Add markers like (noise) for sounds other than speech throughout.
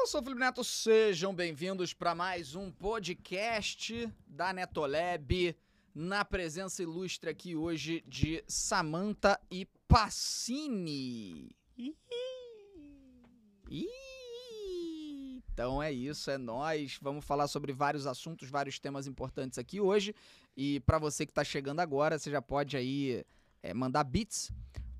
Eu sou o Felipe Neto, sejam bem-vindos para mais um podcast da Netolab, na presença ilustre aqui hoje de Samantha e Pacini. Ih, Então é isso, é nós. Vamos falar sobre vários assuntos, vários temas importantes aqui hoje. E para você que tá chegando agora, você já pode aí é, mandar bits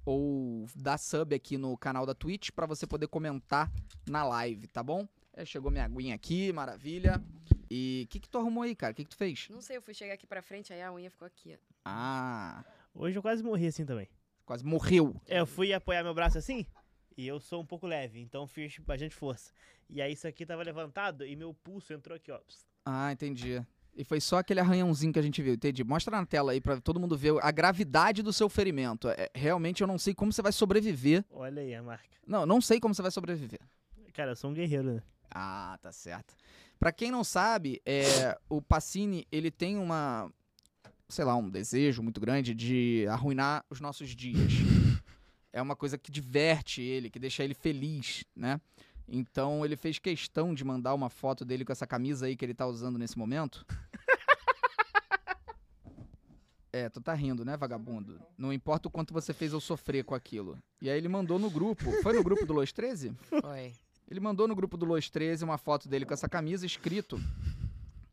ou dar sub aqui no canal da Twitch para você poder comentar na live, tá bom? É, chegou minha aguinha aqui, maravilha. E o que, que tu arrumou aí, cara? O que, que tu fez? Não sei, eu fui chegar aqui pra frente, aí a unha ficou aqui, ó. Ah, Hoje eu quase morri assim também. quase morreu. É, Eu fui apoiar meu braço assim e eu sou um pouco leve, então fiz bastante força. E aí isso aqui tava levantado e meu pulso entrou aqui, ó. Pss. Ah, entendi. E foi só aquele arranhãozinho que a gente viu, entendi. Mostra na tela aí pra todo mundo ver a gravidade do seu ferimento. É, realmente eu não sei como você vai sobreviver. Olha aí a marca. Não, eu não sei como você vai sobreviver. Cara, eu sou um guerreiro, né? Ah, tá certo. Pra quem não sabe, é, o Pacini, ele tem uma, sei lá, um desejo muito grande de arruinar os nossos dias. É uma coisa que diverte ele, que deixa ele feliz, né? Então ele fez questão de mandar uma foto dele com essa camisa aí que ele tá usando nesse momento. É, tu tá rindo, né, vagabundo? Não importa o quanto você fez eu sofrer com aquilo. E aí ele mandou no grupo. Foi no grupo do Los 13? Foi. Ele mandou no grupo do Los 13 uma foto dele com essa camisa escrito.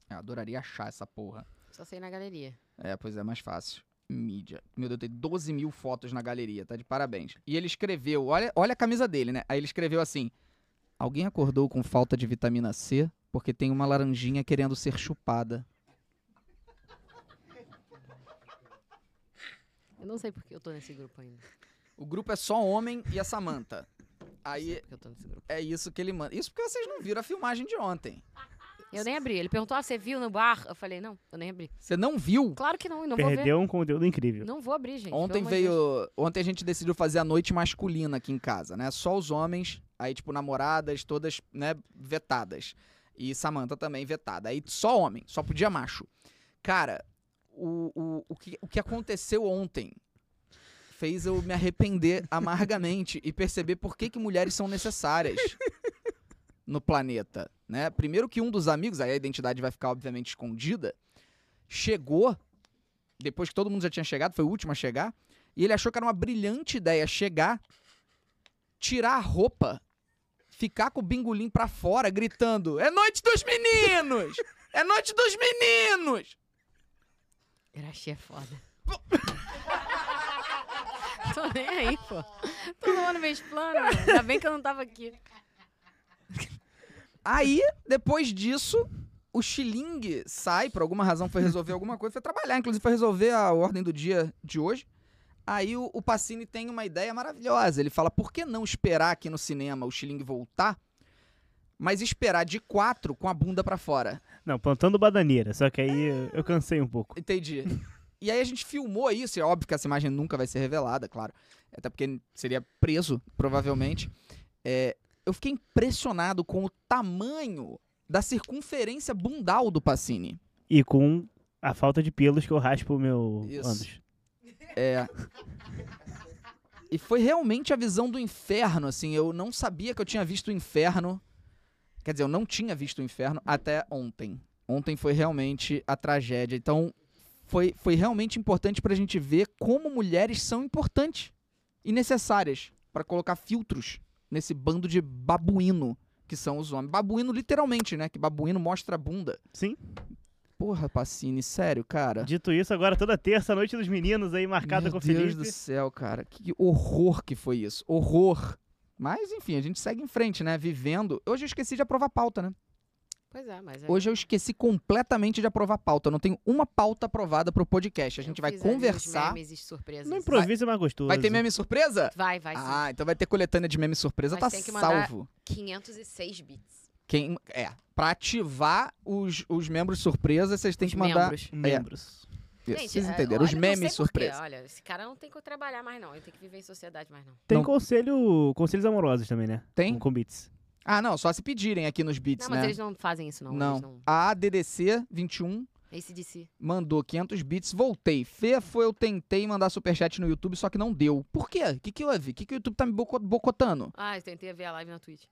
Eu adoraria achar essa porra. Só sei na galeria. É, pois é, mais fácil. Mídia. Meu Deus, tem 12 mil fotos na galeria, tá de parabéns. E ele escreveu, olha, olha a camisa dele, né? Aí ele escreveu assim: Alguém acordou com falta de vitamina C porque tem uma laranjinha querendo ser chupada. Eu não sei porque eu tô nesse grupo ainda. O grupo é só homem e a Samanta. Não sei Aí porque eu tô nesse grupo. é isso que ele manda. Isso porque vocês não viram a filmagem de ontem. Eu nem abri. Ele perguntou, ah, você viu no bar? Eu falei, não, eu nem abri. Você não viu? Claro que não, e não Perdeu um conteúdo vou ver. incrível. Não vou abrir, gente. Ontem pelo amor de Deus. veio. Ontem a gente decidiu fazer a noite masculina aqui em casa, né? Só os homens, aí, tipo, namoradas, todas, né, vetadas. E Samantha também vetada. Aí só homem, só podia macho. Cara, o, o, o, que, o que aconteceu ontem fez eu me arrepender (laughs) amargamente e perceber por que, que mulheres são necessárias no planeta, né? Primeiro que um dos amigos, aí a identidade vai ficar obviamente escondida, chegou depois que todo mundo já tinha chegado, foi o último a chegar, e ele achou que era uma brilhante ideia chegar, tirar a roupa, ficar com o bingolim pra fora gritando: "É noite dos meninos! É noite dos meninos!" Iraxi é foda. (laughs) tô nem aí, pô. Todo mundo me explana, mano. Ainda bem que eu não tava aqui. Aí, depois disso, o Xiling sai, por alguma razão foi resolver alguma coisa, foi trabalhar, inclusive foi resolver a ordem do dia de hoje. Aí o, o Pacini tem uma ideia maravilhosa. Ele fala: por que não esperar aqui no cinema o Xiling voltar, mas esperar de quatro com a bunda pra fora? Não, plantando bananeira, só que aí eu- eu cansei um pouco. Entendi. E aí a gente filmou isso, e é óbvio que essa imagem nunca vai ser revelada, claro. Até porque seria preso, provavelmente. É, eu fiquei impressionado com o tamanho da circunferência bundal do Pacini. E com a falta de pelos que eu raspo o meu Isso. ânus. É. E foi realmente a visão do inferno, assim. Eu não sabia que eu tinha visto o inferno. Quer dizer, eu não tinha visto o inferno até ontem. Ontem foi realmente a tragédia. Então, foi, foi realmente importante pra gente ver como mulheres são importantes e necessárias pra colocar filtros nesse bando de babuíno que são os homens. Babuíno, literalmente, né? Que babuíno mostra a bunda. Sim. Porra, Pacini, sério, cara. Dito isso, agora toda terça, noite dos meninos aí, marcada Meu com o Deus Felipe. do céu, cara. Que horror que foi isso. Horror. Mas, enfim, a gente segue em frente, né? Vivendo. Hoje eu esqueci de aprovar pauta, né? Pois é, mas... Hoje eu esqueci completamente de aprovar pauta. Eu não tenho uma pauta aprovada pro podcast. A gente vai conversar. Não Surpresas. improvisa, mas gostoso. Vai ter meme surpresa? Vai, vai, sim. Ah, então vai ter coletânea de meme surpresa. Mas tá tem que mandar- salvo. 506 bits. Quem... É. Pra ativar os, os membros surpresa, vocês têm Os que mandar. membros. Membros. Isso, Gente, vocês é, entenderam? Os olha, não sei memes por quê, surpresa. Olha, esse cara não tem que trabalhar mais, não. Ele tem que viver em sociedade mais, não. Tem Não. conselho, conselhos amorosos também, né? Tem? Com bits. Ah, não, só se pedirem aqui nos beats, Não, mas né? eles não fazem isso, não. Eles não. A ADDC 21 Esse de si. mandou 500 bits, voltei. Fê foi, eu tentei mandar superchat no YouTube, só que não deu. Por quê? O que, que houve? O que, que o YouTube tá me boco- bocotando? Ah, eu tentei ver a live na Twitch.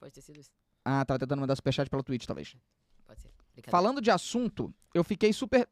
Pode ter sido isso. Ah, tava tentando mandar superchat pela Twitch, talvez. Pode ser. Brincadeira. Falando de assunto, eu fiquei super.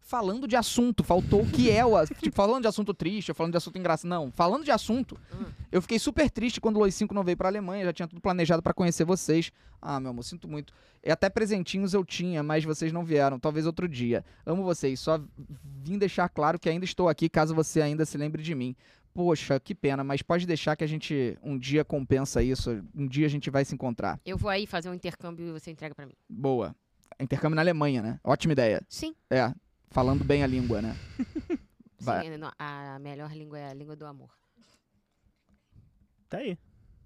Falando de assunto, faltou o que é o. ass- Tipo, falando de assunto triste, falando de assunto engraçado. Não, falando de assunto, Hum. eu fiquei super triste quando o Lois 5 não veio pra Alemanha. Já tinha tudo planejado pra conhecer vocês. Ah, meu amor, sinto muito. E até presentinhos eu tinha, mas vocês não vieram. Talvez outro dia. Amo vocês. Só vim deixar claro que ainda estou aqui, caso você ainda se lembre de mim. Poxa, que pena, mas pode deixar que a gente um dia compensa isso. Um dia a gente vai se encontrar. Eu vou aí fazer um intercâmbio e você entrega pra mim. Boa. Intercâmbio na Alemanha, né? Ótima ideia. Sim. É, falando bem a língua, né? Vai. Sim, é, não, a melhor língua é a língua do amor. Tá aí.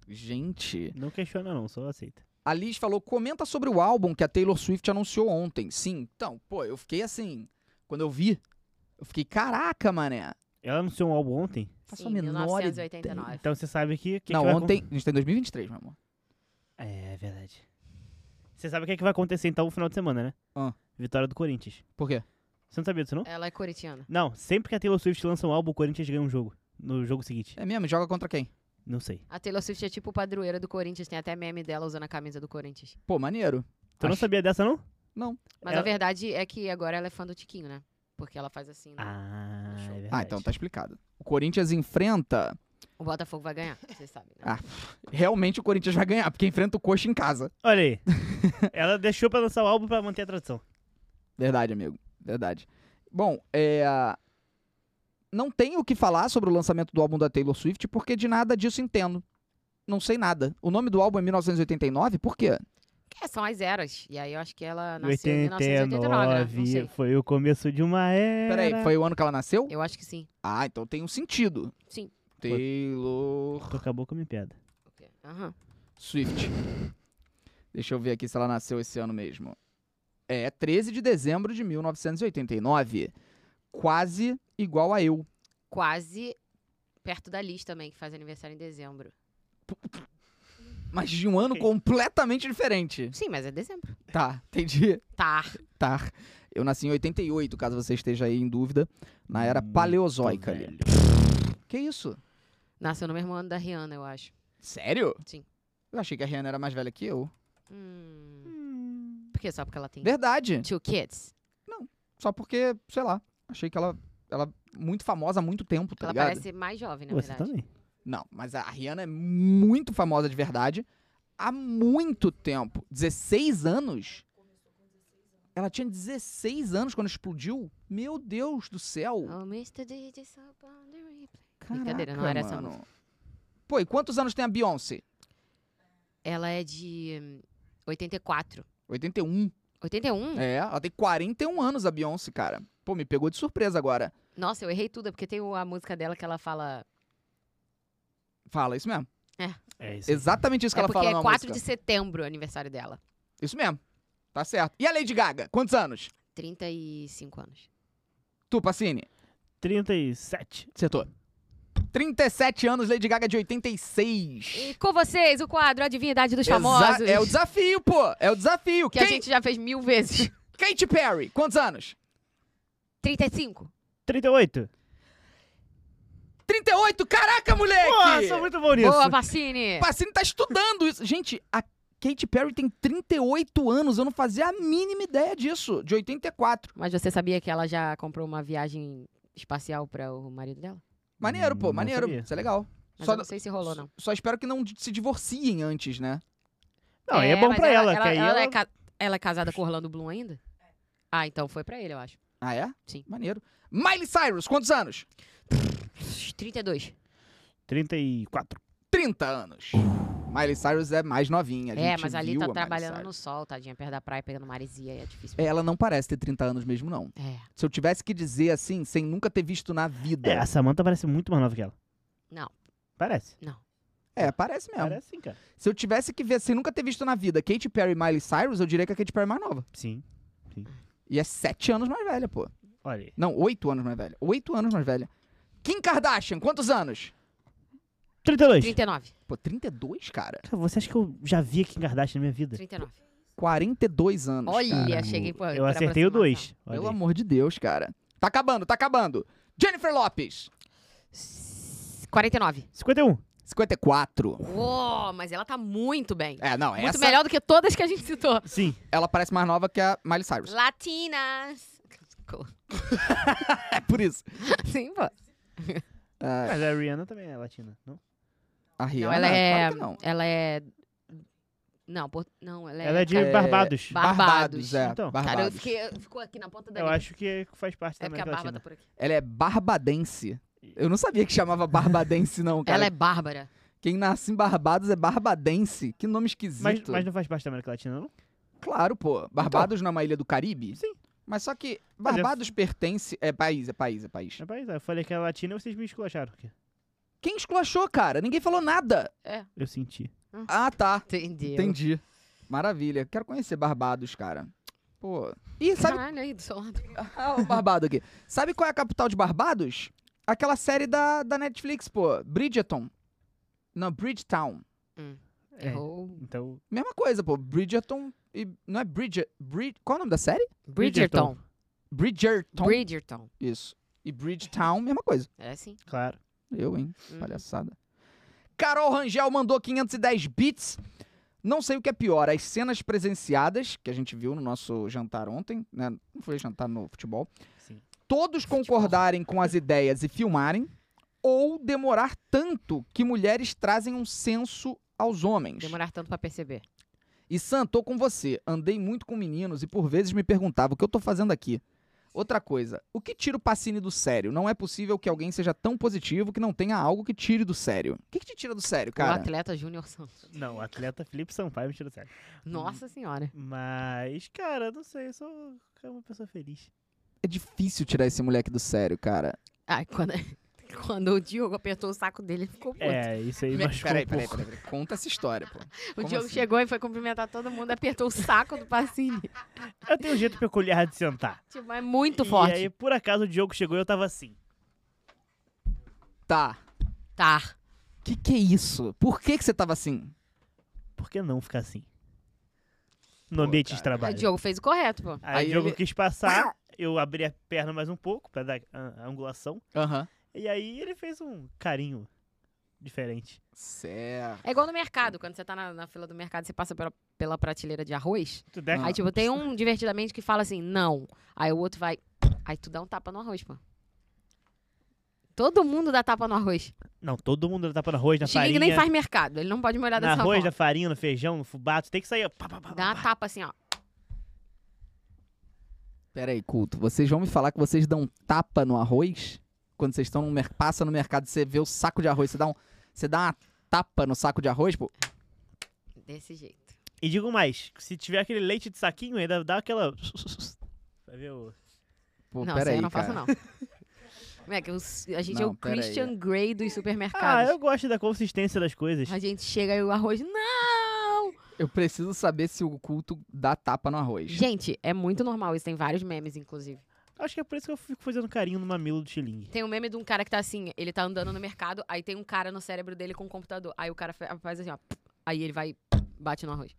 Gente. Não questiona, não, só aceita. A Liz falou: comenta sobre o álbum que a Taylor Swift anunciou ontem. Sim, então, pô, eu fiquei assim. Quando eu vi, eu fiquei, caraca, mané. Ela anunciou um álbum ontem, Faço Sim, a menor ideia. 1989. então você sabe que. que Não, que vai acon- ontem. A gente tá em 2023, meu amor. É, é verdade. Você sabe o que, é que vai acontecer então no final de semana, né? Ah. Vitória do Corinthians. Por quê? Você não sabia disso, não? Ela é corintiana. Não, sempre que a Taylor Swift lança um álbum, o Corinthians ganha um jogo. No jogo seguinte. É mesmo? Joga contra quem? Não sei. A Taylor Swift é tipo padroeira do Corinthians, tem até meme dela usando a camisa do Corinthians. Pô, maneiro. Tu não Acho- sabia dessa, não? Mas Ela- a verdade é que agora ela é fã do Tiquinho, né? Porque ela faz assim, né? Ah, é Show. verdade. Ah, então tá explicado. O Corinthians enfrenta. O Botafogo vai ganhar, vocês sabem, né? Ah, Realmente o Corinthians vai ganhar, porque enfrenta o Coxa em casa. Olha aí. (laughs) Ela deixou pra lançar o álbum pra manter a tradição. Verdade, amigo. Verdade. Bom, é. Não tenho o que falar sobre o lançamento do álbum da Taylor Swift, porque de nada disso entendo. Não sei nada. O nome do álbum é 1989, por quê? É, são as eras. E aí eu acho que ela nasceu em 1989, né? Não sei. foi o começo de uma era. Peraí, foi o ano que ela nasceu? Eu acho que sim. Ah, então tem um sentido. Sim. Taylor Tu acabou com a minha piada. Aham. Swift. Deixa eu ver aqui se ela nasceu esse ano mesmo. É 13 de dezembro de 1989. Quase igual a eu. Quase perto da Liz também, que faz aniversário em dezembro. Mas de um ano Ok. completamente diferente. Sim, mas é dezembro. Tá, entendi. Tá. Tá. Eu nasci em 88, caso você esteja aí em dúvida, na era paleozoica ali. Que isso? Nasceu no mesmo ano da Rihanna, eu acho. Sério? Sim. Eu achei que a Rihanna era mais velha que eu. Hum. Por quê? Só porque ela tem Verdade. two kids. Só porque, sei lá, achei que ela ela é muito famosa há muito tempo, tá ela ligado? tá parece mais jovem, na Você é verdade. também. Não, mas a Rihanna é muito famosa de verdade há muito tempo. 16 anos? Ela tinha 16 anos quando explodiu? Meu Deus do céu. Oh, Mr. DJ, so boundary. Brincadeira, Brincadeira, não era essa a música. Pô, e quantos anos tem a Beyoncé? Ela é de hum, 84. 81. 81? É, ela tem 41 anos, a Beyoncé, cara. Pô, me pegou de surpresa agora. Nossa, eu errei tudo, é porque tem o- a música dela que ela fala. Fala, isso mesmo. É isso. Exatamente isso que é ela porque fala é na 4 música. de setembro o aniversário dela. Isso mesmo. Tá certo. E a Lady Gaga? Quantos anos? 35 anos. Tu, Pacini? 37. Acertou. 37 anos, Lady Gaga de 86. E com vocês, o quadro Adivinha a Idade dos Exa- Famosos. É o desafio, pô. É o desafio. que Quem- a gente já fez mil vezes. (laughs) Katy Perry, quantos anos? 35. 38. 38? Caraca, moleque! Pô, sou muito bom nisso. É Boa, Pacini. Pacini tá estudando isso. Gente, a Katy Perry tem 38 anos. Eu não fazia a mínima ideia disso. De 84. Mas você sabia que ela já comprou uma viagem espacial para o marido dela? Maneiro, pô, Hum, Não maneiro. sabia. Isso é legal. Mas Só, eu não sei se rolou, não. só espero que não di- se divorciem antes, né? Não, é, é bom mas pra ela, que Ela, aí ela ela... É, ca- ela é casada com Orlando Bloom ainda? Ah, então foi pra ele, eu acho. Ah, é? Sim. Maneiro. Miley Cyrus, quantos anos? 32. 34. 30 anos. Miley Cyrus é mais novinha. A é, gente mas ali viu tá a Miley trabalhando no Cyrus. sol, tadinha, perto da praia, pegando maresia, é difícil. É, Ela não parece ter 30 anos mesmo, não. É. Se eu tivesse que dizer assim, sem nunca ter visto na vida. É, a Samantha parece muito mais nova que ela. Não. Parece. É, parece mesmo. Parece sim, cara. Se eu tivesse que ver, sem nunca ter visto na vida, Katy Perry e Miley Cyrus, eu diria que a Katy Perry é mais nova. Sim. E é 7 anos mais velha, pô. Olha aí. Não, 8 anos mais velha. 8 anos mais velha. Kim Kardashian, quantos anos? 32. 39. Pô, 32, cara. Cara, você acha que eu já vi aqui em Kardashian na minha vida? 39. 42 anos. Olha, cara. cheguei pra. Eu pra acertei o aproximação. 2. Pelo amor de Deus, cara. Tá acabando, tá acabando. Jennifer Lopes, 49. 51. 54. Uou, mas ela tá muito bem. É, não, muito essa melhor do que todas que a gente citou. Sim. ela parece mais nova que a Miley Cyrus. Latinas. É por isso. (laughs) Sim, pô. Mas a Rihanna também é latina, não? A Não, Rihanna, ela é. claro que não. Ela é. Não, por... não, ela é. Ela é de É, Barbados. Barbados. é. Então. Barbados. Cara, eu fiquei, ficou aqui na ponta da Eu língua. acho que faz parte É também porque da a Bárbara tá latina. por aqui. Ela é barbadense. Eu não sabia que chamava barbadense, não, cara. Ela é Bárbara. Quem nasce em Barbados é barbadense. Que nome esquisito. Mas, mas não faz parte da América Latina, não? Claro, pô. Barbados não é uma ilha do Caribe? Sim. Mas só que Mas é- Barbados pertence. É país, é país, é país. É país. Eu falei que era latina e vocês me esculacharam aqui. Quem esculachou, cara? Ninguém falou nada. Eu senti. Ah, tá. Entendeu? Entendi. Maravilha. Quero conhecer Barbados, cara. Pô. Ih, sabe. Caralho, aí do seu lado. Ah, o Barbado aqui. Sabe qual é a capital de Barbados? Aquela série da, da Netflix, pô. Bridgeton. Não, Bridgetown. É. Errou. Então. Mesma coisa, pô. Bridgeton e. Não é Bridget. Brid... Qual é o nome da série? Bridgerton. Bridgerton. Bridgerton. Isso. E Bridgetown, mesma coisa. É assim. Claro. Eu, hein? Hum. Palhaçada. Carol Rangel mandou 510 bits. Não sei o que é pior, as cenas presenciadas, que a gente viu no nosso jantar ontem, né? Não foi jantar no futebol. Sim. Todos concordarem com as ideias e filmarem, ou demorar tanto que mulheres trazem um senso aos homens. Demorar tanto pra perceber. E Sam, tô com você. Andei muito com meninos e por vezes me perguntava o que eu tô fazendo aqui. Outra coisa, o que tira o Pacini do sério? Não é possível que alguém seja tão positivo que não tenha algo que tire do sério. O que, que te tira do sério, O cara? atleta Júnior Santos. Não, o atleta Felipe Sampaio me tirou certo. Nossa Hum. senhora. Mas, cara, não sei, eu sou uma pessoa feliz. É difícil tirar esse moleque do sério, cara. Ai, quando, (laughs) quando o Diogo apertou o saco dele, ele ficou puto. É, isso aí Me- machucou um pouco. Conta essa história, pô. o como Diogo assim? chegou e foi cumprimentar todo mundo, apertou o saco do Pacini. Eu tenho um jeito peculiar de sentar. Tipo, é muito e forte. aí, por acaso, o Diogo chegou e eu tava assim. Tá. Tá. Que que é isso? Por que que você tava assim? Por que não ficar assim? Pô, No ambiente de cara. O trabalho. Diogo fez o correto, pô. Aí, Aí o Diogo ele- quis passar, eu abri a perna mais um pouco pra dar a, a angulação. Aham. E aí ele fez um carinho diferente. Certo. É igual no mercado, quando você tá na, na fila do mercado, você passa pela, pela prateleira de arroz. Tu der- Ah. Aí, tipo, tem um divertidamente que fala assim, não. Aí o outro vai. Aí tu dá um tapa no arroz, pô. Todo mundo dá tapa no arroz. Não, todo mundo dá tapa no arroz, na O Xing nem farinha. faz mercado, ele não pode me olhar Na dessa arroz, forma. na farinha, no feijão, no fubá. Tu tem que sair. ó, Pá, pá, pá, Dá pá, uma pá. tapa assim, ó. Pera aí, culto. Vocês vão me falar que vocês dão tapa no arroz? Quando vocês estão no mercado, passa no mercado, você vê o saco de arroz, você dá um, você dá uma tapa no saco de arroz, pô. Desse jeito. E digo mais, se tiver aquele leite de saquinho, ainda dá aquela. (laughs) Vai ver o. Pô, não, isso pera aí aí, eu não cara. faço, não. (laughs) Moleque, os- a gente é Não, o peraí, Christian Grey dos Ah, supermercados. eu gosto da consistência das coisas. A gente chega e o arroz, não! Eu preciso saber se o culto dá tapa no arroz. Gente, é muito normal isso. Tem vários memes, inclusive. Acho que é por isso que eu fico fazendo carinho no mamilo do xilingue. Tem um meme de um cara que tá assim, ele tá andando no mercado, aí tem um cara no cérebro dele com um computador. Aí o cara fa- faz assim, ó. Aí ele vai, bate no arroz.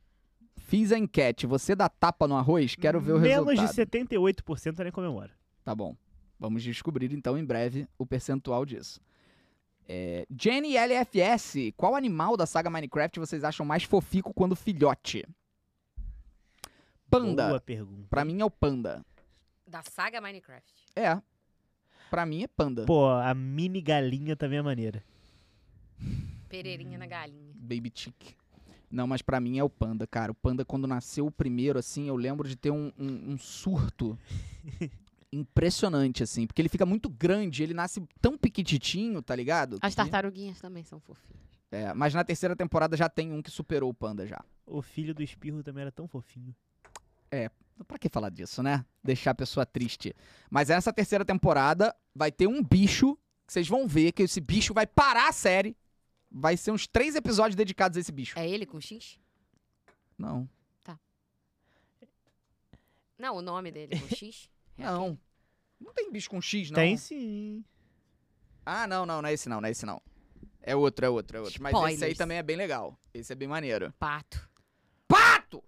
Fiz a enquete, você dá tapa no arroz? Quero ver o Menos resultado. de 78% eu nem comemora. Tá bom. Vamos descobrir então em breve o percentual disso. É, Jenny LFS, qual animal da saga Minecraft vocês acham mais fofico quando filhote? Panda. Boa pergunta. Pra mim é o panda. Da saga Minecraft. É. Pra mim é panda. Pô, a mini galinha também é maneira. Pereirinha na galinha. Baby chick. Não, mas pra mim é o panda, cara. O panda, quando nasceu o primeiro, assim, eu lembro de ter um, um- um (laughs) surto impressionante, assim. Porque ele fica muito grande, ele nasce tão piquititinho, tá ligado? As Que- tartaruguinhas também são fofinhas. É, mas na terceira temporada já tem um que superou o panda já. O filho do espirro também era tão fofinho. Pra que falar disso, né? Deixar a pessoa triste. Mas essa terceira temporada vai ter um bicho que vocês vão ver que esse bicho vai parar a série. Vai ser uns três episódios dedicados a esse bicho. É ele com X? Não. Não, o nome dele com (laughs) X? É Não. Não tem bicho com X, não. Tem sim. Ah, não, não, não é esse não, não é esse não. É outro, é outro, é outro. Mas esse aí Spoilers. também é bem legal. Esse é bem maneiro. aquele Pato. Pato!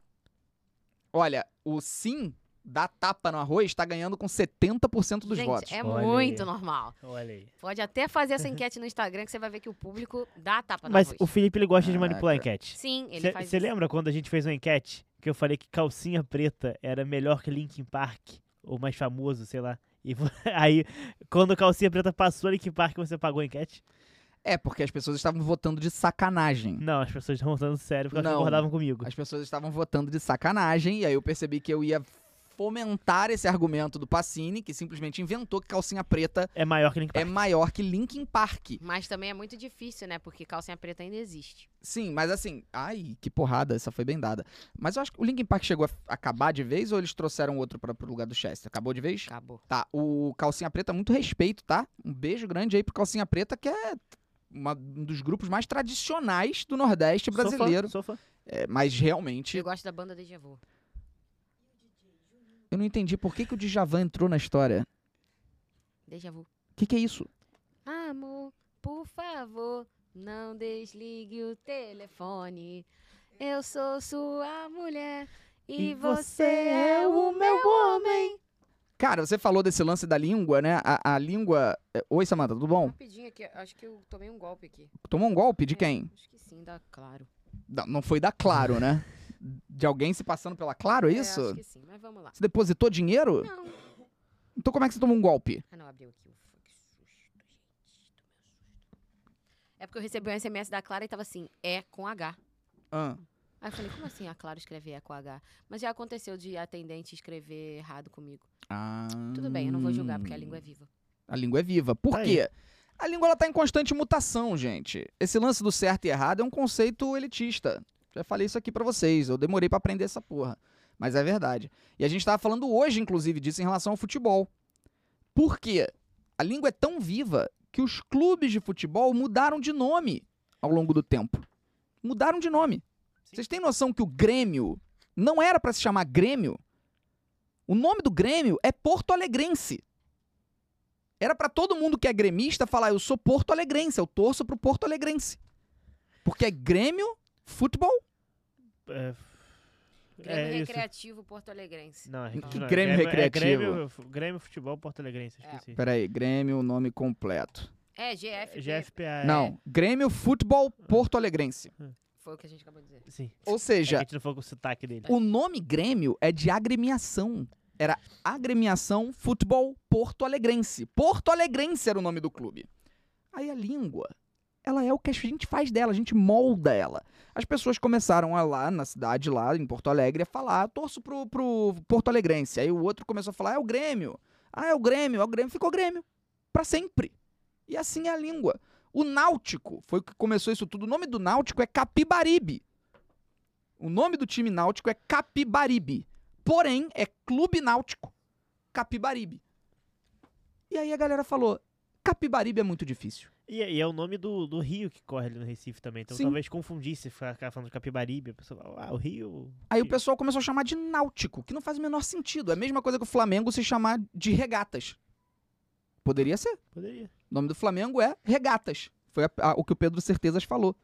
Olha, o Sim dá tapa no arroz tá ganhando com 70% dos Gente, votos. é Um Olha muito aí. normal. Olha aí. Pode até fazer essa enquete no Instagram que você vai ver que o público dá a tapa no Mas arroz. o Felipe, ele gosta de manipular a Caraca. enquete. Sim, ele faz Você isso. lembra quando a gente fez uma enquete que eu falei que calcinha preta era melhor que Linkin Park? Ou mais famoso, sei lá. E vo- (laughs) aí, quando calcinha preta passou Linkin Park, você pagou a enquete? É, porque as pessoas estavam votando de sacanagem. Não, as pessoas estavam falando sério porque elas Não. concordavam comigo. As pessoas estavam votando de sacanagem, e aí eu percebi que eu ia fomentar esse argumento do Pacini, que simplesmente inventou que calcinha preta É maior que Linkin é Park. maior que Linkin Park. Mas também é muito difícil, né? Porque calcinha preta ainda existe. Sim, mas assim, ai, que porrada, essa foi bem dada. Mas eu acho que o Linkin Park chegou a f- acabar de vez ou eles trouxeram outro para pro lugar do Chester? Acabou de vez? Acabou. Tá, o Calcinha Preta, muito respeito, tá? Um beijo grande aí pro Calcinha Preta, que é uma- um dos grupos mais tradicionais do Nordeste Sou fã, É brasileiro. sou fã. É, mas realmente, Eu gosto da banda Deja Vu. eu não entendi por que, que o Djavan entrou na história. Deja Vu. O que, que é isso? Amor, por favor, não desligue o telefone. Eu sou sua mulher e, E você é o meu homem. Cara, você falou desse lance da língua, né? A, a língua. é, Oi, Samanta, tudo bom? Rapidinho aqui, acho que eu tomei um golpe aqui. Tomou um golpe de É, quem? Acho que sim, dá claro. Não, não foi da Claro, né? De alguém se passando pela Claro, é isso? É, acho que sim, mas vamos lá. Você depositou dinheiro? Não. Então como é que você tomou um golpe? Ah, não, abriu aqui. Ufa, que susto, gente. Tomei um susto. É porque eu recebi um SMS da Clara e tava assim, é com H. Ah, Aí eu falei, como assim a Clara escreve é com H? Mas já aconteceu de atendente escrever errado comigo. Tudo bem, eu não vou julgar Ah. porque a língua é viva. Hum. A língua é viva. Por Tá aí. quê? A língua ela tá em constante mutação, gente. Esse lance do certo e errado é um conceito elitista. Já falei isso aqui pra vocês, eu demorei pra aprender essa porra, mas é verdade. E a gente tava falando hoje inclusive disso em relação ao futebol. Por quê? A língua é tão viva que os clubes de futebol mudaram de nome ao longo do tempo. Mudaram de nome. Sim. Vocês têm noção que o Grêmio não era pra se chamar Grêmio? O nome do Grêmio é Porto Alegrense. Era pra todo mundo que é gremista falar: eu sou Porto Alegrense, eu torço pro Porto Alegrense. Porque é Grêmio Futebol. É, Grêmio é isso. Recreativo Porto Alegrense. Não, é Que recreativo. não, é Grêmio é Grêmio, recreativo? fu- Grêmio Futebol Porto Alegrense, É. esqueci. Peraí, Grêmio, o nome completo. É, GF. GFPA. Não, Grêmio Futebol Porto Alegrense. Foi o que a gente acabou de dizer. Sim. Ou É que a seja, gente não foi com o sotaque dele. o nome Grêmio é de agremiação. Era agremiação Futebol Porto Alegrense. Porto Alegrense era o nome do clube. Aí a língua, ela é o que a gente faz dela, a gente molda ela. As pessoas começaram a lá na cidade, lá em Porto Alegre, a falar, torço pro, pro Porto Alegrense. Aí o outro começou a falar, é o Grêmio. Ah, é o Grêmio, é o Grêmio. Ficou Grêmio. Pra sempre. E assim é a língua. O Náutico foi o que começou isso tudo. O nome do Náutico é Capibaribe. O nome do time náutico é Capibaribe. Porém, é Clube Náutico Capibaribe. E aí a galera falou: Capibaribe é muito difícil. E, é- e é o nome do, do rio que corre ali no Recife também. Então Sim. talvez confundisse, ficar ficar falando de Capibaribe, a pessoa fala, ah, o rio. Aí o Sim. pessoal começou a chamar de náutico, que não faz o menor sentido. É a mesma coisa que o Flamengo se chamar de regatas. Poderia ser. Poderia. O nome do Flamengo é regatas. Foi a- a- o que o Pedro Certezas falou.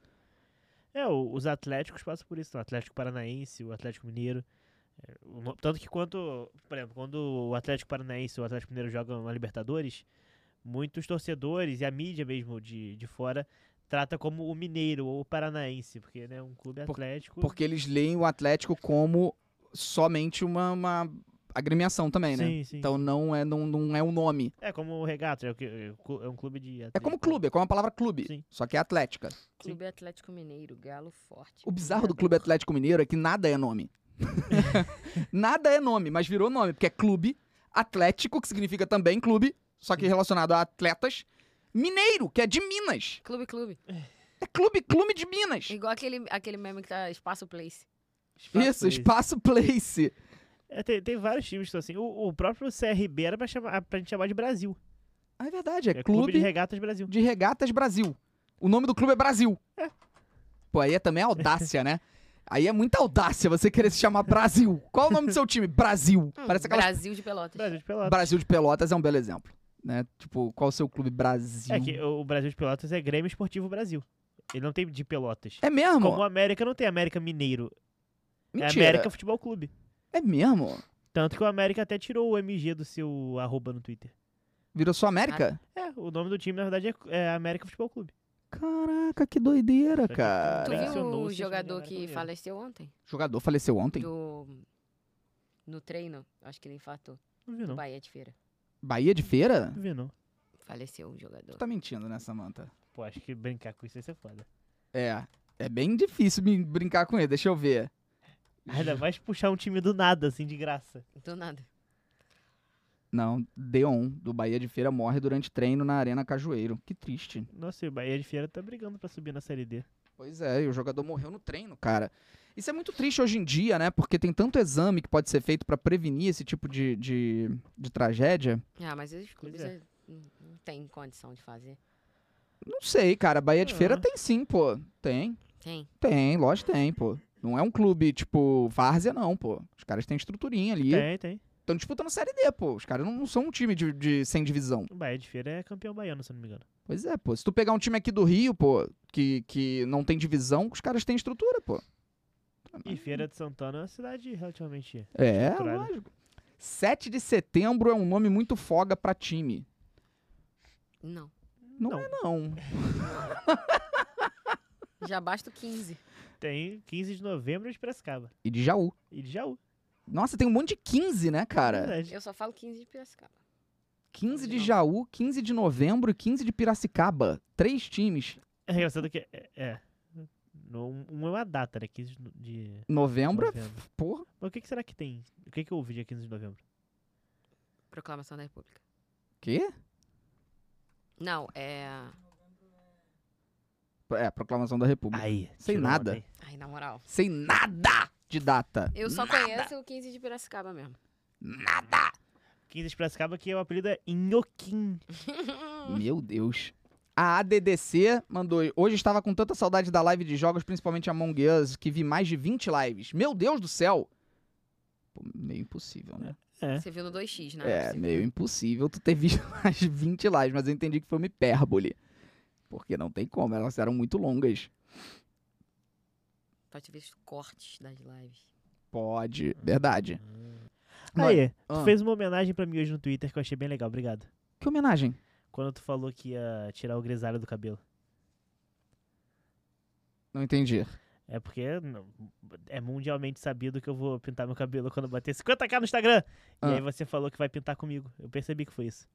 É, o- os Atléticos passam por isso. O Atlético Paranaense, o Atlético Mineiro. É, o no- Tanto que quanto, por exemplo, quando o Atlético Paranaense e o Atlético Mineiro jogam a Libertadores, muitos torcedores e a mídia mesmo de, de fora trata como o mineiro ou o paranaense, porque né, um clube Por- atlético. Porque eles leem o Atlético como somente uma, uma agremiação também, né? Sim, sim. Então não é, não, não é um nome. É como o regato, é, o que- é o clu- é um clube de É como atleta. clube, é como a palavra clube, Sim. só que é atlética. Clube Atlético Mineiro, Galo Forte. O bizarro do Clube Atlético Mineiro é que nada é nome. nada é nome, mas virou nome, porque é clube atlético, que significa também clube, só que relacionado a atletas. Mineiro, que é de Minas. Clube, clube. É clube, clube de Minas. Igual aquele, aquele meme que tá Espaço Place. Isso, Place. espaço place. É, tem, tem vários times que são assim. O, o próprio CRB era pra, chamar, pra gente chamar de Brasil. Ah, é verdade, é, É Clube, clube, de Regatas Brasil. de Regatas Brasil. O nome do clube é Brasil. Pô, aí é também audácia, né? Aí é muita audácia você querer se chamar Brasil. Qual é o nome do seu time? Brasil. Hum, Parece aquela Brasil de Pelotas. Brasil de Pelotas. Brasil de Pelotas é um belo exemplo. Né? Tipo, qual o seu clube Brasil? É que o Brasil de Pelotas é Grêmio Esportivo Brasil. Ele não tem de Pelotas. É mesmo? Como o América não tem América Mineiro. Mentira. É América Futebol Clube. É mesmo? Tanto que o América até tirou o MG do seu arroba no Twitter. Virou só América? É, o nome do time, na verdade, é, é América Futebol Clube. Caraca, que doideira, que- Ah. Tu cara. Cara. viu Acionou o o sistema jogador de que América faleceu ontem? O jogador faleceu ontem? Do... No treino? Acho que ele infartou. Não vi, No não. Bahia de Feira. Bahia de Feira? Não vi, não. Faleceu um jogador. Tu tá mentindo, né, Samanta? Pô, acho que brincar com isso ia ser foda. É. É bem difícil me brincar com ele, deixa eu ver. Ainda mais puxar um time do nada, assim, de graça. Do nada. Não, Deon, do Bahia de Feira, morre durante treino na Arena Cajueiro. Que triste. Nossa, e o Bahia de Feira tá brigando pra subir na Série D. Pois é, e o jogador morreu no treino, cara. Isso é muito triste hoje em dia, né? Porque tem tanto exame que pode ser feito pra prevenir esse tipo de, de, de tragédia. Ah, mas os clubes é. eh, não- não tem condição de fazer. Não sei, cara. Bahia de Ah. Feira tem sim, pô. Tem. Tem. Tem, lógico que tem, pô. Não é um clube, tipo, várzea, não, pô. Os caras têm estruturinha ali. Tem, tem. Estão disputando Série D, pô. Os caras não, não são um time de, de sem divisão. O Bahia de Feira é campeão baiano, se eu não me engano. Pois é, pô. Se tu pegar um time aqui do Rio, pô, que, que não tem divisão, os caras têm estrutura, pô. Uhum. E Feira de Santana é uma cidade relativamente... É, Estruturada. lógico. 7 de setembro é um nome muito foga pra time. Não. Não, é, não. Já basta o 15. Tem 15 de novembro de Piracicaba. E de Jaú. E de Jaú. Nossa, tem um monte de 15, né, cara? Verdade. Eu só falo 15 de Piracicaba. 15 de Jaú, 15 de novembro e 15 de Piracicaba. Três times. É engraçado que... É... é. Não, um é uma data, né? 15 de... no- de Novembro, é- novembro. porra. Mas o que, que será que tem? O que, que houve dia 15 de novembro? Proclamação da República. Quê? Não, é. É, proclamação da República. Aí. Sem tirou nada. onda, hein? Ai, na moral. Sem nada de data. Eu só conheço o 15 de Piracicaba mesmo. Nada. 15 de Piracicaba, que o apelido é Inhoquim. Meu Deus. A ADDC mandou. Hoje estava com tanta saudade da live de jogos, principalmente Among Us, que vi mais de 20 lives. Meu Deus do céu! Pô, meio impossível, né? É. Você viu no 2x, né? É, Você- meio impossível tu ter visto (laughs) mais de 20 lives, mas eu entendi que foi uma hipérbole. Porque não tem como, elas eram muito longas. Pode ver os cortes das lives. Pode, verdade. Mas- Aí, Ah, tu fez uma homenagem pra mim hoje no Twitter que eu achei bem legal, obrigado. Que homenagem. Quando tu falou que ia tirar o grisalho do cabelo. Não entendi. É porque não- é mundialmente sabido que eu vou pintar meu cabelo quando bater 50k no Instagram. Ah. E aí você falou que vai pintar comigo. Eu percebi que foi isso.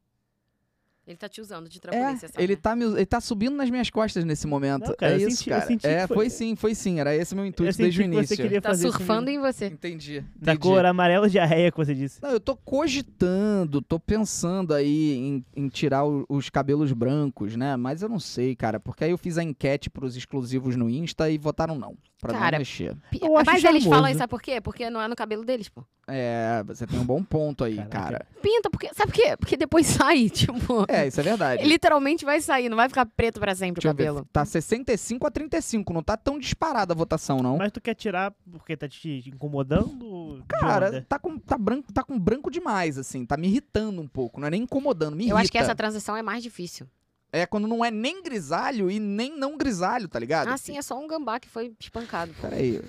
Ele tá te usando de trampolim, você É, sabe, ele né? tá, me- ele tá subindo nas minhas costas nesse momento. Não, cara, é eu isso, senti- eu cara. senti que é, foi- foi... sim, foi sim. Era esse meu eu intuito senti desde o que início. Você queria Tá Tá fazer isso surfando comigo. em você. Entendi. entendi. da cor amarela de arreia que você disse. Não, eu tô cogitando, tô pensando aí em, em tirar o- os cabelos brancos, né? Mas eu não sei, cara, porque aí eu fiz a enquete pros exclusivos no Insta e votaram não, pra Cara, não mexer. Eu acho Mas eles falam charmoso. isso, sabe por quê? Porque não é no cabelo deles, pô. É, você tem um bom ponto aí, Caraca. Pinta, porque. Sabe por quê? Porque depois (laughs) sai, tipo. cara. É, isso é verdade. Literalmente vai sair, não vai ficar preto pra sempre Deixa o eu ver, cabelo. Tá 65 a 35, não tá tão disparada a votação, não. Mas tu quer tirar porque tá te incomodando? de Cara, onda? tá com, tá, branco, tá com branco demais, assim. Tá me irritando um pouco. Não é nem incomodando, me irrita. Eu acho que essa transição é mais difícil. É quando não é nem grisalho e nem não grisalho, tá ligado? Ah, sim, é só um gambá que foi espancado. pô. Peraí.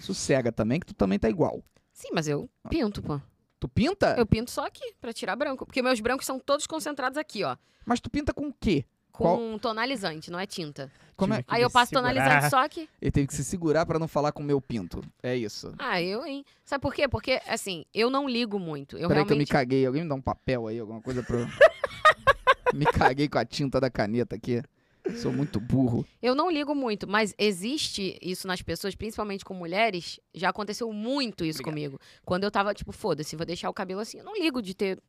Sossega também, que tu também tá igual. Sim, mas eu pinto, pô. Tu pinta? Eu pinto só aqui, pra tirar branco. Porque meus brancos são todos concentrados aqui, ó. Mas tu pinta com o quê? Com Qual- tonalizante, não é tinta. Como Tive é? que Aí eu me passo segurar. tonalizante só aqui. Ele teve que se segurar pra não falar com o meu pinto. É isso. Ah, eu, hein? Sabe por quê? Porque, assim, eu não ligo muito. Eu Peraí que eu me realmente. caguei. Alguém me dá um papel aí, alguma coisa (laughs) pra... eu- me caguei com a tinta da caneta aqui. Sou muito burro. Eu não ligo muito, mas existe isso nas pessoas, principalmente com mulheres. Já aconteceu muito isso comigo. Quando eu tava, tipo, foda-se, vou deixar o cabelo assim. Eu não ligo de ter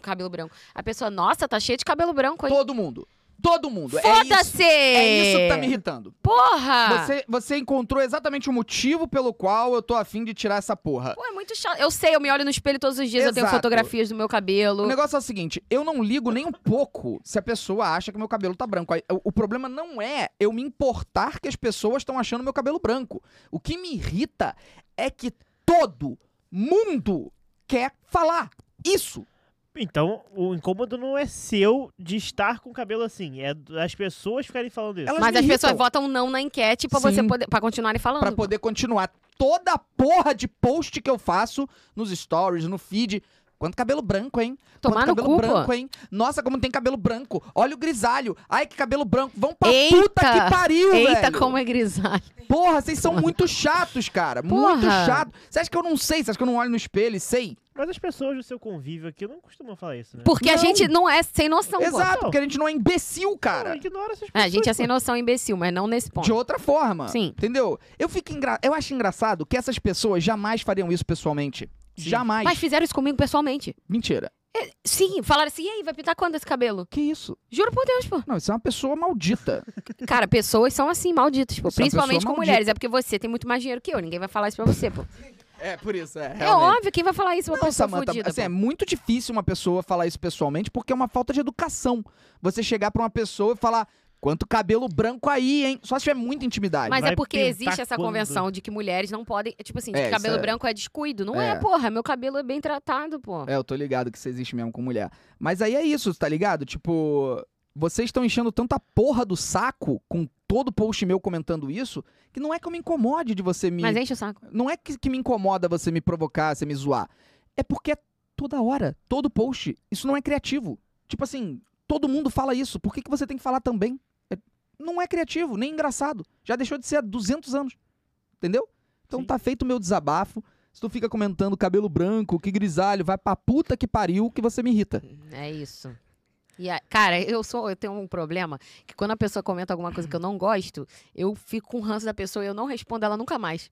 cabelo branco. A pessoa, nossa, tá cheia de cabelo branco, hein? Todo mundo. Todo mundo. É isso. Foda-se! Ah. É isso que tá me irritando. Porra! Você, você encontrou exatamente o motivo pelo qual eu tô afim de tirar essa porra. Pô, é muito chato. Eu sei, eu me olho no espelho todos os dias, eu tenho Exato. fotografias do meu cabelo. O negócio é o seguinte, eu não ligo nem um pouco se a pessoa acha que meu cabelo tá branco. Aí, O, o problema não é eu me importar que as pessoas estão achando meu cabelo branco. O que me irrita é que todo mundo quer falar isso. Então, o incômodo não é seu de estar com o cabelo assim, é das pessoas ficarem falando isso. Elas- Mas me as pessoas irritam. votam não na enquete pra Sim. você poder. para continuarem falando. Pra poder continuar toda a porra de post que eu faço nos stories, no feed. Quanto cabelo branco, hein? Tomar Quanto no cabelo cu, pô. branco, hein? Nossa, como tem cabelo branco. Olha o grisalho. Ai, que cabelo branco. Vão pra Eita! puta que pariu, Eita, velho. como é grisalho. Porra, vocês são muito chatos, cara. Muito Porra. chato. Você acha que eu não sei? Você acha que eu não olho no espelho e sei? Mas as pessoas do seu convívio aqui não costumam falar isso, né? Porque a Não. gente não é sem noção, pô. Exato, porque a gente não é imbecil, Não, cara. ignora essas É, pessoas. a gente é sem pô. noção imbecil, mas não nesse ponto. De outra forma. Sim. Entendeu? Eu fico engra... eu acho engraçado que essas pessoas jamais fariam isso pessoalmente. Sim. Jamais. Mas fizeram isso comigo pessoalmente. Mentira. Sim, falaram assim, e aí, vai pintar quando esse cabelo? Que isso? Juro por Deus, pô. Não, isso é uma pessoa maldita. Cara, pessoas são assim, malditas, pô. Isso é uma Principalmente pessoa com mulheres. É porque você tem muito mais dinheiro que eu. Ninguém vai falar isso pra você, pô. (laughs) é, por isso, é. É óbvio, quem vai falar isso? é Uma Não, pessoa Samantha, fudida, assim, pô. é muito difícil uma pessoa falar isso pessoalmente porque é uma falta de educação. Você chegar pra uma pessoa e falar, quanto cabelo branco aí, hein? Só se tiver muita intimidade. Mas Vai é porque pintar existe essa quando? convenção de que mulheres não podem. é Tipo assim, É, de que cabelo isso é- branco é descuido. Não é. É. porra. Meu cabelo é bem tratado, pô. É, eu tô ligado que isso existe mesmo com mulher. Mas aí é isso, tá ligado? Tipo, vocês estão enchendo tanta porra do saco com todo post meu comentando isso, que não é que eu me incomode de você me. Mas enche o saco. Não é que, que me incomoda você me provocar, você me zoar. É porque é toda hora, todo post. Isso não é criativo. Tipo assim, todo mundo fala isso. Por que, que você tem que falar também? É- não é criativo, nem engraçado. Já deixou de ser há 200 anos. Entendeu? Então Sim. tá feito o meu desabafo. Se tu fica comentando cabelo branco, que grisalho, vai pra puta que pariu, que você me irrita. É isso. E a- cara, eu sou, eu tenho um problema que quando a pessoa comenta alguma coisa que eu não gosto, eu fico com ranço da pessoa e eu não respondo ela nunca mais.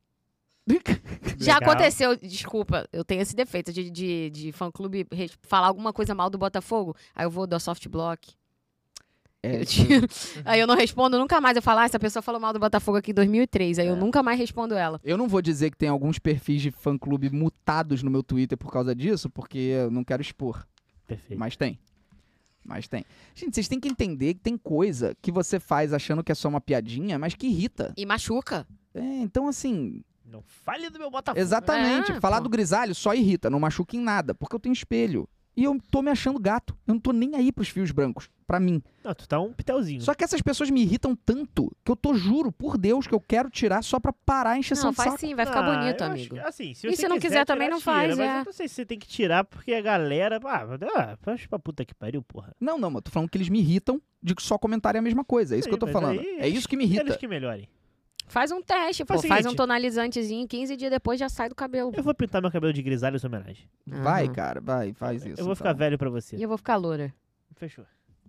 Já Legal. aconteceu, desculpa, eu tenho esse defeito de, de, de fã-clube res- falar alguma coisa mal do Botafogo, aí eu vou dar soft block. É, Eu tiro. (laughs) Aí eu não respondo nunca mais. Eu falo, ah, essa pessoa falou mal do Botafogo aqui em 2003. Aí É. eu nunca mais respondo ela. eu não vou dizer que tem alguns perfis de fã-clube mutados no meu Twitter por causa disso, porque eu não quero expor. Perfeito. Mas tem. Mas tem. Gente, vocês têm que entender que tem coisa que você faz achando que é só uma piadinha, mas que irrita. E machuca. É, então, assim, Não fale do meu Botafogo. exatamente. É, falar pô. do grisalho só irrita, não machuca em nada, porque eu tenho espelho. E eu tô me achando gato. Eu não tô nem aí pros fios brancos, pra mim. Não, tu tá um pitelzinho. Só que essas pessoas me irritam tanto que eu tô, juro, por Deus, que eu quero tirar só pra parar a encheção Não, de faz saco. sim, vai ficar Ah, bonito, eu acho amigo. que, assim, se E você se não quiser também tirar, não faz, tira, Mas é. eu não sei se você tem que tirar, porque a galera. Ah, mas, ah faz pra puta que pariu, porra. Não, não, mas eu tô falando que eles me irritam de que só comentarem a mesma coisa. É isso Sim, que eu tô mas falando. aí- É isso que me irrita. Eles que melhorem. Faz um teste, pô. Faz o Faz, um seguinte. tonalizantezinho, 15 dias depois já sai do cabelo. Eu vou pintar meu cabelo de grisalho em sua homenagem. Vai, Aham. cara, vai, faz isso. eu vou ficar então. velho pra você. E eu vou ficar loura. Fechou.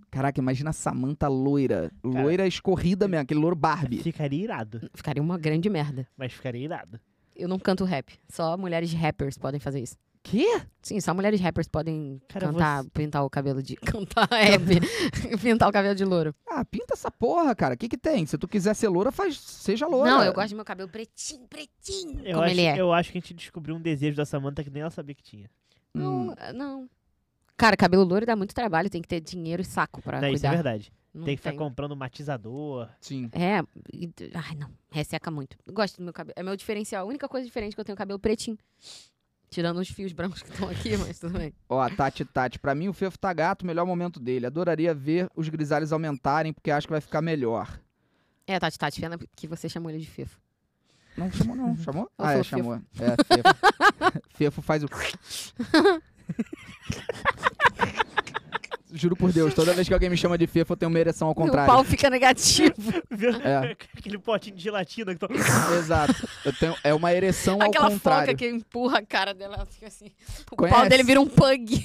Caraca, imagina a Samanta loira. Loira escorrida mesmo, aquele louro Barbie. Ficaria irado. Ficaria uma grande merda. Mas ficaria irado. Eu não canto rap. Só mulheres rappers podem fazer isso. Quê? Sim, só mulheres rappers podem Cara, cantar, você- pintar o cabelo de. (laughs) Cantar rap. pintar o cabelo de louro. Ah, pinta essa porra, cara. O que que tem? Se tu quiser ser loura, faz... seja loura. Não, eu gosto do meu cabelo pretinho, pretinho. Eu como acho, ele é. eu acho que a gente descobriu um desejo da Samantha que nem ela sabia que tinha. Hum, Não, Ah, não. Cara, cabelo louro dá muito trabalho, tem que ter dinheiro e saco pra Não, isso é cuidar. verdade. Não tem que ficar tenho. (laughs) comprando matizador. sim. É, e- ai não, resseca muito. Eu Gosto do meu cabelo, é meu diferencial. A única coisa diferente é que eu tenho cabelo pretinho. Tirando os fios brancos que estão aqui, (laughs) mas tudo bem. Ó, a Tati Tati. Pra mim, o Fefo tá gato, o melhor momento dele. Adoraria ver os grisalhos aumentarem, porque acho que vai ficar melhor. É, Tati, Tati, pena que você chamou ele de fefo. Não chamou, (laughs) não. Chamou? Ela Ah, é, chamou. falou É, Fefo. Fefo (laughs) (laughs) faz o... Juro por Deus, toda vez que alguém me chama de Fefo, eu tenho uma ereção ao O contrário. pau fica negativo. (laughs) É. Aquele potinho de gelatina que tá. Exato. Eu tenho, é uma ereção ao (laughs) Aquela contrário. foca que empurra a cara dela, ela fica assim. O pau Conhece? dele vira (laughs) um pug.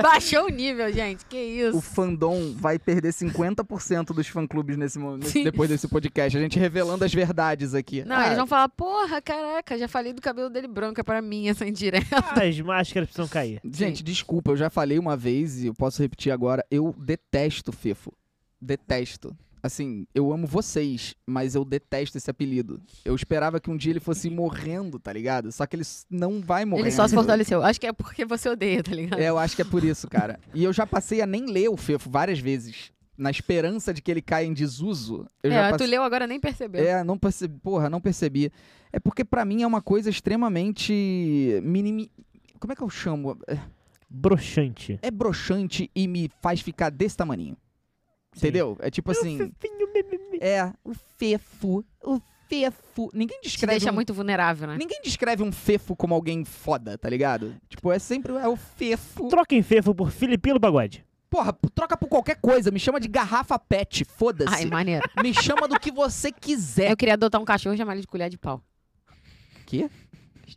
Baixou o nível, gente. Que isso. O fandom vai perder 50% dos fã-clubes nesse momento, Sim. depois desse podcast. A gente revelando as verdades aqui. Não, Ah, eles vão falar, porra, caraca, já falei do cabelo dele branco, é pra mim essa indireta. As máscaras precisam cair. Ah, Gente, desculpa, eu já falei uma vez e eu posso repetir agora. Eu detesto Fefo. Detesto. Assim, eu amo vocês, mas eu detesto esse apelido. Eu esperava que um dia ele fosse morrendo, tá ligado? Só que ele s- não vai morrer. Ele só se fortaleceu. Acho que é porque você odeia, tá ligado? É, eu acho que é por isso, cara. E eu já passei a nem ler o Fefo várias vezes. na esperança de que ele caia em desuso, eu já É, tu passei... leu agora nem percebeu. É, não percebi, porra, não percebi. É porque pra mim é uma coisa extremamente minimi... Como é que eu chamo? Broxante. É broxante e me faz ficar desse tamaninho. Entendeu? É tipo assim, um é o fefo, o fefo. Ninguém Te descreve deixa um muito vulnerável, né? Ninguém descreve um fefo como alguém foda, tá ligado? Tipo, é sempre é o fefo. Troquem fefo por Filipino Pagode. Porra, p- troca por qualquer coisa, me chama de garrafa pet, Ai, foda-se. maneiro. Me chama do que você quiser. (laughs) Eu queria adotar um cachorro e chamar ele de colher de pau. É. Quê?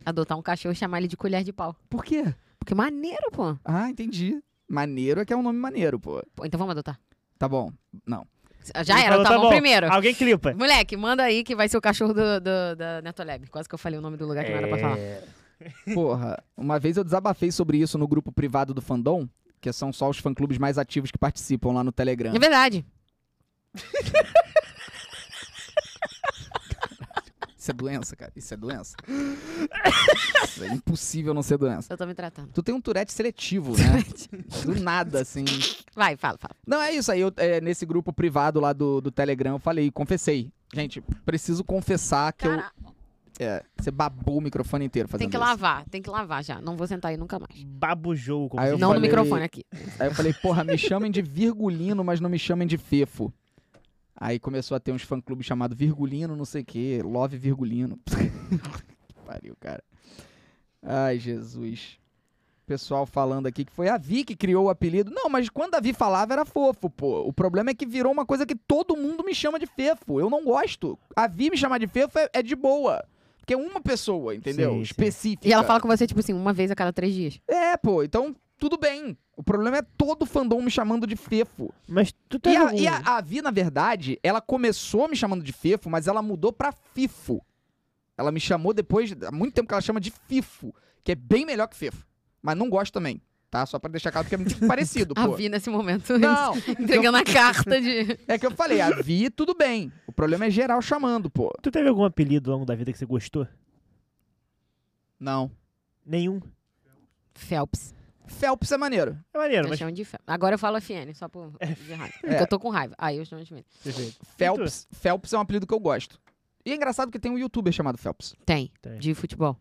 Adotar um cachorro e chamar ele de colher de pau. Por quê? Porque maneiro, pô. Ah, entendi. Maneiro é que é um nome maneiro, pô. Pô, então vamos adotar. Tá bom. Não. Então Já Ele era, falou, tá, bom primeiro. Ah, Alguém é. clipa. Moleque, manda aí que vai ser o cachorro do, do- da Netolab. Quase que eu falei o nome do lugar que É. não era pra falar. Porra, uma vez eu desabafei sobre isso no grupo privado do Fandom, que são só os fã-clubes mais ativos que participam lá no Telegram. É verdade. Isso é doença, cara. Isso é doença. Isso é impossível não ser doença. Eu tô me tratando. Tu tem um turete seletivo, né? Do nada, assim. Vai, fala, fala. Não, é isso aí. Eu, é, nesse grupo privado lá do, do Telegram, eu falei, confessei. Gente, preciso confessar que Cara, eu. um É, você babou o microfone inteiro fazendo tem que isso. lavar, tem que lavar já. Não vou sentar aí nunca mais. Babujou, como Aí se eu não no diz. falei- microfone aqui. Aí eu falei, porra, me chamem de Virgulino, mas não me chamem de Fefo. Aí começou a ter uns fã-clubes chamado Virgulino, não sei o quê, Love Virgulino. (laughs) que pariu, cara. Ai, Jesus. Pessoal falando aqui que foi a Vi que criou o apelido. Não, mas quando a Vi falava era fofo, pô. O problema é que virou uma coisa que todo mundo me chama de Fefo. Eu não gosto. A Vi me chamar de Fefo é, é de boa. Porque é uma pessoa, entendeu? Sim, sim. Específica. E ela fala com você, tipo assim, uma vez a cada três dias. É, pô, então tudo bem. O problema é todo fandom me chamando de Fefo. Mas tu tem E a, algum... e a- a Vi, na verdade, ela começou me chamando de Fefo, mas ela mudou pra Fifo. Ela me chamou depois, há muito tempo que ela chama de Fifo, que é bem melhor que Fefo. Mas não gosto também, tá? Só pra deixar claro que é (laughs) muito parecido, A pô. Vi nesse momento Não, (laughs) entregando a (laughs) carta de. é que eu falei, a Vi, tudo bem. O problema é geral chamando, pô. Tu teve algum apelido ao longo da vida que você gostou? Não. Nenhum. Phelps. Phelps é maneiro. É maneiro, Eu mas... chamo de Phelps. Agora eu falo FN, só por. de raiva. Porque É. eu tô com raiva. Aí eu chamo de FN. Perfeito. E tu? Phelps, Phelps é um apelido que eu gosto. E é engraçado que tem um youtuber chamado Phelps. Tem, Tem. de futebol.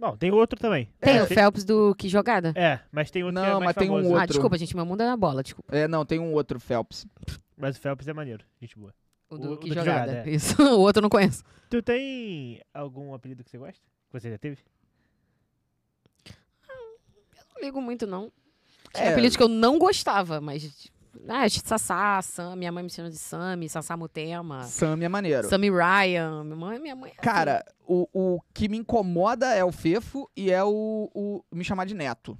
Bom, tem outro também. Tem É, o Phelps do Que Jogada? É, mas tem outro que é Não, mais mas tem um famoso. outro. Ah, desculpa, gente, meu mundo é na bola, desculpa. É, não, tem um outro Phelps. Mas o Phelps é maneiro, gente boa. O O- do o Que do Que Jogada. Jogada, é. Isso, (laughs) o outro eu não conheço. Tu tem algum apelido que você gosta? Que você já teve? Não ligo muito, não. Tinha É, apelidos que eu não gostava, mas. tipo, Ah, Sassá, Sam, minha mãe me chama de Sammy, Sassá Mutema, Sammy é maneiro. Sammy Ryan. Minha mãe, minha mãe. é assim. Cara, o, o que me incomoda é o Fefo e é o, o me chamar de neto.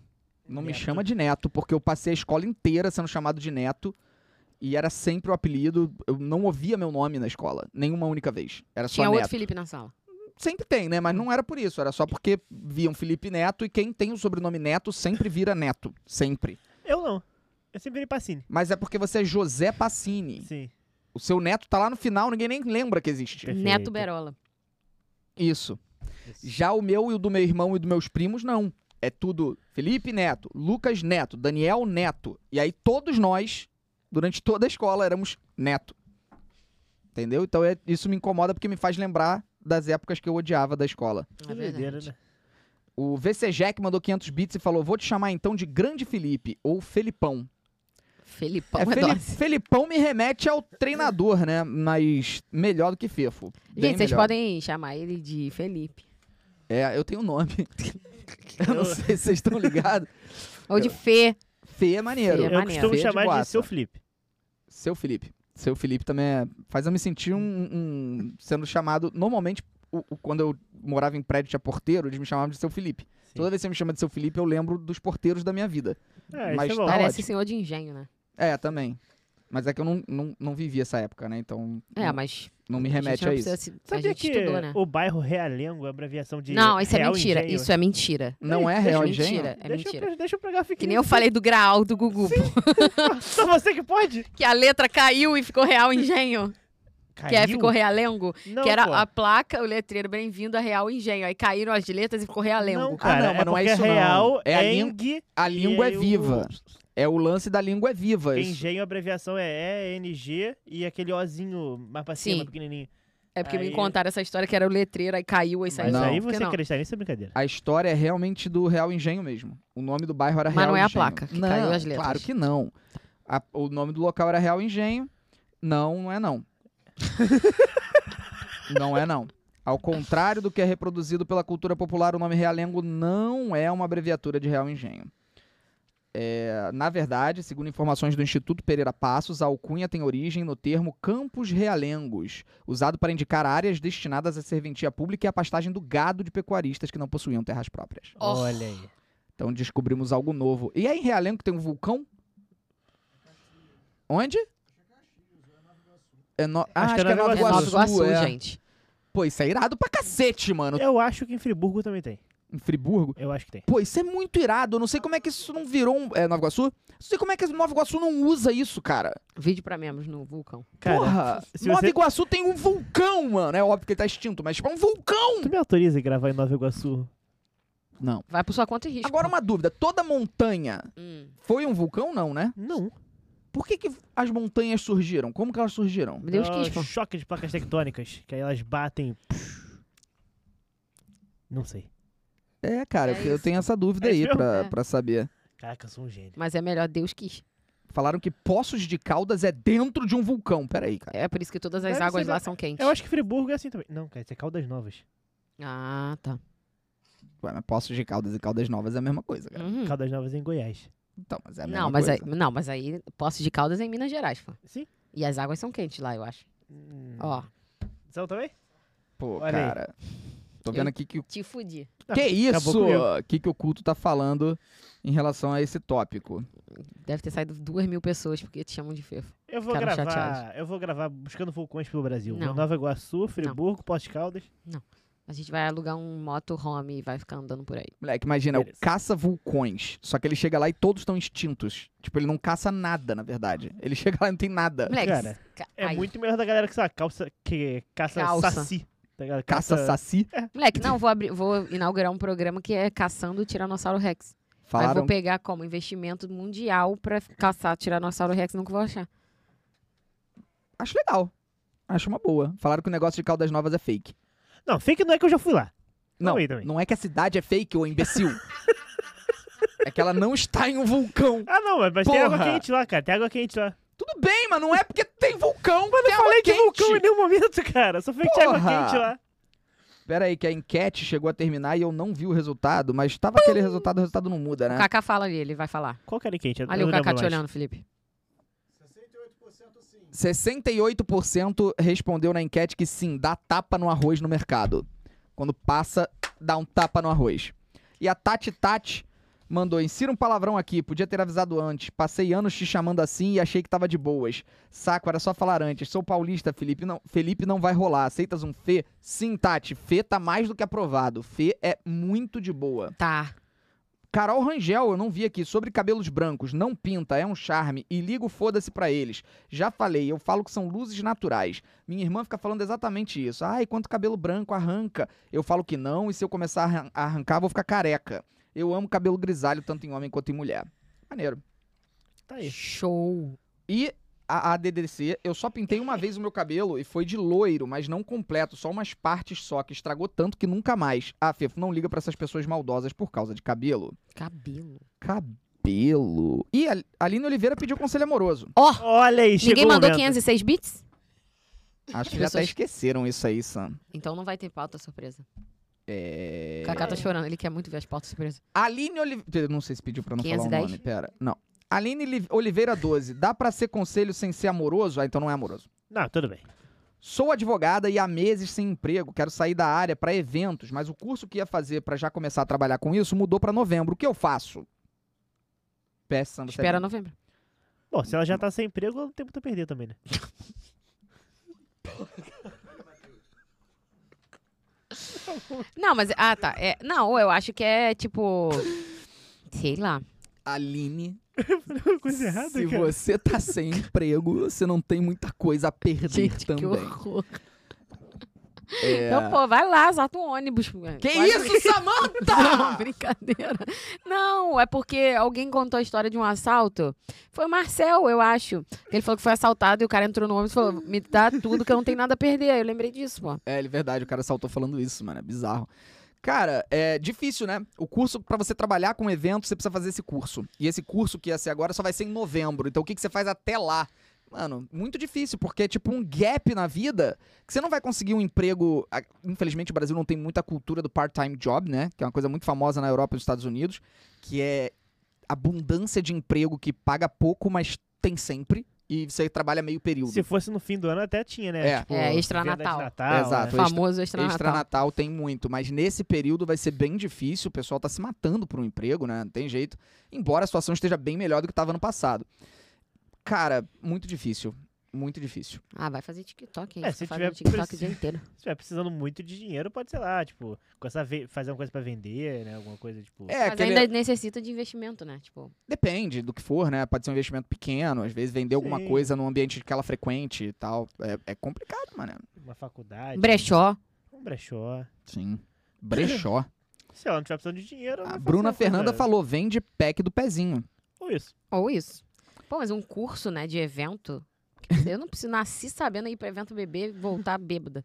Não me Neto. chama de neto, porque eu passei a escola inteira sendo chamado de neto. E era sempre o apelido. Eu não ouvia meu nome na escola. Nenhuma única vez. Era só Tinha neto. outro Felipe na sala. Sempre tem, né? Mas não era por isso. Era só porque viam Felipe Neto e quem tem o sobrenome Neto sempre vira neto. Sempre. Eu não. Eu sempre virei Pacini. Mas é porque você é José Pacini. Sim. O seu neto tá lá no final, ninguém nem lembra que existe. Perfeito. Neto Berola. Isso. Isso. Já o meu e o do meu irmão e dos meus primos, não. É tudo Felipe Neto, Lucas Neto, Daniel Neto. E aí todos nós, durante toda a escola, éramos neto. Entendeu? Então é- isso me incomoda porque me faz lembrar das épocas que eu odiava da escola. É Que doideira, verdade. né? O VC Jack mandou 500 bits e falou: Vou te chamar então de Grande Felipe ou Felipão. Felipão é, é Feli- dose. Felipão me remete ao treinador, né? Mas melhor do que Fefo. Bem Gente, vocês melhor. podem chamar ele de Felipe. É, eu tenho um nome. (laughs) eu não Eu- sei se vocês estão ligados. Ou de Fê. Fê é maneiro. Fê é Eu maneiro. costumo Feia de chamar de boaça. seu Felipe. Seu Felipe. Seu Felipe também é- faz eu me sentir um, um- sendo chamado. Normalmente, o- o- quando eu morava em prédio tinha porteiro, eles me chamavam de seu Felipe. Sim. Toda vez que você me chama de seu Felipe, eu lembro dos porteiros da minha vida. Ah, isso Mas é bom. tá- Parece ótimo. senhor de engenho, né? É, também. Mas é que eu não, não, não vivi essa época, né? Então É, Hum. não, mas. não me a gente remete não a isso. precisa se- a Sabia gente que estudou, né? o bairro Realengo é abreviação de Não, isso é Real mentira. Engenho? Isso é mentira. Não é Deixa real eu- engenho? mentira. É deixa mentira. Eu, pe- deixa eu pegar fiquei. Que nem eu falei do Graal do Gugu. pô, (laughs) Só você que pode? Que a letra caiu e ficou Real Engenho. Que aí ficou Realengo. Não, que era Então, pô. a placa, o letreiro, bem-vindo a Real Engenho. Aí caíram as letras e ficou Realengo. Não, cara, não, mas é não é porque isso não. real, É a eng, A e língua é aí o- viva. É o lance da língua viva. Porque isso. engenho, a abreviação é ENG e aquele Ozinho mais pra cima, Sim. pequenininho. É porque me Aí- contaram essa história que era o letreiro, aí caiu, aí saiu. Mas Não. aí Por que você não? acreditar nisso é brincadeira. A história é realmente do Real Engenho mesmo. O nome do bairro era Mas Real não é a Engenho. placa que não, caiu as letras. Claro que não. A- o nome do local era Real Engenho. Não, não é (laughs) não. não é não. Ao contrário do que é reproduzido pela cultura popular, o nome Realengo não é uma abreviatura de Real Engenho. É, na verdade, segundo informações do Instituto Pereira Passos, a alcunha tem origem no termo Campos Realengos, usado para indicar áreas destinadas à serventia pública e à pastagem do gado de pecuaristas que não possuíam terras próprias. Oh. Olha aí. Então descobrimos algo novo. E aí em Realengo que tem um vulcão? Onde? É no... ah, acho que é Nova É Nova Iguaçu, Iguaçu, é. gente. Pô, isso é irado pra cacete, mano. Eu acho que em Friburgo também tem. Em Friburgo. Eu acho que tem. Pô, isso é muito irado. Eu não sei como é que isso não virou um... É Nova Iguaçu? Não sei como é que Nova Iguaçu não usa isso, cara. Vídeo pra membros no vulcão. Cara, Porra, se Nova você- Iguaçu tem um vulcão, mano. É óbvio que ele tá extinto, mas tipo, é um vulcão! tu me autoriza a gravar em Nova Iguaçu? Não. Vai por sua conta e risco. Agora uma dúvida. Toda montanha Hum, foi um vulcão? Não, né? Não. Por que, que as montanhas surgiram? Como que elas surgiram? meu Deus Ah, quis, pô. Choque de placas tectônicas, que aí elas batem. Não sei. É, cara, É eu- eu isso. tenho essa dúvida É aí isso? pra, É. pra saber. Caraca, eu sou um gênio. Mas é melhor Deus quis. Falaram que Poços de Caldas é dentro de um vulcão. Peraí, cara. É por isso que todas as Deve águas ser- lá são quentes. Eu acho que Friburgo é assim também. Não, cara, isso é Caldas Novas. Ah, tá. Ué, mas Poços de Caldas e Caldas Novas é a mesma coisa, cara. Uhum. Caldas Novas é em Goiás. Então, mas é a mesma Não mas, aí, coisa. não, mas aí Poços de Caldas é em Minas Gerais, pô. Sim. Hum. E as águas são quentes lá, eu acho. Ó, São também? Pô, Olha aí. cara. Tô vendo aqui que. o- te fudi. Que isso? comigo. O que, que o culto tá falando em relação a esse tópico? Deve ter saído duas mil pessoas porque te chamam de fefo. Eu vou Ficaram gravar. chateados. Eu vou gravar buscando vulcões pelo Brasil. Não. Nova Iguaçu, Friburgo, Poços de Caldas. A gente vai alugar um motorhome e vai ficar andando por aí. Moleque, imagina, é o Beleza. caça vulcões. Só que ele chega lá e todos estão extintos. Tipo, ele não caça nada, na verdade. Ele chega lá e não tem nada. Moleque, Cara, ca- É ai. muito melhor da galera que, sei lá, calça, que caça, Calça. saci. Tá ligado? Caça saci. (laughs) Moleque, não, vou, abrir, vou inaugurar um programa que é caçando o Tiranossauro Rex. Mas Falaram vou pegar como investimento mundial pra caçar Tiranossauro Rex, nunca vou achar. Acho legal. Acho uma boa. Falaram que o negócio de Caldas Novas é fake. Não, fake não é que eu já fui lá. Não, aí também. não é que a cidade é fake, ô imbecil. é que ela não está em um vulcão. Ah, não, mas, mas tem água Porra. quente lá, cara. Tem água quente lá. Tudo bem, mas não é porque tem vulcão, mas tem Eu falei água de quente. vulcão em nenhum momento, cara. Só falei que tinha água Porra. quente lá. Pera aí, que a enquete chegou a terminar e eu não vi o resultado, mas tava aquele resultado, o resultado não muda, O né? Kaká fala ali, ele vai falar. Qual que era quente? É. Eu Olha não o Kaká lembro te mais. olhando, Felipe. 68% respondeu na enquete que sim, dá tapa no arroz no mercado. Quando passa, dá um tapa no arroz. E a Tati Tati mandou: insira um palavrão aqui, podia ter avisado antes. Passei anos te chamando assim e achei que tava de boas. Saco, era só falar antes. Sou paulista, Felipe. Não, Felipe não vai rolar. Aceitas um Fê? Sim, Tati. Fê tá mais do que aprovado. Fê é muito de boa. Tá. Carol Rangel, eu não vi aqui, sobre cabelos brancos, não pinta, é um charme e ligo foda-se pra eles. Já falei, eu falo que são luzes naturais. Minha irmã fica falando exatamente isso. Ai, quanto cabelo branco arranca. Eu falo que não e se eu começar a arran- a arrancar, vou ficar careca. Eu amo cabelo grisalho tanto em homem quanto em mulher. Maneiro. Tá aí. Show. E a ADDC, eu só pintei uma vez o meu cabelo e foi de loiro, mas não completo, só umas partes só, que estragou tanto que nunca mais. Ah, Fefo, não liga pra essas pessoas maldosas por causa de cabelo. Cabelo. Cabelo. Ih, a Aline Oliveira pediu conselho amoroso. Ó, Olha aí, chegou ninguém o mandou momento. 506 bits? Acho que As já até pessoas- esqueceram isso aí, Sam. Então não vai ter pauta surpresa. É... O Kaká tá chorando, ele quer muito ver as pautas surpresa. Aline Oliveira. Não sei se pediu pra não falar o 510? nome, pera. Não. Aline Li- Oliveira 12. Dá pra ser conselho sem ser amoroso? Ah, então não é amoroso. Não, tudo bem. Sou advogada e há meses sem emprego. Quero sair da área pra eventos, mas o curso que ia fazer pra já começar a trabalhar com isso mudou pra novembro. O que eu faço? Peça, você é Espera novembro. Bom, se ela já tá sem emprego, ela não tem muito a perder também, né? Não, mas. Ah, tá. É, não, eu acho que é tipo. (laughs) Sei lá. Aline, Coisa errada, se é cara. você tá sem emprego, você não tem muita coisa a perder Gente, que também. horror. É... Então, pô, vai lá, exata um ônibus. que Quase- isso, (laughs) tá! Não, Samanta? brincadeira. Não, é porque alguém contou a história de um assalto. Foi o Marcel, eu acho. Ele falou que foi assaltado e o cara entrou no ônibus e falou: me dá tudo que eu não tenho nada a perder. Eu lembrei disso, pô. é, ele- verdade, o cara saltou falando isso, mano. É bizarro. Cara, é difícil, né? O curso, pra você trabalhar com um evento, você precisa fazer esse curso. E esse curso que ia ser agora só vai ser em novembro. Então o que, que você faz até lá? Mano, muito difícil, porque é tipo um gap na vida que você não vai conseguir um emprego. a- Infelizmente, o Brasil não tem muita cultura do part-time job, né? Que é uma coisa muito famosa na Europa e nos Estados Unidos, que é abundância de emprego que paga pouco, mas tem sempre. E você trabalha meio período. Se fosse no fim do ano, até tinha, né? É. É, venda extra de Natal. Natal, Exato. né? Famoso extra, Extra Natal. Natal tem muito, mas nesse período vai ser bem difícil. O pessoal tá se matando por um emprego, né? Não tem jeito. Embora a situação esteja bem melhor do que estava no passado. Cara, muito difícil. Muito difícil. Ah, vai fazer TikTok, hein? É, Fica se fazendo tiver TikTok o preci- dia inteiro. Se estiver precisando muito de dinheiro, pode, sei lá, tipo, começar a ve- fazer uma coisa pra vender, né? Alguma coisa, tipo. É, Mas aquele... ainda necessita de investimento, né? Tipo, depende do que for, né? Pode ser um investimento pequeno, às vezes vender alguma Sim. coisa num ambiente que ela frequente e tal. É, é complicado, mano. Uma É, faculdade. brechó. Um brechó. Sim. (coughs) Brechó. Se ela não tiver precisando de dinheiro. A vai Bruna fazer uma Fernanda coisa- falou: vende pack do pezinho. Ou isso. Ou isso. Pô, mas um curso, né, de evento. Eu não preciso nasci sabendo ir pra evento beber e voltar bêbada.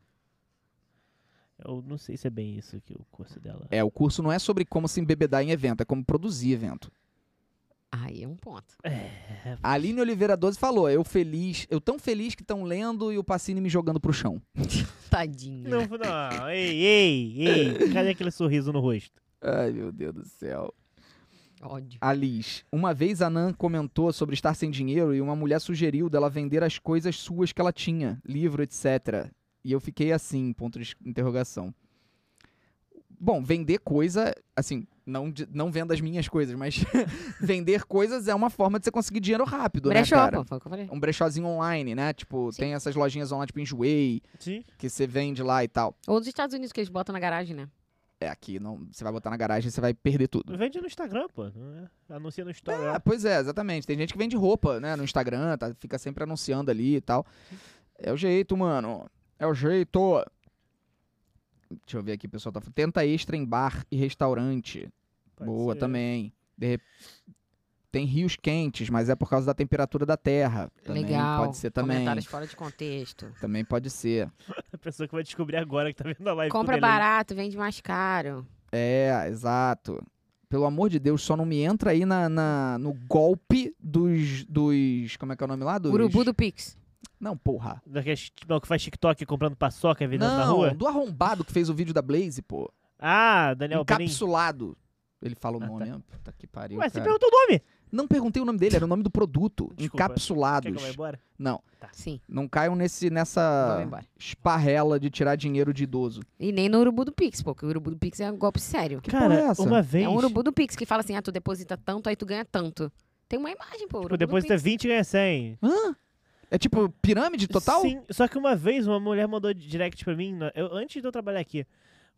Eu não sei se é bem isso que o curso dela. É, o curso não é sobre como se embebedar em evento, é como produzir evento. Aí é um (laughs) ponto. A Aline Oliveira 12 falou: Eu feliz, eu tão feliz que estão lendo e o Pacini me jogando pro chão. Tadinho. né? Não, não. Ei, ei, ei. Cadê aquele sorriso no rosto? Ai, meu Deus do céu. Ódio. Alice, uma vez a Nan comentou sobre estar sem dinheiro e uma mulher sugeriu dela vender as coisas suas que ela tinha, livro, etc. E eu fiquei assim, ponto de interrogação. Bom, vender coisa, assim, não, de- não vendo as minhas coisas, mas (laughs) vender coisas é uma forma de você conseguir dinheiro rápido, né, Brechó, cara? pô, foi o que eu falei. Um brechózinho online, né? Tipo, Sim. tem essas lojinhas online, tipo Enjoei, Sim. que você vende lá e tal. Ou dos Estados Unidos que eles botam na garagem, né? É, aqui não, você vai botar na garagem e você vai perder tudo. Vende no Instagram, pô. não é? Anuncia no Instagram. Ah, pois é, exatamente. Tem gente que vende roupa, né, no Instagram, tá, fica sempre anunciando ali e tal. É o jeito, mano. É o jeito. Deixa eu ver aqui, o pessoal tá falando. Tenta extra em bar e restaurante. Pode Boa ser. também. De rep- Tem rios quentes, mas é por causa da temperatura da terra. Também Legal. Pode ser também. Comentários fora de contexto. Também pode ser. A pessoa que vai descobrir agora que tá vendo a live. com Compra delay. barato, vende mais caro. É, exato. Pelo amor de Deus, só não me entra aí na, na- no golpe dos, dos. Como é que é o nome lá? Dos... Urubu do Pix. Não, porra. Daqueles tipo, não, que faz TikTok comprando paçoca e vendendo na Não, rua. do arrombado que fez o vídeo da Blaze, pô. Ah, Daniel Benin. Encapsulado. Ele fala o Ah, nome, tá. né? Puta que pariu, Ué, você cara. perguntou o nome. Não perguntei o nome dele, era o nome do produto. Desculpa. Quer que eu Encapsulados. vá embora? Não, Sim, não caiam nesse, vamos nessa embora. esparrela de tirar dinheiro de idoso. E nem no Urubu do Pix, pô, porque o Urubu do Pix é um golpe sério. Que porra é Cara, essa? uma vez. tipo, É um Urubu do Pix que fala assim, ah, tu deposita tanto, aí tu ganha tanto. Tem uma imagem, um pô, Urubu Tipo, depois do tá Pix. 20 e ganha 100. Hã? É tipo pirâmide total? Sim, só que uma vez uma mulher mandou direct pra mim, na- eu, antes de eu trabalhar aqui,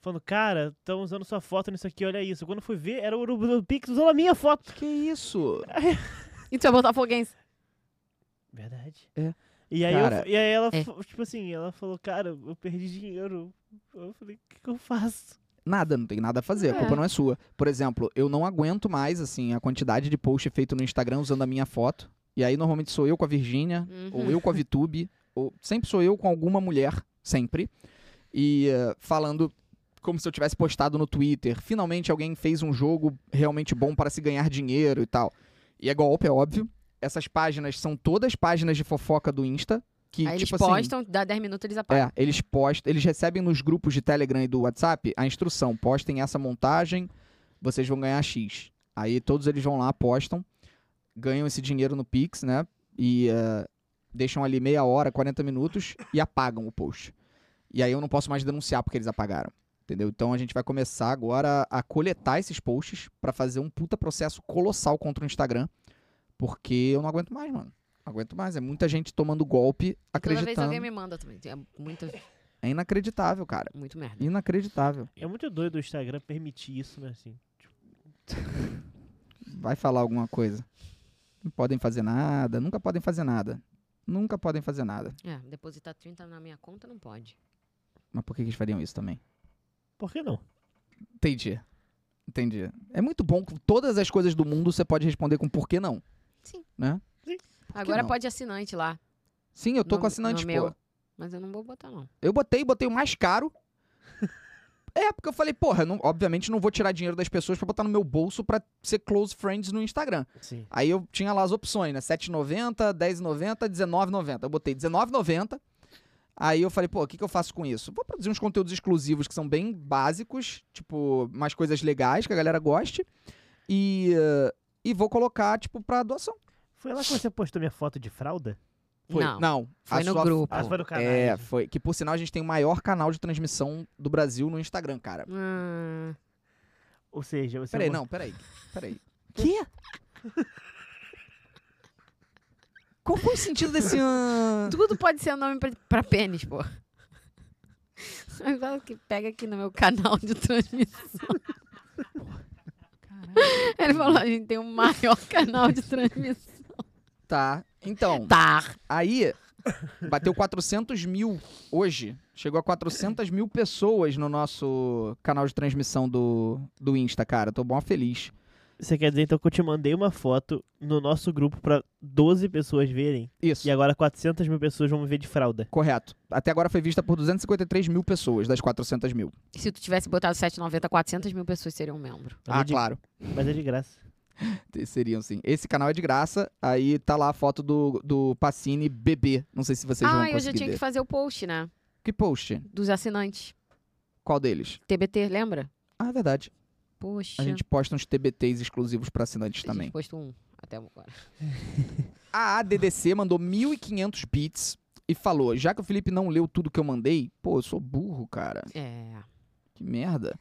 falando, cara, estão usando sua foto nisso aqui, olha isso. Quando eu fui ver, era o Urubu do Pix usando a minha foto. Que isso? E tu é botafoguense. Verdade. É. E aí, eu- Cara, e aí ela, é. fa- tipo assim, ela falou, cara, eu perdi dinheiro. Eu falei, o que, que eu faço? Nada, não tem nada a fazer, a culpa É. não é sua. Por exemplo, eu não aguento mais, assim, a quantidade de post feito no Instagram usando a minha foto. E aí, normalmente, sou eu com a Virgínia, Uhum. ou eu com a Vitube, ou sempre sou eu com alguma mulher, sempre. E eh, falando como se eu tivesse postado no Twitter. Finalmente alguém fez um jogo realmente bom para se ganhar dinheiro e tal. E é golpe, é óbvio. Essas páginas são todas páginas de fofoca do Insta. Que, Aí tipo eles assim, postam, dá 10 minutos, eles apagam. é, eles postam, eles recebem nos grupos de Telegram e do WhatsApp a instrução: postem essa montagem, vocês vão ganhar X. Aí todos eles vão lá, postam, ganham esse dinheiro no Pix, né? E eh, deixam ali meia hora, 40 minutos e apagam o post. E aí eu não posso mais denunciar porque eles apagaram. Entendeu? Então a gente vai começar agora a coletar esses posts pra fazer um puta processo colossal contra o Instagram. Porque eu não aguento mais, mano. Não aguento mais. É muita gente tomando golpe, Toda acreditando. vez alguém me manda também. É muito, É inacreditável, cara. muito merda. Inacreditável. É muito doido o Instagram permitir isso, né, assim. Vai falar alguma coisa. Não podem fazer nada, nunca podem fazer nada. Nunca podem fazer nada. É, depositar 30 na minha conta não pode. Mas por que que eles fariam isso também? Por que não? Entendi. Entendi. É muito bom que todas as coisas do mundo você pode responder com por que não. Sim. Né? Agora não? pode assinante lá. Sim, eu tô No- com assinante, no pô. meu. Mas eu não vou botar, não. Eu botei, botei o mais (laughs) caro. É, porque eu falei, porra, não- obviamente não vou tirar dinheiro das pessoas pra botar no meu bolso pra ser close friends no Instagram. Sim. Aí eu tinha lá as opções, né? 7,90, 10,90, 19,90. Eu botei 19,90. Aí eu falei, pô, o que, que eu faço com isso? Vou produzir uns conteúdos exclusivos que são bem básicos, tipo, mais coisas legais que a galera goste. E, eh, e vou colocar, tipo, pra doação. Foi lá que você postou minha foto de fralda? Foi. Não. a Foi no sua- grupo. Ah, foi no canal. É, foi. Que por sinal a gente tem o maior canal de transmissão do Brasil no Instagram, cara. Hum, Ou seja, você. é Peraí, mo- não, peraí. Peraí. Quê? Qual foi o sentido desse. ah, ahn? tudo pode ser nome pra, pra pênis, pô. (laughs) Agora que pega aqui no meu canal de transmissão. Ele falou, a gente tem o maior canal de transmissão. Tá. Então, Tá. aí bateu 400 mil hoje. Chegou a 400 mil pessoas no nosso canal de transmissão do, do Insta, cara. Tô bom feliz. Você quer dizer então que eu te mandei uma foto no nosso grupo pra 12 pessoas verem Isso. e agora 400 mil pessoas vão me ver de fralda? Correto. Até agora foi vista por 253 mil pessoas das 400 mil. Se tu tivesse botado 790, 400 mil pessoas seriam membro. Mas é Ah, de- claro. Mas é de graça. Te- Seriam sim. Esse canal é de graça. Aí tá lá a foto do, do Pacini bebê. Não sei se vocês vão ah, eu já conseguir tinha ver. que fazer o post, né? Que post? Dos assinantes. Qual deles? TBT, lembra? Ah, é verdade. Poxa. A gente posta uns TBTs exclusivos pra assinantes A também. gente postou um até agora. A ADDC mandou 1.500 bits e falou: já que o Felipe não leu tudo que eu mandei, pô, eu sou burro, cara. É. Que merda.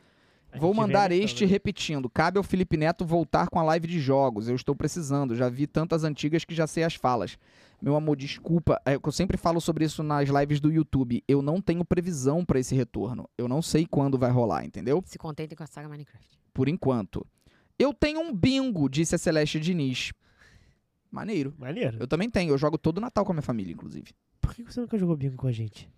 A Vou gente vê mandar ali, este repetindo. Cabe ao Felipe Neto voltar com a live de jogos. Eu estou precisando. Já vi tantas antigas que já sei as falas. Meu amor, desculpa. É que eu sempre falo sobre isso nas lives do YouTube. Eu não tenho previsão pra esse retorno. Eu não sei quando vai rolar, entendeu? Se contentem com a saga Minecraft. Por enquanto. Eu tenho um bingo, disse a Celeste Diniz. Maneiro. Maneiro. Eu também tenho. Eu jogo todo Natal com a minha família, inclusive. Por que você nunca jogou bingo com a gente?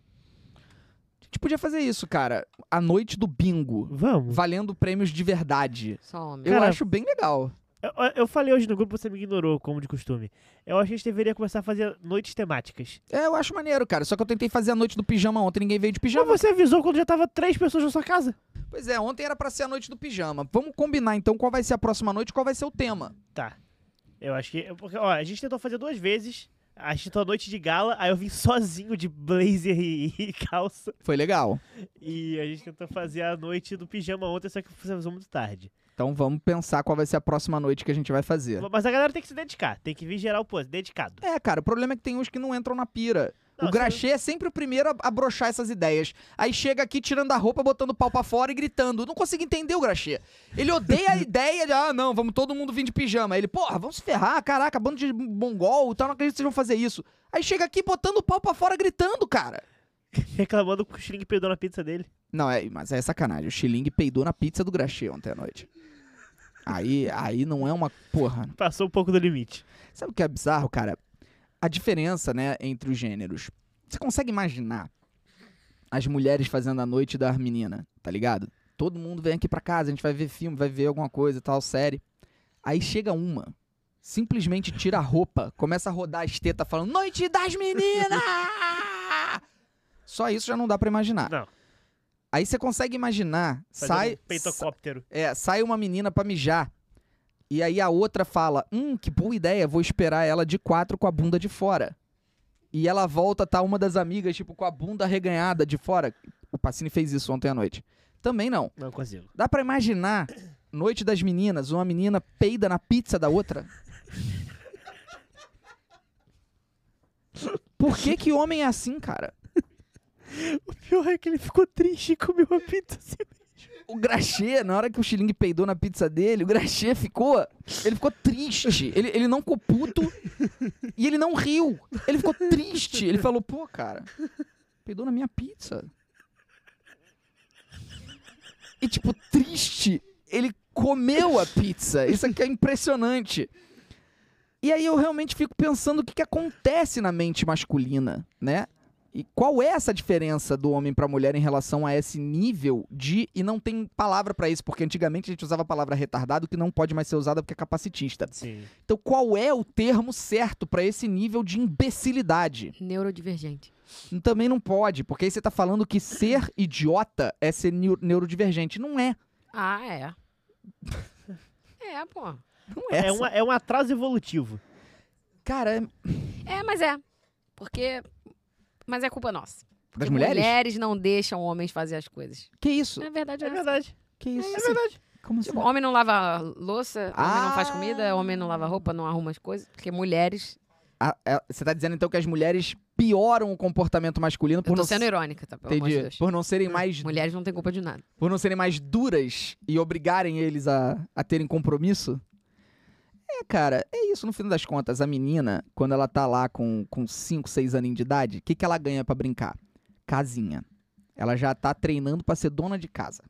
A gente podia fazer isso, cara. A noite do bingo. Vamos. Valendo prêmios de verdade. Só homem. Eu Cara, acho bem legal. Eu, eu falei hoje no grupo, você me ignorou, como de costume. Eu acho que a gente deveria começar a fazer noites temáticas. É, eu acho maneiro, cara. Só que eu tentei fazer a noite do pijama ontem, ninguém veio de Já pijama. você avisou quando já tava três pessoas na sua casa? Pois é, ontem era pra ser a noite do pijama. Vamos combinar então qual vai ser a próxima noite, qual vai ser o tema. Tá. Eu acho que. Porque, ó, a gente tentou fazer duas vezes. A gente tentou a noite de gala, aí eu vim sozinho de blazer e, (laughs) e calça. Foi legal. E a gente tentou fazer a noite do pijama ontem, só que você avisou muito tarde. Então vamos pensar qual vai ser a próxima noite que a gente vai fazer. Mas a galera tem que se dedicar, tem que vir geral, pô, dedicado. (laughs) É, cara, o problema é que tem uns que não entram na pira. o Não, se- Graxê é sempre o primeiro a, a broxar essas ideias. Aí chega aqui tirando a roupa, botando o pau pra fora e gritando. Não consigo entender o Graxê. Ele odeia a ideia de, ah, não, vamos todo mundo vir de pijama. Aí ele, porra, vamos se ferrar, caraca, bando de mongol e tal, não acredito que vocês vão fazer isso. Aí chega aqui botando o pau pra fora gritando, cara. Reclamando que o Schling perdeu na pizza dele. Não, é, mas é sacanagem. O Xiling peidou na pizza do Graxê ontem à noite. Aí, aí não é uma. Porra. Passou um pouco do limite. Sabe o que é bizarro, cara? A diferença, né, entre os gêneros. Você consegue imaginar as mulheres fazendo a noite das meninas, tá ligado? Todo mundo vem aqui pra casa, a gente vai ver filme, vai ver alguma coisa e tal, série. Aí chega uma, simplesmente tira a roupa, começa a rodar a esteta falando: Noite das (laughs) meninas! Só isso já não dá pra imaginar. Não. Aí você consegue imaginar, Fazer sai, um peitocóptero. é, sai uma menina pra mijar. E aí a outra fala: Hum, que boa ideia, vou esperar ela de quatro com a bunda de fora. E ela volta, tá uma das amigas, tipo, com a bunda reganhada de fora. O Pacini fez isso ontem à noite. Também não. Não consigo. Dá pra imaginar, noite das meninas, uma menina peida na pizza da outra? Por que que homem é assim, cara? O pior é que ele ficou triste e comeu a pizza assim. O Graxê, na hora que o Xiling peidou na pizza dele, o Graxê ficou. Ele ficou triste. Ele, ele não ficou puto e ele não riu. Ele ficou triste. Ele falou, pô, cara, peidou na minha pizza. E, tipo, triste. Ele comeu a pizza. Isso aqui é impressionante. E aí eu realmente fico pensando o que, que acontece na mente masculina, né? E qual é essa diferença do homem pra mulher em relação a esse nível de. E não tem palavra pra isso, porque antigamente a gente usava a palavra retardado, que não pode mais ser usada porque é capacitista. (laughs) Sim. Então, qual é o termo certo pra esse nível de imbecilidade? Neurodivergente. Também não pode, porque aí você tá falando que ser idiota é ser neu- neurodivergente. Não é. Ah, é. (laughs) é, pô. Não é. É, essa. uma, é um atraso evolutivo. Cara, é- É, mas é. Porque. Mas é culpa nossa. das Porque mulheres? mulheres não deixam homens fazer as coisas. Que isso? Na verdade, É é verdade. Que isso? É verdade. Como assim? Tipo, homem não lava louça, homem não faz Ah. comida, homem não lava roupa, não arruma as coisas. Porque mulheres. Ah, é, Você tá dizendo então que as mulheres pioram o comportamento masculino por Eu tô não sendo se- irônica, tá? Pelo amor de Entendi. Deus. Por não serem mais Mulheres não têm culpa de nada. por não serem mais duras e obrigarem eles a, a terem compromisso? É, cara, é isso. No fim das contas, a menina, quando ela tá lá com 5, 6 aninhos de idade, o que, que ela ganha pra brincar? Casinha. Ela já tá treinando pra ser dona de casa.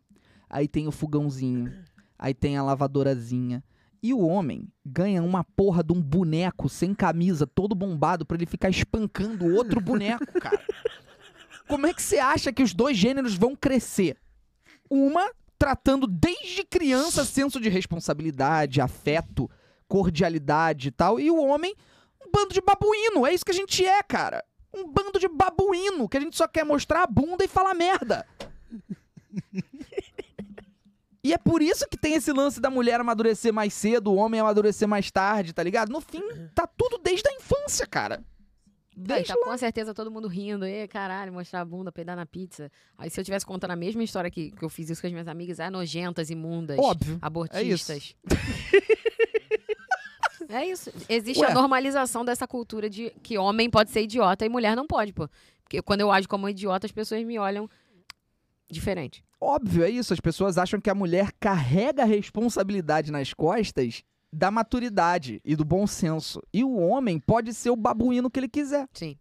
Aí tem o fogãozinho, aí tem a lavadorazinha. E o homem ganha uma porra de um boneco sem camisa, todo bombado, pra ele ficar espancando outro boneco, cara. Como é que você acha que os dois gêneros vão crescer? Uma tratando desde criança senso de responsabilidade, afeto, cordialidade e tal, e o homem um bando de babuíno. É isso que a gente é, cara. Um bando de babuíno que a gente só quer mostrar a bunda e falar merda. E é por isso que tem esse lance da mulher amadurecer mais cedo, o homem amadurecer mais tarde, tá ligado? No fim, tá tudo desde a infância, cara. Aí Desde tá com certeza todo mundo rindo. E caralho, mostrar a bunda, peidar na pizza. Aí se eu tivesse contando a mesma história que, que eu fiz isso com as minhas amigas, ah, nojentas, imundas, Óbvio. (laughs) abortistas. É isso. Existe Ué. a normalização dessa cultura de que homem pode ser idiota e mulher não pode, pô. Porque quando eu ajo como idiota, as pessoas me olham diferente. Óbvio, é isso. As pessoas acham que a mulher carrega a responsabilidade nas costas da maturidade e do bom senso. E o homem pode ser o babuíno que ele quiser. Sim.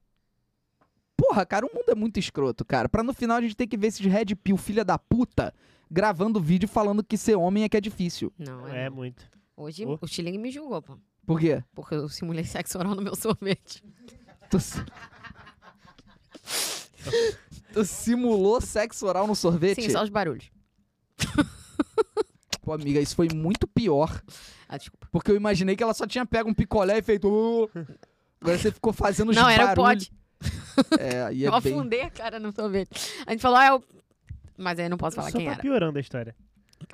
Porra, cara, o mundo é muito escroto, cara. Pra no final a gente ter que ver esses Red Pill, filha da puta, gravando vídeo falando que ser homem é que é difícil. Não, é. É não. muito. Hoje Oh. o Chilingue me julgou, pô. Por quê? Porque eu simulei (laughs) sexo oral no meu sorvete. Tu, si- (laughs) Tu simulou sexo oral no sorvete? Sim, só os barulhos. Pô, amiga, isso foi muito pior. Ah, desculpa. Porque eu imaginei que ela só tinha pego um picolé e feito. "Uh". Agora você ficou fazendo os não, era o barulhos. pote. É, aí eu é bem... afundei a cara no sorvete. A gente falou, ah, é o. Mas aí eu não posso falar Só quem tá era. piorando a história.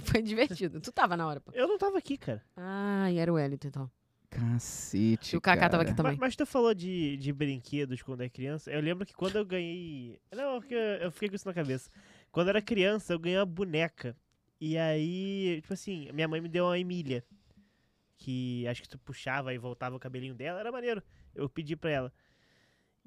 Foi divertido. Tu tava na hora, pô. Eu não tava aqui, cara. Ah, e era o Wellington, então. Cacete, E o Kaká cara. tava aqui Ma- também. Mas, tu falou de, de brinquedos quando é criança. Eu lembro que quando eu ganhei. Não, porque eu, eu fiquei com isso na cabeça. Quando eu era criança, eu ganhei uma boneca. E aí, tipo assim, minha mãe me deu uma Emília. Que acho que tu puxava e voltava o cabelinho dela. Era maneiro. Eu pedi pra ela.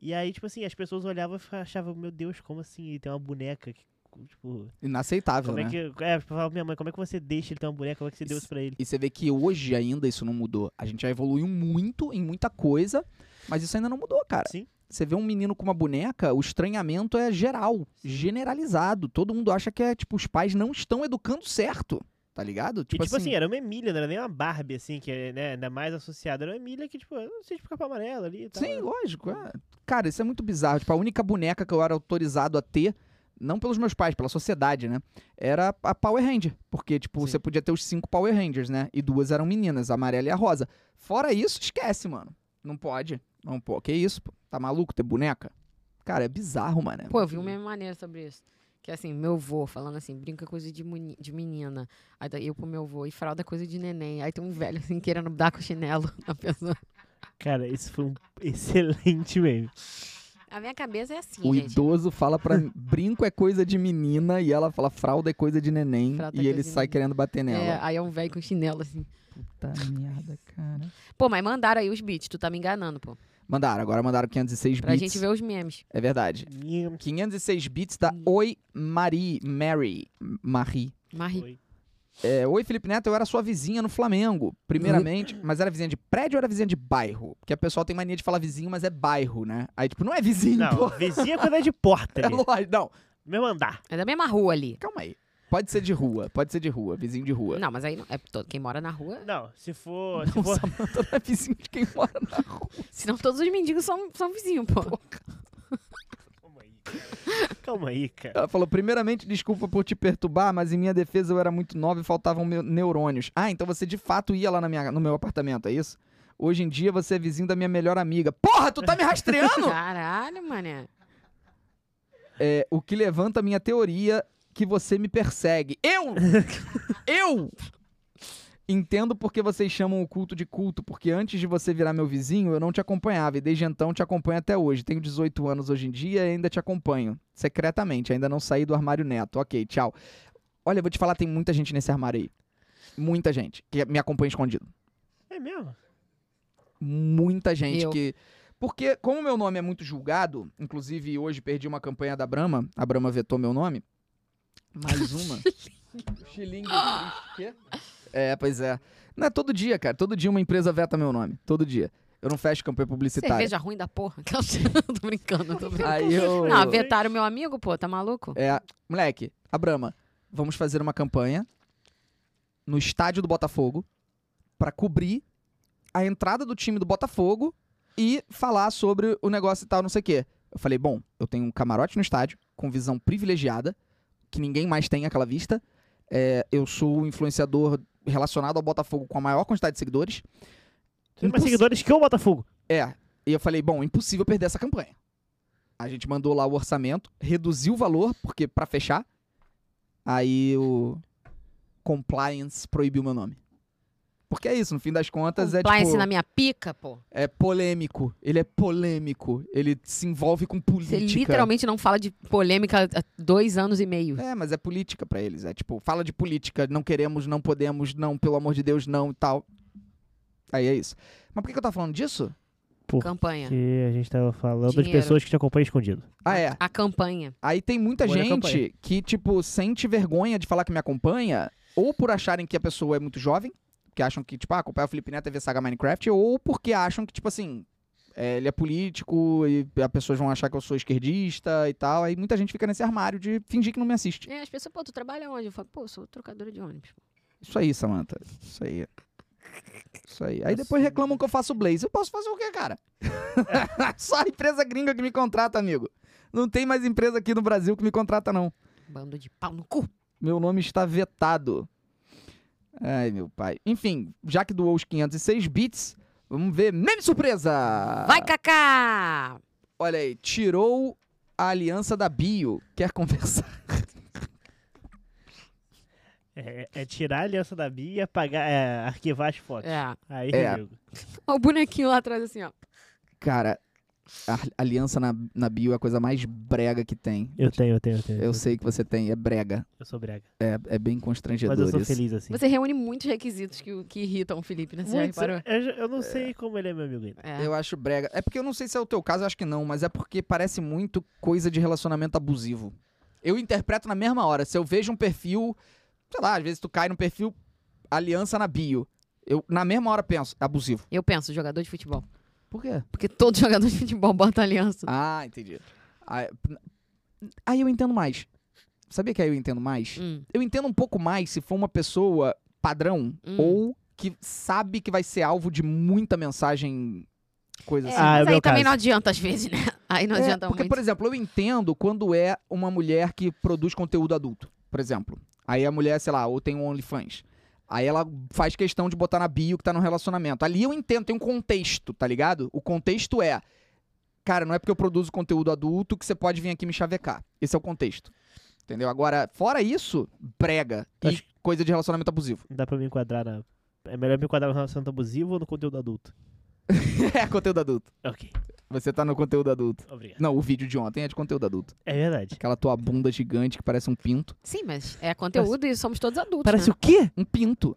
E aí, tipo assim, as pessoas olhavam e fa- achavam, meu Deus, como assim? Ele tem uma boneca. Que, tipo, Inaceitável, como né? é que. É, falava pra minha mãe, como é que você deixa ele ter uma boneca? Como é que você deu Isso- isso pra ele? E você vê que hoje ainda isso não mudou. A gente já evoluiu muito em muita coisa, mas isso ainda não mudou, cara. Sim. Você vê um menino com uma boneca, o estranhamento é geral, generalizado. Todo mundo acha que é, tipo, os pais não estão educando certo, tá ligado? E, Tipo, assim, era uma Emília, não era nem uma Barbie, assim, que é né, ainda mais associada. Era uma Emília que, tipo, eu não sei, tipo, capa amarela ali Tá e tal. Sim, lógico. é. Cara, isso é muito bizarro. Tipo, a única boneca que eu era autorizado a ter, não pelos meus pais, pela sociedade, né? Era a Power Ranger. Porque, tipo, Sim. você podia ter os cinco Power Rangers, né? E duas eram meninas, a amarela e a rosa. Fora isso, esquece, mano. Não pode. Não, pô, que isso? pô? Tá maluco ter boneca? Cara, é bizarro, mano. Pô, eu vi um meme maneiro sobre isso. Que assim, meu vô falando assim, brinca coisa de, muni- de menina. Aí daí eu pro meu vô, e fralda é coisa de neném. Aí tem um velho assim querendo dar com chinelo (laughs) na pessoa. Cara, esse foi um (laughs) excelente meme. A minha cabeça é assim, O gente. idoso fala pra mim, (laughs) brinco é coisa de menina, e ela fala fralda é coisa de neném, Fralda é e ele coisa de sai menina. querendo bater nela. É, aí é um velho com chinelo assim. Puta merda, cara. Pô, mas mandaram aí os beats, tu tá me enganando, pô. Mandaram, agora mandaram 506 Pra bits. gente ver os memes. É verdade. Minha 506 bits da Oi Marie. Mary. Marie. Marie. foi. É, Oi, Felipe Neto, eu era sua vizinha no Flamengo, primeiramente, mas era vizinha de prédio ou era vizinha de bairro? Porque a pessoa tem mania de falar vizinho, mas é bairro, né? Aí, tipo, não é vizinho, Não, pô. vizinha quando (laughs) é de porta É ali. lógico. Não, Mesmo andar. É da mesma rua ali. calma aí. Pode ser de rua, pode ser de rua, vizinho de rua. Não, mas aí não- é todo, quem mora na rua. Não, se for. Não, se for... Samanta não é vizinho de quem mora na rua. Senão todos os mendigos são, são vizinhos, pô. Calma aí, cara. Ela falou: primeiramente, desculpa por te perturbar, mas em minha defesa eu era muito nova e faltavam meu- neurônios. Ah, então você de fato ia lá na minha, no meu apartamento, é isso? Hoje em dia você é vizinho da minha melhor amiga. Porra, tu tá me rastreando? Caralho, mané. É, o que levanta a minha teoria que você me persegue. Eu! Eu! Entendo porque vocês chamam o culto de culto, porque antes de você virar meu vizinho, eu não te acompanhava e desde então te acompanho até hoje. Tenho 18 anos hoje em dia e ainda te acompanho. Secretamente, ainda não saí do armário neto. Ok, tchau. Olha, eu vou te falar, tem muita gente nesse armário aí. Muita gente que me acompanha escondido. É mesmo? Muita gente Eu. que. Porque, como meu nome é muito julgado, inclusive hoje perdi uma campanha da Brahma, a Brahma vetou meu nome. Mais uma. Xilingue triste. quê? É, pois é. Não é todo dia, cara. Todo dia uma empresa veta meu nome. Todo dia. Eu não fecho campanha publicitária. Cerveja ruim da porra. (laughs) tô brincando, tô brincando. Aí eu. Não, vetaram meu amigo, pô, tá maluco? É, moleque, a Brahma, vamos fazer uma campanha no estádio do Botafogo pra cobrir a entrada do time do Botafogo e falar sobre o negócio e tal, não sei o quê. Eu falei, bom, eu tenho um camarote no estádio com visão privilegiada, que ninguém mais tem aquela vista. É, eu sou o influenciador relacionado ao Botafogo com a maior quantidade de seguidores. Você tem mais Impossi- seguidores que o Botafogo. é. E eu falei, bom, impossível perder essa campanha. A gente mandou lá o orçamento, reduziu o valor, porque pra fechar, aí o compliance proibiu meu nome. Porque é isso, no fim das contas é Compliance tipo, na minha pica, pô. é polêmico. Ele é polêmico, ele se envolve com política. Você literalmente não fala de polêmica há dois anos e meio. É, mas é política pra eles, é tipo, fala de política, não queremos, não podemos, não, pelo amor de Deus, não e tal. Aí é isso. Mas por que que eu tava falando disso? Campanha. Que a gente tava falando de Dinheiro. pessoas que te acompanham escondido. Ah, é. A campanha. Aí tem muita Olha a gente campanha. que, tipo, sente vergonha de falar que me acompanha, ou por acharem que a pessoa é muito jovem, que acham que, tipo, ah, acompanhar o Felipe Neto é ver saga Minecraft, ou porque acham que, tipo assim, é, ele é político e as pessoas vão achar que eu sou esquerdista e tal. Aí muita gente fica nesse armário de fingir que não me assiste. É, as pessoas, pô, tu trabalha onde? Eu falo, pô, eu sou trocadora de ônibus. Isso aí, Samantha. Isso aí. Isso aí. Aí depois Nossa. reclamam que eu faço blaze. Eu posso fazer o quê, cara? (laughs) Só a empresa gringa que me contrata, amigo. Não tem mais empresa aqui no Brasil que me contrata, não. Bando de pau no cu. Meu nome está vetado. Ai, meu pai. Enfim, já que doou os 506 bits, vamos ver. Meme surpresa! Vai, Cacá! Olha aí, tirou a aliança da bio. Quer (laughs) conversar? É, é- é tirar a aliança da Bia e apagar, é, arquivar as fotos. É. Aí, É. amigo. Ó, o bonequinho lá atrás, assim, ó. Cara, a a aliança na, na bio é a coisa mais brega que tem. Eu tenho, eu tenho, eu tenho. Eu sei que você tem, é brega. Eu sou brega. É, é bem constrangedor Mas eu sou isso. feliz assim. Você reúne muitos requisitos que, o- que irritam o Felipe, né? Você já Muito- reparou? eu, já- eu não sei como ele é meu amigo ainda. É. Eu acho brega. É porque eu não sei se é o teu caso, eu acho que não, mas é porque parece muito coisa de relacionamento abusivo. Eu interpreto na mesma hora. Se eu vejo um perfil, sei lá, às vezes tu cai num perfil aliança na bio. Eu na mesma hora penso, é abusivo. Eu penso, jogador de futebol. Por quê? Porque todo (laughs) jogador de futebol bota aliança. Ah, entendi. Aí, aí eu entendo mais. Sabia que aí eu entendo mais? Hum. Eu entendo um pouco mais se for uma pessoa padrão Hum. ou que sabe que vai ser alvo de muita mensagem coisa É, assim. Ah, é mas o meu aí também caso. não adianta às vezes, né? (laughs) Aí não É, adianta porque, muito. por exemplo, eu entendo quando é uma mulher que produz conteúdo adulto, por exemplo. Aí a mulher, sei lá, ou tem um OnlyFans. Aí ela faz questão de botar na bio que tá no relacionamento. Ali eu entendo, tem um contexto, tá ligado? O contexto é, cara, não é porque eu produzo conteúdo adulto que você pode vir aqui me chavecar. Esse é o contexto. Entendeu? Agora, fora isso, brega e Acho- coisa de relacionamento abusivo. Não dá pra me enquadrar na. É melhor me enquadrar no relacionamento abusivo ou no conteúdo adulto? (laughs) é conteúdo adulto. Ok, Você tá no conteúdo adulto. obrigado. Não, o vídeo de ontem é de conteúdo adulto. É verdade. Aquela tua bunda gigante que parece um pinto. Sim, mas é conteúdo e somos todos adultos. Parece né? o quê? Um pinto.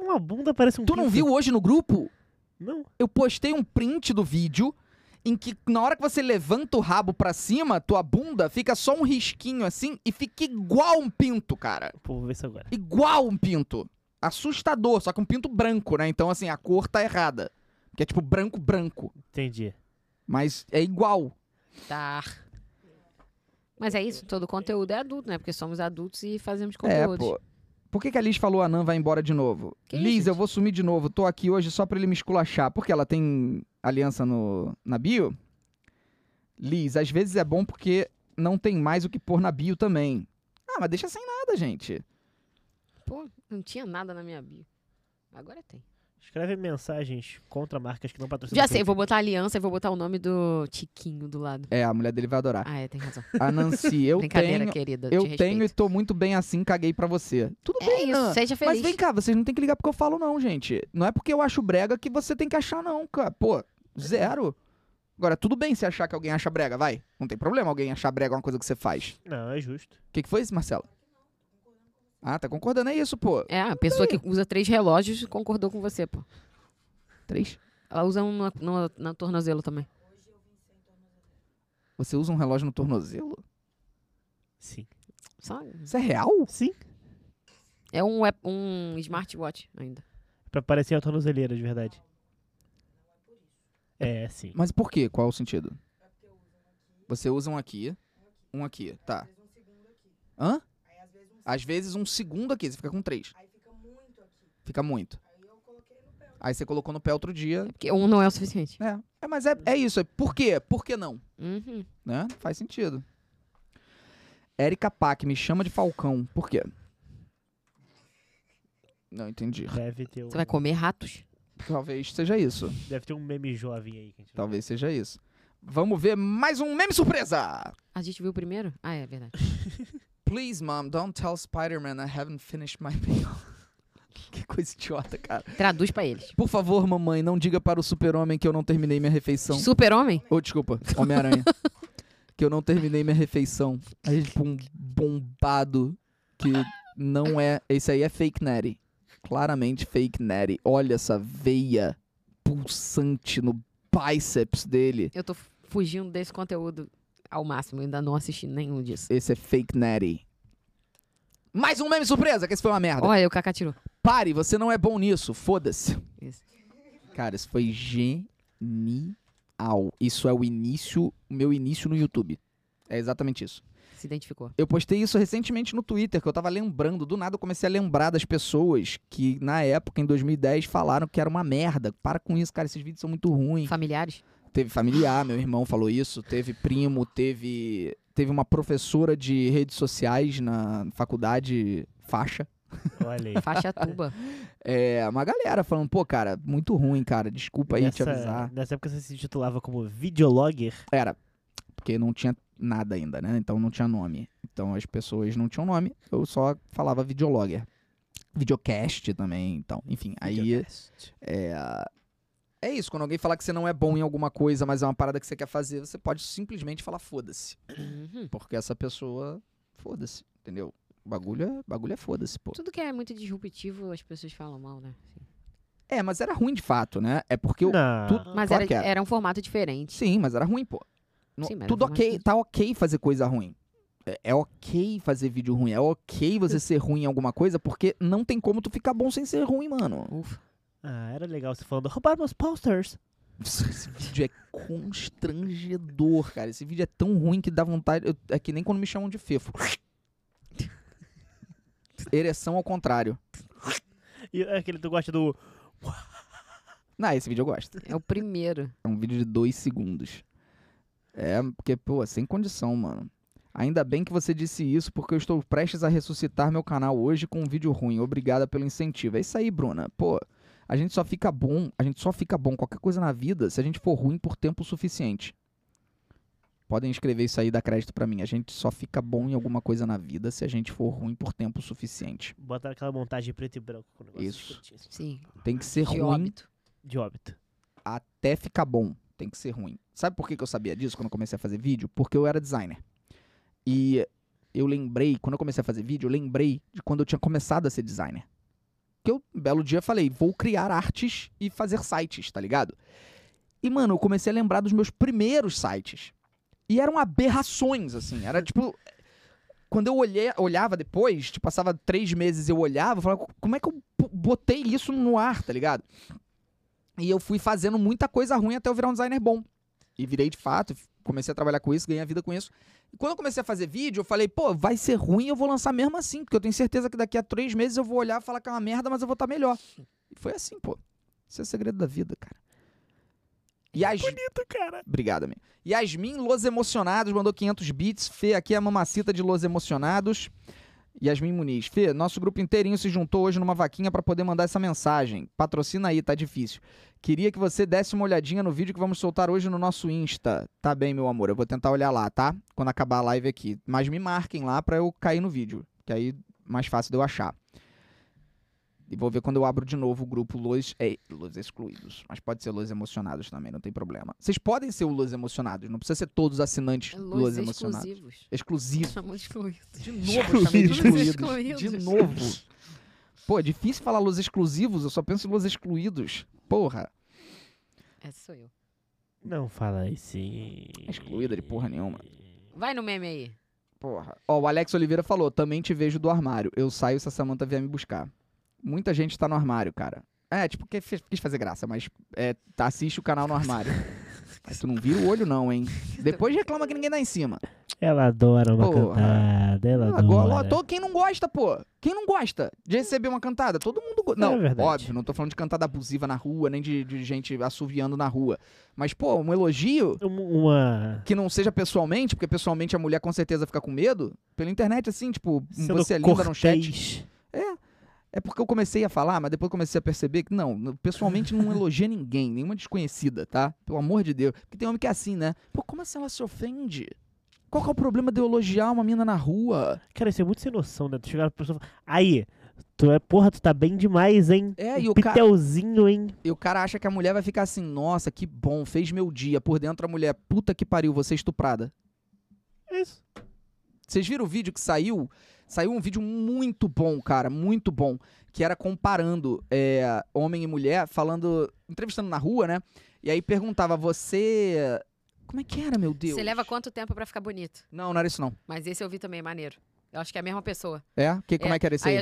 Uma bunda parece um Tu não pinto. viu hoje no grupo? Não. Eu postei um print do vídeo em que na hora que você levanta o rabo pra cima, tua bunda fica só um risquinho assim e fica igual um pinto, cara. Pô, vou ver isso agora. Igual um pinto. Assustador, só que um pinto branco, né? Então assim, a cor tá errada. Que é tipo branco branco, Entendi. mas é igual. Tá. Mas é isso, todo conteúdo é adulto, né? Porque somos adultos e fazemos conteúdos. É, pô. Por que, que a Liz falou a Nan vai embora de novo? Que Liz, isso, eu gente? vou sumir de novo. Tô aqui hoje só pra ele me esculachar. Porque ela tem aliança no, na bio? Liz, às vezes é bom porque não tem mais o que pôr na bio também. Ah, mas deixa sem nada, gente. Pô, não tinha nada na minha bio. Agora tem. Escreve mensagens contra marcas que não patrocinam. Já sei, o eu vou botar aliança e vou botar o nome do Tiquinho do lado. É, a mulher dele vai adorar. Ah, é, tem razão. A (laughs) Nancy, eu Brincadeira, tenho. querida. te Eu respeito. tenho e tô muito bem assim, caguei pra você. Tudo É bem, né? Nan. isso, seja feliz. Mas vem cá, vocês não tem que ligar porque eu falo, não, gente. Não é porque eu acho brega que você tem que achar, não, cara. Pô, zero. Agora, tudo bem se achar que alguém acha brega, vai. Não tem problema alguém achar brega uma coisa que você faz. Twitter. Não, é justo. O que, que foi isso, Marcela? Ah, tá concordando, é isso, pô. É, a pessoa que usa três relógios concordou com você, pô. Três. Ela usa um na, no- na tornozelo também. Você usa um relógio no tornozelo? Sim. Sabe? Isso é real? Sim. É um, app- um smartwatch ainda. Pra parecer a tornozeleira, de verdade. É, sim. Mas por quê? Qual o sentido? Você usa um aqui, um aqui, tá. Hã? Às vezes um segundo aqui, você fica com três. Fica muito. Aí você colocou no pé outro dia. Porque um não é o suficiente. É, é mas é, é isso. É por quê? Por que não? Uhum. Né? Faz sentido. Érica Pac me chama de Falcão. Por quê? Não entendi. Deve ter, um, Você vai comer ratos? Talvez seja isso. deve ter um meme jovem aí. Que a gente não- Talvez seja isso. Vamos ver mais um meme surpresa! A gente viu o primeiro? Ah, (laughs) é verdade. Please, mom, don't tell Spider-Man I haven't finished my (laughs) meal. que coisa idiota, cara. Traduz pra eles. Por favor, mamãe, não diga para o super-homem que eu não terminei minha refeição. Super-homem? Ou, Oh, desculpa, Homem-Aranha. (laughs) que eu não terminei minha refeição. Aí, tipo, um bombado que não é... Esse aí é fake Natty. Claramente fake Natty. Olha essa veia pulsante no bíceps dele. Eu tô f- fugindo desse conteúdo ao máximo. Ainda não assisti nenhum disso. Esse é fake Natty. Mais um meme surpresa, que esse foi uma merda. Olha, o Kaká tirou. Pare, você não é bom nisso, foda-se. Isso. Cara, isso foi genial. Isso é o início, o meu início no YouTube. É exatamente isso. Se identificou. Eu postei isso recentemente no Twitter, que eu tava lembrando, do nada eu comecei a lembrar das pessoas que na época, em 2010, falaram que era uma merda. Para com isso, cara, esses vídeos são muito ruins. Familiares? Teve familiar, meu irmão falou isso, teve primo, teve teve uma professora de redes sociais na faculdade faixa Olha (laughs) aí. Faixa tuba. É, uma galera falando, pô, cara, muito ruim, cara. Desculpa aí te Nessa, avisar. nessa época você se titulava como videologger. Era, porque não tinha nada ainda, né? Então não tinha nome. Então as pessoas não tinham nome, eu só falava videologer. Videocast também, então. Enfim, aí Videocast. é. É isso, quando alguém falar que você não é bom em alguma coisa, mas é uma parada que você quer fazer, você pode simplesmente falar foda-se. Uhum. Porque essa pessoa, foda-se, entendeu? Bagulho é, bagulho é foda-se, pô. Tudo que é muito disruptivo, as pessoas falam mal, né? Assim. É, mas era ruim de fato, né? É porque. o- Não. tu- Mas Claro era, que é. era. era um formato diferente. Sim, mas era ruim, pô. No- Sim, mas tudo era formato ok, de- tá ok fazer coisa ruim. É, é ok fazer vídeo ruim, é ok você ser ruim em alguma coisa, porque não tem como tu ficar bom sem ser ruim, mano. Ufa. Ah, era legal você falando, roubaram meus posters. Esse vídeo é constrangedor, cara. Esse vídeo é tão ruim que dá vontade. eu- é que nem quando me chamam de fefo. Ereção ao contrário. E é aquele tu gosta do... Não, esse vídeo eu gosto. É o primeiro. É um vídeo de dois segundos. É, porque, pô, sem condição, mano. Ainda bem que você disse isso, porque eu estou prestes a ressuscitar meu canal hoje com um vídeo ruim. Obrigada pelo incentivo. É isso aí, Bruna. Pô, a gente só fica bom, a gente só fica bom em qualquer coisa na vida se a gente for ruim por tempo suficiente. Podem escrever isso aí e dar crédito pra mim. A gente só fica bom em alguma coisa na vida se a gente for ruim por tempo suficiente. Botaram aquela montagem preto e branco com o negócio Isso. escritinho assim, Sim. Tem que ser de ruim óbito. De óbito. até ficar bom, tem que ser ruim. Sabe por que, que eu sabia disso quando eu comecei a fazer vídeo? Porque eu era designer. E eu lembrei, quando eu comecei a fazer vídeo, eu lembrei de quando eu tinha começado a ser designer. Que eu, um belo dia, falei, vou criar artes e fazer sites, tá ligado? E, mano, eu comecei a lembrar dos meus primeiros sites. E eram aberrações, assim. Era tipo. Quando eu olhei, olhava depois, tipo, passava três meses eu olhava, eu falava, como é que eu bo- botei isso no ar, tá ligado? E eu fui fazendo muita coisa ruim até eu virar um designer bom. E virei de fato, comecei a trabalhar com isso, ganhei a vida com isso. E quando eu comecei a fazer vídeo, eu falei, pô, vai ser ruim, eu vou lançar mesmo assim, porque eu tenho certeza que daqui a três meses eu vou olhar e falar que é uma merda, mas eu vou estar melhor. E foi assim, pô. Isso é o segredo da vida, cara. Yas... Bonito, cara. Obrigado, amigo. Yasmin Los Emocionados mandou 500 bits. Fê, aqui é a mamacita de Los Emocionados. Yasmin Muniz. Fê, nosso grupo inteirinho se juntou hoje numa vaquinha pra poder mandar essa mensagem. Patrocina aí, tá difícil. Queria que você desse uma olhadinha no vídeo que vamos soltar hoje no nosso Insta. Tá bem, meu amor, eu vou tentar olhar lá, tá? Quando acabar a live aqui. Mas me marquem lá pra eu cair no vídeo, que aí é mais fácil de eu achar. E vou ver quando eu abro de novo o grupo Los, é, Los Excluídos. Mas pode ser Los Emocionados também, não tem problema. Vocês podem ser o Los Emocionados, não precisa ser todos assinantes Los, É Los Emocionados. exclusivos. Exclusivo. Chamou de excluídos. De Excluídos. novo, chamei de excluídos. Excluídos. De novo. Pô, é difícil falar los exclusivos, eu só penso em los excluídos. Porra. Essa É, sou eu. Não fala esse. é Excluída de porra nenhuma. Vai no meme aí. Porra. Ó, o Alex Oliveira falou: também te vejo do armário. Eu saio se a Samanta vier me buscar. Muita gente tá no armário, cara. É, tipo, que fez- quis fazer graça, mas é, tá- assiste o canal no armário. Mas tu não vira o olho, não, hein? Depois reclama que ninguém dá em cima. Ela adora uma Porra. cantada. Ela adora. Ah, Agora, todo, quem não gosta, pô? Quem não gosta de receber uma cantada? Todo mundo gosta. Não, É verdade. óbvio, não tô falando de cantada abusiva na rua, nem de, de gente assoviando na rua. Mas, pô, um elogio Um- Uma. que não seja pessoalmente, porque pessoalmente a mulher com certeza fica com medo, pela internet, assim, tipo, Sendo você é linda no chat. cortês. É porque eu comecei a falar, mas depois eu comecei a perceber que não, no- pessoalmente não elogia (laughs) ninguém, nenhuma desconhecida, tá? Pelo amor de Deus. Porque tem homem que é assim, né? Pô, como assim ela se ofende? Qual que é o problema de eu elogiar uma mina na rua? Cara, isso é muito sem noção, né? Tu chegar pra pessoa e falar, aí, tu é, porra, tu tá bem demais, hein? É, Um e o cara- pitelzinho, hein? E o cara acha que a mulher vai ficar assim, nossa, que bom, fez meu dia. Por dentro a mulher, puta que pariu, você estuprada. É isso. Vocês viram o vídeo que saiu? Saiu um vídeo muito bom, cara, muito bom. Que era comparando é, homem e mulher, falando. entrevistando na rua, né? E aí perguntava, você. Como é que era, meu Deus? Você leva quanto tempo pra ficar bonito? Não, não era isso não. é É? "Ah, tipo, "Ah, assim, "Ah, Ah, é é É tipo, é é, tipo assim,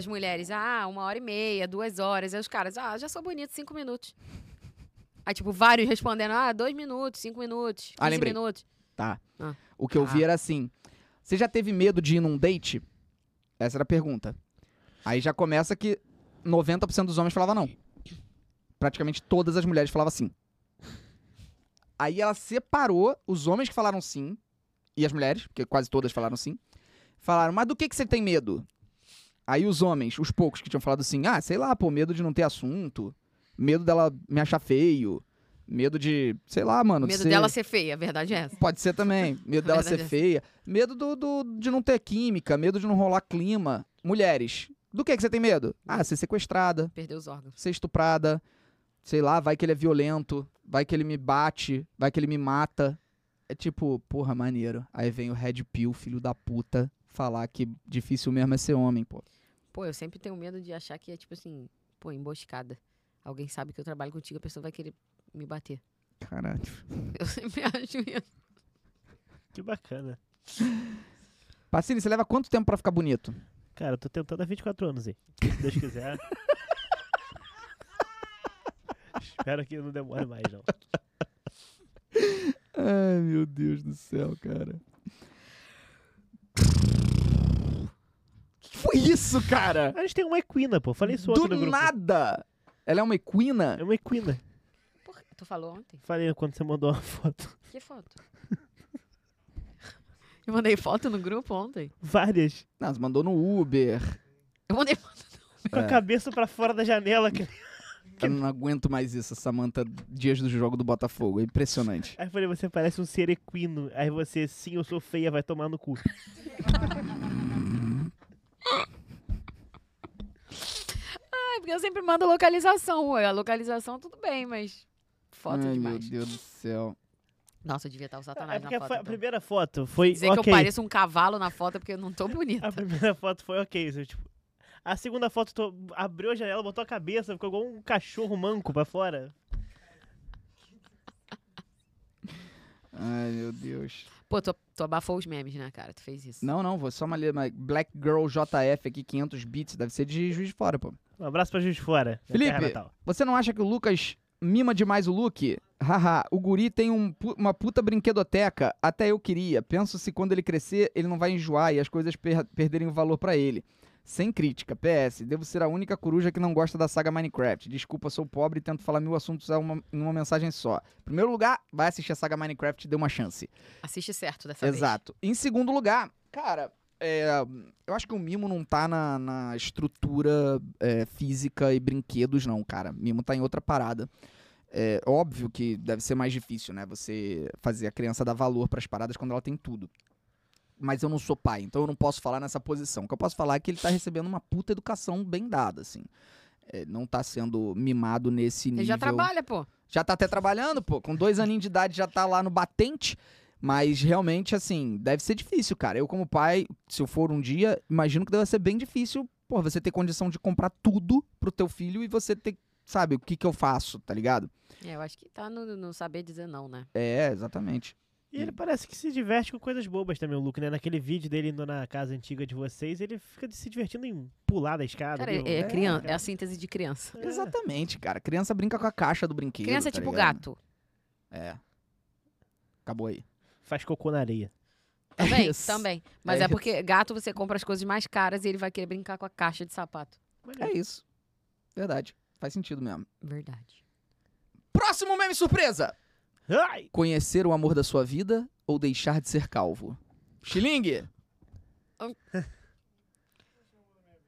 (laughs) (laughs) é É um Sem crítica. tá um É então. é né, (laughs) É (laughs) um tipo. um Um PS, devo ser a única coruja que não gosta da saga Minecraft. Desculpa, sou pobre e tento falar mil assuntos a uma- em uma mensagem só. Em primeiro lugar, vai assistir a saga Minecraft e dê uma chance. Assiste certo dessa vez. Exato. Em segundo lugar, cara, é, eu acho que o mimo não tá na, na estrutura é, física e brinquedos, não, cara. Mimo tá em outra parada. É óbvio que deve ser mais difícil, né? Você fazer a criança dar valor pras paradas quando ela tem tudo. Mas eu não sou pai, então eu não posso falar nessa posição. O que eu posso falar é que ele tá recebendo uma puta educação bem dada, assim. É, não tá sendo mimado nesse nível. Ele já trabalha, pô. Já tá até trabalhando, pô. Com dois aninhos de idade já tá lá no batente. Mas realmente, assim, deve ser difícil, cara. Eu, como pai, se eu for um dia, imagino que deve ser bem difícil, pô, você ter condição de comprar tudo pro teu filho e você ter, sabe, o que que eu faço, tá ligado? É, eu acho que tá no, no saber dizer não, né? É, exatamente. E ele parece que se diverte com coisas bobas também, o Luke, né? Naquele vídeo dele indo na casa antiga de vocês, ele fica se divertindo em pular da escada. Cara, ali, é, ó. criança, é a síntese de criança. É. Exatamente, cara. Criança brinca com a caixa do brinquedo. Criança é tá tipo ligado? gato. É. Acabou aí. Faz cocô na areia. (laughs) Também, isso. também. Mas É é, porque gato você compra as coisas mais caras e ele vai querer brincar com a caixa de sapato. Maneiro. É isso. Verdade. Faz sentido mesmo. Verdade. Próximo meme surpresa! Ai! Conhecer o amor da sua vida ou deixar de ser calvo? Xilingue! Hum.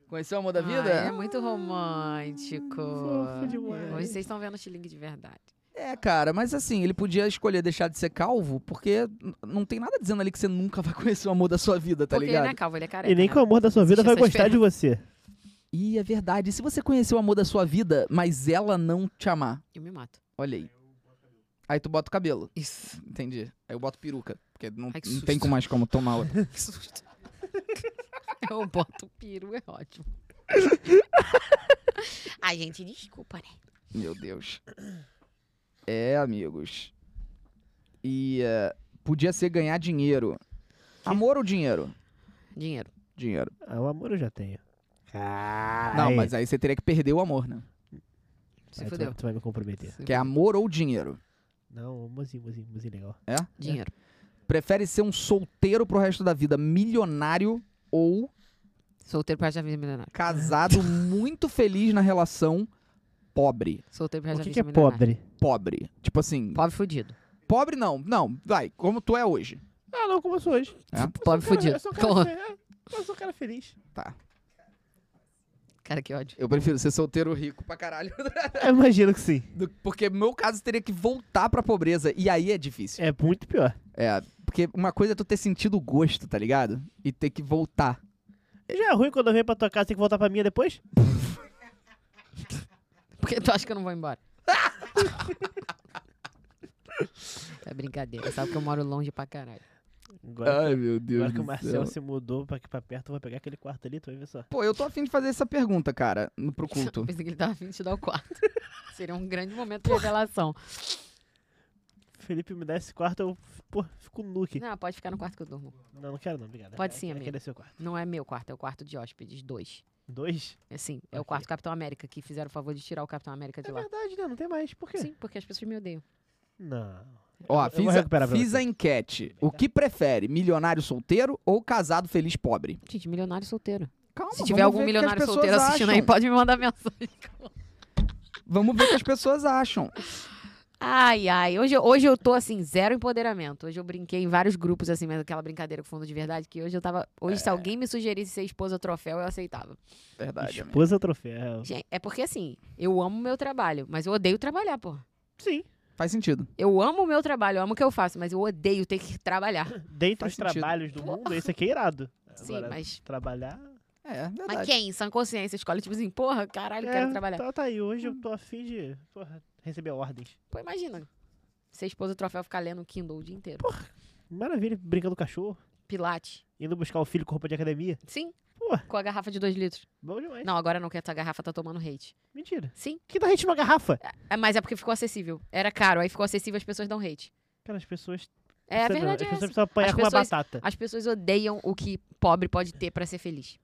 Conhecer o amor da Ai, vida? é muito romântico. Fofo demais. Hoje vocês estão vendo o xilingue de verdade. É, cara, mas assim, ele podia escolher deixar de ser calvo, porque n- não tem nada dizendo ali que você nunca vai (laughs) conhecer o amor da sua vida, tá porque ele ligado? não é calvo, ele é careca. E nem né? com o amor da sua vida Existe vai essa gostar de você. Ih, é verdade. E se você conhecer o amor da sua vida, mas ela não te amar? Eu me mato. Olha aí. Aí tu bota o cabelo. Isso. Entendi. Aí eu boto peruca. Porque não, Ai, que não susto. tem com mais como tomar outra. (laughs) Que susto. Eu boto o peru, é ótimo. (laughs) Ai, gente, desculpa, né? Meu Deus. É, amigos. E eh, podia ser ganhar dinheiro. Amor ou dinheiro? Dinheiro. Dinheiro. Ah, o amor eu já tenho. Não, mas aí você teria que perder o amor, né? Se Aí É, tu, fudeu. vai- tu vai me comprometer. Se Que é fudeu. amor ou dinheiro. é? Não, mozinho, mozinho, mozinho legal. Dinheiro. Prefere ser um solteiro pro resto da vida, milionário ou Solteiro pra já vida milionário. (laughs) casado muito feliz na relação pobre? Solteiro pra O já que, vida que é milionário. pobre? Pobre. Tipo assim, Pobre fudido. pobre não, não, vai, como tu é hoje. Ah, não, como eu sou hoje. É? Pobre fudido. Eu sou um Como- cara, fe- é, eu sou um cara feliz. Cara, que ódio. Eu prefiro ser solteiro rico pra caralho. (laughs) Eu imagino que sim. do- porque meu caso teria que voltar pra pobreza. E aí é difícil. É muito pior. É, porque uma coisa é tu ter sentido o gosto, tá ligado? E ter que voltar. Já é ruim quando eu venho pra tua casa, tem que voltar pra minha depois? Porque tu acha que eu não vou (laughs) embora? é brincadeira. Sabe que eu moro longe pra caralho. Agora, Ah, meu Deus. agora que o Marcel assim. se mudou pra, aqui pra perto, eu vou pegar aquele quarto ali, tu vai ver só. Pô, eu tô afim de fazer essa pergunta, cara, no pro (laughs) culto. Pensei que ele tava afim de te dar o (laughs) quarto. Seria um grande momento de revelação. Felipe me dá esse quarto, eu pô, fico nuke. Não, pode ficar no quarto que eu durmo. Não, não quero não, obrigado. Pode sim, Eu amigo. Quero esse seu quarto. Não é meu quarto, é o quarto de hóspedes, dois. Dois? Assim, é o Ok. quarto Capitão América, que fizeram o favor de tirar o Capitão América de É lá. verdade, né? Não tem mais. Por quê? Sim, porque as pessoas me odeiam. Não. Ó, eu vou fiz, a, recuperar pra fiz você. a enquete. O que prefere, milionário solteiro ou casado feliz pobre? Gente, milionário solteiro. Calma, Se tiver algum milionário solteiro assistindo aí, pode me mandar mensagem. Vamos ver o que as pessoas acham. Ai, ai. Hoje, eu- hoje eu tô assim, zero empoderamento. Hoje eu brinquei em vários grupos, assim, mas aquela brincadeira com fundo de verdade, que hoje eu tava. Hoje, se alguém me sugerisse ser esposa troféu, eu aceitava. Verdade, amigo. Esposa troféu. Gente, é porque assim, eu amo o meu trabalho, mas eu odeio trabalhar, pô. Sim. Faz sentido. Eu amo o meu trabalho, eu amo o que eu faço, mas eu odeio ter que (laughs) trabalhar. Dentre Faz os sentido. trabalhos do mundo, esse aqui é irado. Sim, Agora, mas. Trabalhar. É, verdade. Mas quem? Sã consciência, escolhe, tipo assim, porra, caralho, quero É, trabalhar. Tá, tá aí, hoje eu tô afim de porra, receber ordens. Pô, imagina. Ser esposa troféu ficar lendo o Kindle o dia inteiro. Maravilha, brincando com o cachorro, Pilate. indo buscar o filho com roupa de academia. Sim. Porra. Com a garrafa de 2 litros. Bom demais. Não, agora não, que essa garrafa tá tomando hate. Mentira. Sim. Quem dá hate numa garrafa? É, mas é porque ficou acessível. Era caro, aí ficou acessível, as pessoas dão hate. Cara, as pessoas. É, a precisam- verdade As é pessoas essa. precisam apanhar As com uma pessoas- batata. As pessoas odeiam o que pobre pode ter pra ser feliz.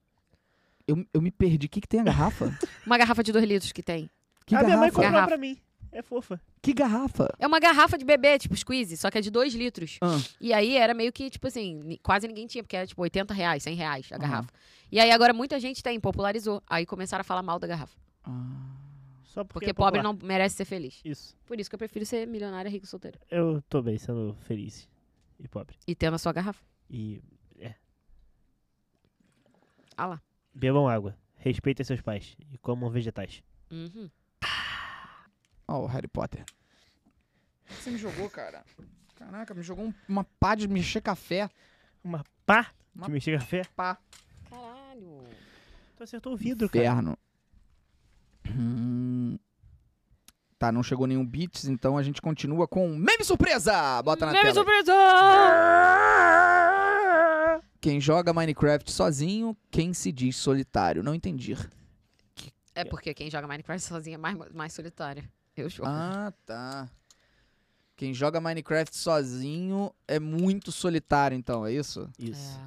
Eu, eu me (laughs) perdi. O que, que tem a garrafa? Uma garrafa de 2 litros que tem. Que a minha mãe comprou Garrafa. pra mim. É fofa. Que garrafa? É uma garrafa de bebê, tipo squeeze, só que é de 2 litros. Ah. E aí era meio que, tipo assim, ni- quase ninguém tinha, porque era tipo 80 reais, 100 reais a Aham. garrafa. E aí agora muita gente tem, popularizou. Aí começaram a falar mal da garrafa. Ah. Só porque, Porque é pobre não merece ser feliz. Isso. Por isso que eu prefiro ser milionária, rico e solteira. Eu tô bem sendo feliz e pobre. E tendo a sua garrafa. E Ah lá. bebam água. Respeitem seus pais e comam vegetais. Uhum. Ó, o Harry Potter. Você me jogou, cara. Caraca, me jogou um- uma pá de mexer café. Uma pá Uma de mexer café. Pá. Caralho. Tu acertou o vidro, cara. Inferno. Hum. Tá, não chegou nenhum beats, então a gente continua com meme surpresa! Bota na Meme tela. surpresa! Quem joga Minecraft sozinho, quem se diz solitário. Não entendi. É porque quem joga Minecraft sozinha é mais, mais solitária. Eu jogo. Ah, tá. Quem joga Minecraft sozinho é muito solitário, então, é isso? Isso.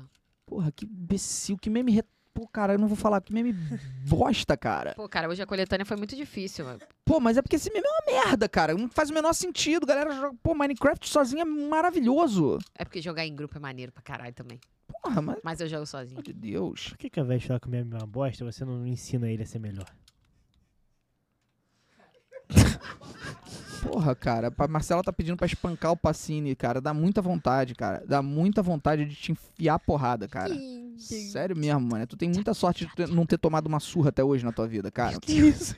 Porra, que imbecil, que meme. Re... Pô, cara, eu não vou falar, que meme (laughs) bosta, cara. Pô, cara, hoje a coletânea foi muito difícil. mano. Pô, mas é porque esse meme é uma merda, cara. Não faz o menor sentido. Galera joga. Pô, Minecraft sozinho é maravilhoso. É porque jogar em grupo é maneiro pra caralho também. Porra, mas. Mas eu jogo sozinho. Pelo amor de Deus. Por que, que ao invés de falar que o meme é uma bosta, você não ensina ele a ser melhor? Porra, cara. A Marcela tá pedindo pra espancar o Pacini, cara. Dá muita vontade, cara. Dá muita vontade de te enfiar a porrada, cara. Sério mesmo, mano. Tu tem muita sorte de ter- não ter tomado uma surra até hoje na tua vida, cara. é Que isso?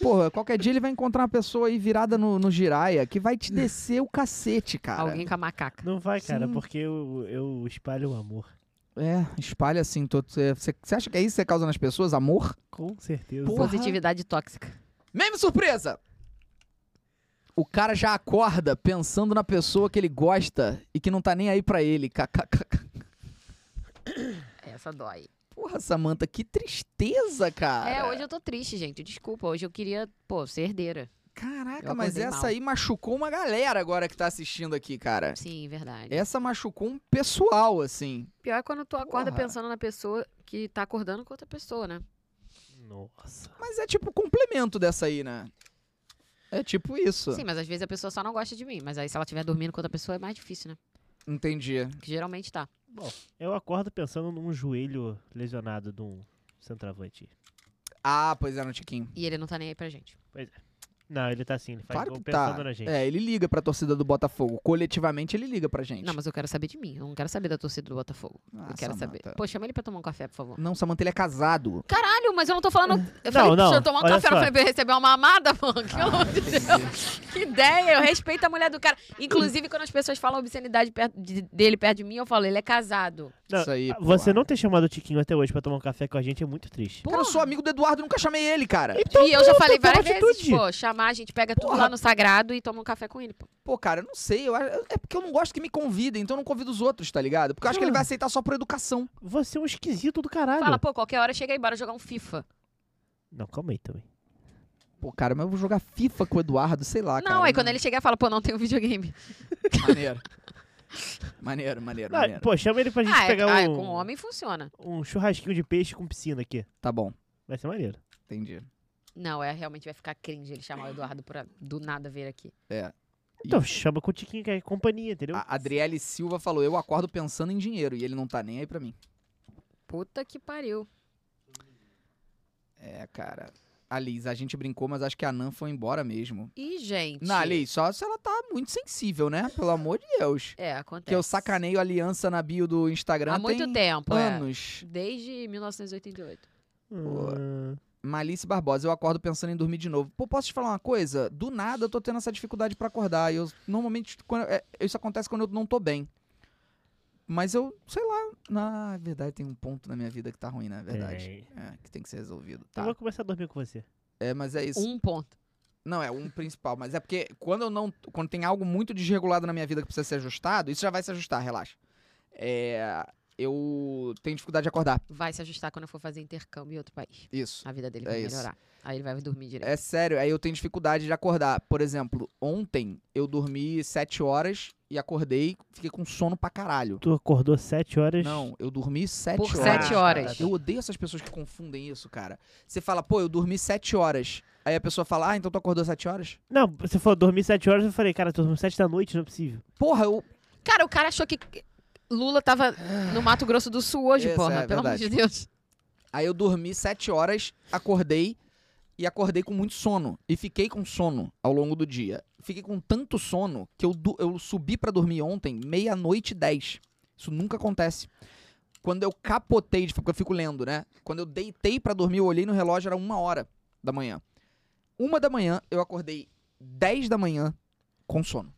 Porra, qualquer dia ele vai encontrar uma pessoa aí virada no, no giraia que vai te descer o cacete, cara. Alguém com a macaca. Não vai, cara, Sim. porque eu, eu espalho o amor. É, espalha assim. todo- Você você acha que é isso que você causa nas pessoas? Amor? Com certeza. Porra. Positividade tóxica. Meme surpresa! O cara já acorda pensando na pessoa que ele gosta e que não tá nem aí pra ele. KKK. Essa dói. Porra, Samanta, que tristeza, cara. É, hoje eu tô triste, gente. Desculpa, hoje eu queria, pô, ser herdeira. Caraca, eu mas acordei essa mal. aí machucou uma galera agora que tá assistindo aqui, cara. Sim, verdade. Essa machucou um pessoal, assim. Pior é quando tu acorda Porra. pensando na pessoa que tá acordando com outra pessoa, né? Nossa. Mas é tipo complemento dessa aí, né? É tipo isso. Sim, mas às vezes a pessoa só não gosta de mim. Mas aí se ela estiver dormindo com outra pessoa é mais difícil, né? Entendi. Que geralmente tá. Eu acordo pensando num joelho lesionado de um centroavante. Ah, pois é, no Tiquinho. E ele não tá nem aí pra gente. Não, ele tá assim, ele faz Claro gol que pensando tá. na gente. É, ele liga pra torcida do Botafogo. Coletivamente ele liga pra gente. Não, mas eu quero saber de mim. Eu não quero saber da torcida do Botafogo. Ah, eu quero saber. Samantha. Pô, chama ele pra tomar um café, por favor. Não, Samanta, ele é casado. Caralho, mas eu não tô falando. Eu Não, falei, não, deixa eu tomar um olha café, eu não só. falei pra ele receber uma mamada, mano. Que, (laughs) Ah, horror. que ideia, eu respeito a mulher do cara. Inclusive, quando as pessoas falam obscenidade perto de- dele perto de mim, eu falo, ele é casado. Não, Isso aí, ah, Você porra. não ter chamado o Tiquinho até hoje pra tomar um café com a gente é muito triste. Cara, eu sou amigo do Eduardo, nunca chamei ele, cara. e eu já falei toma várias vezes, atitude. pô, chamar, a gente pega tudo Porra. lá no sagrado e toma um café com ele, pô. Pô, cara, eu não sei. eu acho- é porque eu não gosto que me convidem, então eu não convido os outros, tá ligado? Porque eu acho Hum. que ele vai aceitar só por educação. Você é um esquisito do caralho. Fala, pô, qualquer hora chega aí, bora jogar um FIFA. Não, calma aí também. Pô, cara, mas eu vou jogar FIFA com o Eduardo, sei lá, não, Ah, cara. aí quando ele chegar, fala, pô, não tem um videogame. (laughs) Maneiro. maneiro, maneiro, Ah, maneiro. pô, chama ele pra gente Ah, é, pegar ah, é, um, com homem funciona. um churrasquinho de peixe com piscina aqui. Tá bom, Vai ser maneiro. entendi. Não, é realmente vai ficar cringe ele chamar o Eduardo pra do nada vir aqui. Então, chama com o Tiquinho que é companhia, entendeu? É, A Adriele Silva falou: Eu acordo pensando em dinheiro e ele não tá nem aí pra mim. Puta que pariu. É, cara. A Liz, a gente brincou, mas acho que a Nan foi embora mesmo. Ih, gente. Não, Liz, só se ela tá muito sensível, né? Pelo amor de Deus. É, acontece. Que eu sacaneio a aliança na bio do Instagram Há muito tem tempo, anos. é. Desde 1988. Ah, Malice Barbosa, eu acordo pensando em dormir de novo. Pô, posso te falar uma coisa? Do nada eu tô tendo essa dificuldade pra acordar. E eu normalmente. quando- é, isso acontece quando eu não tô bem. Mas eu, sei lá, na verdade tem um ponto na minha vida que tá ruim, na verdade. tem. É, que tem que ser resolvido. Eu Tá. Então, vou começar a dormir com você. É, mas é isso. Um ponto. Não, é um principal, mas é porque quando eu não. Quando tem algo muito desregulado na minha vida que precisa ser ajustado, isso já vai se ajustar, relaxa. É, eu tenho dificuldade de acordar. Vai se ajustar quando eu for fazer intercâmbio em outro país. Isso. A vida dele É vai isso. melhorar. Aí ele vai dormir direito. É sério, aí eu tenho dificuldade de acordar. Por exemplo, ontem eu dormi 7 horas e acordei, fiquei com sono pra caralho. Tu acordou 7 horas. Não, eu dormi 7 Por horas. sete Ah, horas. tá, tá, tá. Eu odeio essas pessoas que confundem isso, cara. Você fala, pô, eu dormi 7 horas. Aí a pessoa fala, ah, então tu acordou 7 horas? Não, você falou dormir 7 horas, eu falei, cara, tu dormiu 7 da noite, não é possível. Porra, eu. Cara, o cara achou que Lula tava no Mato Grosso do Sul hoje, Isso, porra. é pelo amor verdade. de Deus. Aí eu dormi 7 horas, acordei e acordei com muito sono. E fiquei com sono ao longo do dia. Fiquei com tanto sono que eu, du- eu subi pra dormir ontem, meia-noite e 10. Isso nunca acontece. Quando eu capotei, de- porque eu fico lendo, né? Quando eu deitei pra dormir, eu olhei no relógio, era uma hora da manhã. Uma da manhã, eu acordei 10 da manhã com sono.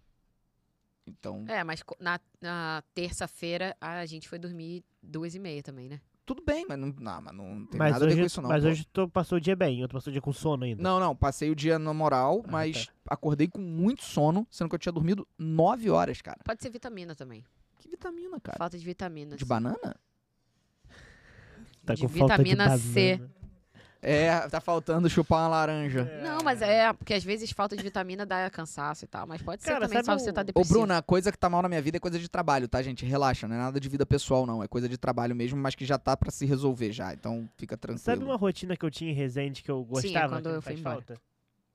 Então, É, mas co- na, na terça-feira a gente foi dormir duas e meia também, né? tudo bem, mas não, não, mas não tem mas nada a hoje, ver com isso, não. mas pô. hoje tu passou o dia bem, eu tu passou o dia com sono ainda. Não, não, passei o dia na moral, Ah, mas acordei com muito sono, sendo que eu tinha dormido 9 horas, cara. Pode ser vitamina também. Que vitamina, cara? Falta de vitaminas. De banana? tá de com falta de vitamina C. banana. É, tá faltando chupar uma laranja. né? Não, mas é porque às vezes falta de vitamina dá cansaço e tal. Mas pode ser Cara, também só sabe você o- tá Ô, Ô, depressivo. Bruna, a coisa que tá mal na minha vida é coisa de trabalho, tá, gente? Relaxa, não é nada de vida pessoal, não. É coisa de trabalho mesmo, mas que já tá pra se resolver já. Então fica tranquilo. Sabe uma rotina que eu tinha em Resende que é eu gostava? quando que não eu fui faz embora. falta?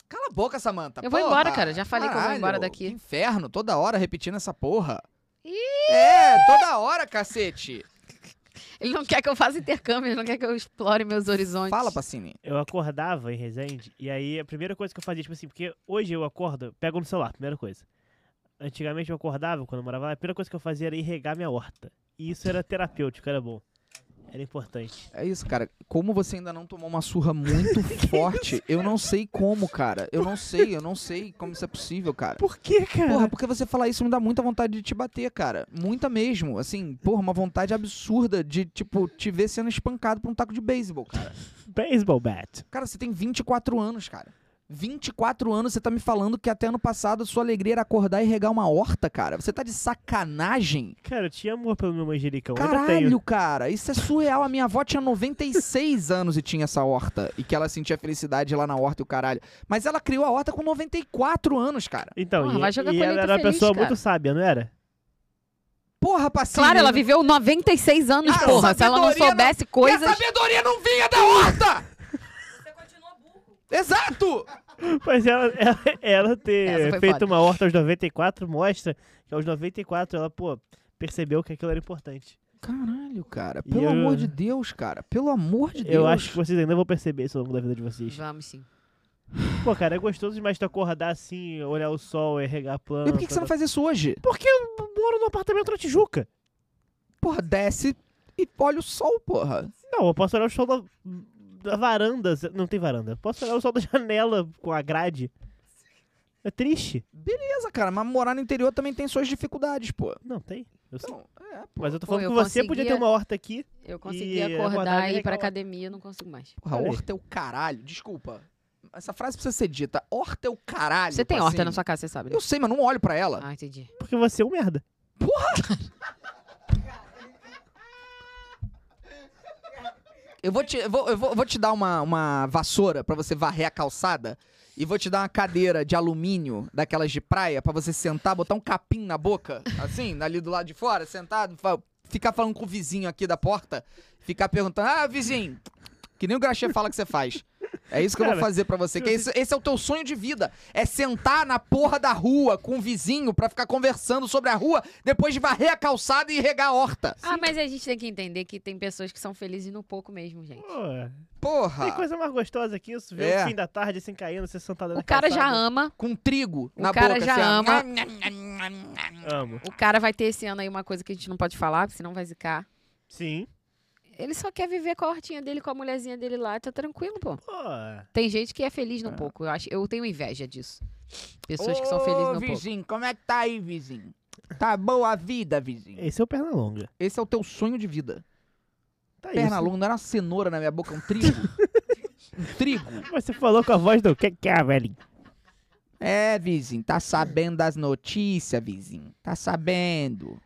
Cala a boca, Samanta. Eu vou porra! embora, cara. Já falei que eu vou Caralho, embora daqui. que inferno, toda hora repetindo essa porra. Ih! É, toda hora, cacete. Ele não quer que eu faça intercâmbio, ele não quer que eu explore meus horizontes. Fala, Pacini. Eu acordava em Resende, e aí a primeira coisa que eu fazia, tipo assim, porque hoje eu acordo, pego no celular, primeira coisa. Antigamente eu acordava, quando eu morava lá, a primeira coisa que eu fazia era ir regar minha horta. E isso era terapêutico, era bom. Era importante. É isso, cara. Como você ainda não tomou uma surra muito forte, eu não sei como, cara. Eu não sei, eu não sei como isso é possível, cara. Por que, cara? Porra, porque você falar isso me dá muita vontade de te bater, cara. Muita mesmo. Assim, porra, uma vontade absurda de, tipo, te ver sendo espancado por um taco de beisebol, cara. Baseball bat. Cara, você tem 24 anos, cara. 24 anos você tá me falando que até ano passado sua alegria era acordar e regar uma horta, cara. Você tá de sacanagem? Cara, eu tinha amor pelo meu manjericão. Então, Ainda tenho. Caralho, cara, isso é surreal. A minha avó tinha 96 anos e tinha essa horta. E que ela sentia felicidade lá na horta e o caralho. Mas ela criou a horta com 94 anos, cara. Então, Porra, e, vai jogar e colheita ela era uma feliz, pessoa cara. muito sábia, não era? Porra, passinho. Claro, ela viveu 96 anos, Ah, porra. Se ela não sabedoria não- soubesse E a coisas. sabedoria não vinha da horta! Você continua burro. Exato! Mas ela, ela, ela Essa ter foi feito foda. uma horta aos 94 mostra que aos 94 ela, pô, percebeu que aquilo era importante. Caralho, cara. E Pelo eu- amor de Deus, cara. Pelo amor de Deus. Eu acho que vocês ainda vão perceber isso ao longo da vida de vocês. Vamos sim. Pô, cara, é gostoso demais tu acordar assim, olhar o sol e regar a planta. E por que, que você não faz isso hoje? Porque eu moro num apartamento na Tijuca. Porra, desce e olha o sol, porra. Não, eu posso olhar o sol da, da varanda. Não tem varanda. Posso olhar o sol da janela com a grade. É triste. Beleza, cara, mas morar no interior também tem suas dificuldades, pô. Não, tem. Eu sei. Então, é, pô. Mas eu tô Pô, falando eu que você podia conseguia- ter uma horta aqui. Eu consegui E rodar acordar e ir pra legal. academia, eu não consigo mais. Porra, Olha aí. horta é o caralho. Desculpa. Essa frase precisa ser dita. Horta é o caralho. Você tem horta Pacini. na sua casa, você sabe, né? Eu sei, mas não olho pra ela. Ah, entendi. Porque você é um merda. Eu vou te, eu vou, eu vou, eu vou te dar uma, uma vassoura pra você varrer a calçada. E vou te dar uma cadeira de alumínio, daquelas de praia, pra você sentar, botar um capim na boca, assim, ali do lado de fora, sentado, fa- ficar falando com o vizinho aqui da porta, ficar perguntando: ah, vizinho, que nem o Graxê fala que você faz. É isso que eu vou Cara, fazer pra você. se Que você- esse, esse é o teu sonho de vida. É sentar na porra da rua com o vizinho pra ficar conversando sobre a rua depois de varrer a calçada e regar a horta. Ah, mas a gente tem que entender que tem pessoas que são felizes no pouco mesmo, gente. Pô, Porra! tem coisa mais gostosa que isso. Ver Ah. É. o fim da tarde assim caindo, você sentada na O cara já calçada. ama, com trigo O na cara boca. já assim, ó. ama. Amo. o cara vai ter esse ano aí uma coisa que a gente não pode falar, porque senão vai zicar. Sim. Ele só quer viver com a hortinha dele, com a mulherzinha dele lá, tá tranquilo, pô. Pô. Tem gente que é feliz no pouco, eu acho, eu tenho inveja disso. Pessoas que são felizes no pouco. vizinho, como é que tá aí, vizinho? Tá boa a vida, vizinho. Esse é o Pernalonga. Esse é o teu sonho de vida. Tá É aí. Perna longa, não era uma cenoura na minha boca, é um (laughs) trigo. um trigo. Você falou com a voz do que que é, velho? É, vizinho, tá sabendo das notícias, vizinho. Tá sabendo.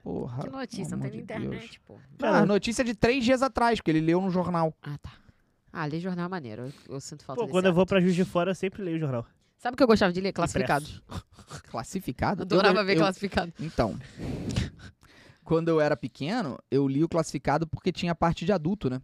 Porra. Que notícia, pelo não tem amor na de Deus. internet, pô. Não, a notícia de três dias atrás, porque ele leu no jornal. Ah, tá. Ah, ler jornal é maneiro. Eu, eu sinto falta Pô, desse quando eu vou hábito. pra Juiz de Fora, eu sempre leio o jornal. Sabe o que eu gostava de ler? Classificados. Classificado? Adorava Eu- ver eu- classificado. Então. quando eu era pequeno, eu li o classificado porque tinha a parte de adulto, né?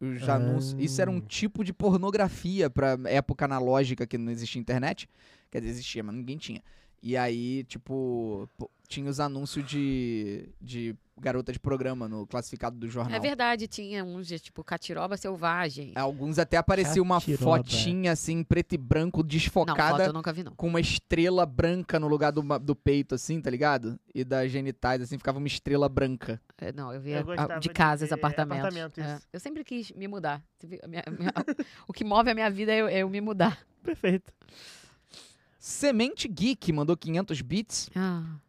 Os Ah. anúncios. Isso era um tipo de pornografia pra época analógica que não existia internet. Quer dizer, existia, mas ninguém tinha. E aí, tipo, pô, tinha os anúncios de, de garota de programa no classificado do jornal. É verdade, tinha uns, de, tipo, catiroba selvagem. Alguns até aparecia uma Catiroba. fotinha assim, preto e branco, não, foto desfocada eu nunca vi, não. com uma estrela branca no lugar do, ma- do peito, assim, tá ligado? E das genitais, assim, ficava uma estrela branca. É, Não, eu via Eu a- gostava de de casas, ver apartamentos. apartamentos. É. Eu sempre quis me mudar. Sempre- a minha- a minha- (laughs) o que move a minha vida é eu, é eu me mudar. Perfeito. Semente Geek mandou 500 bits.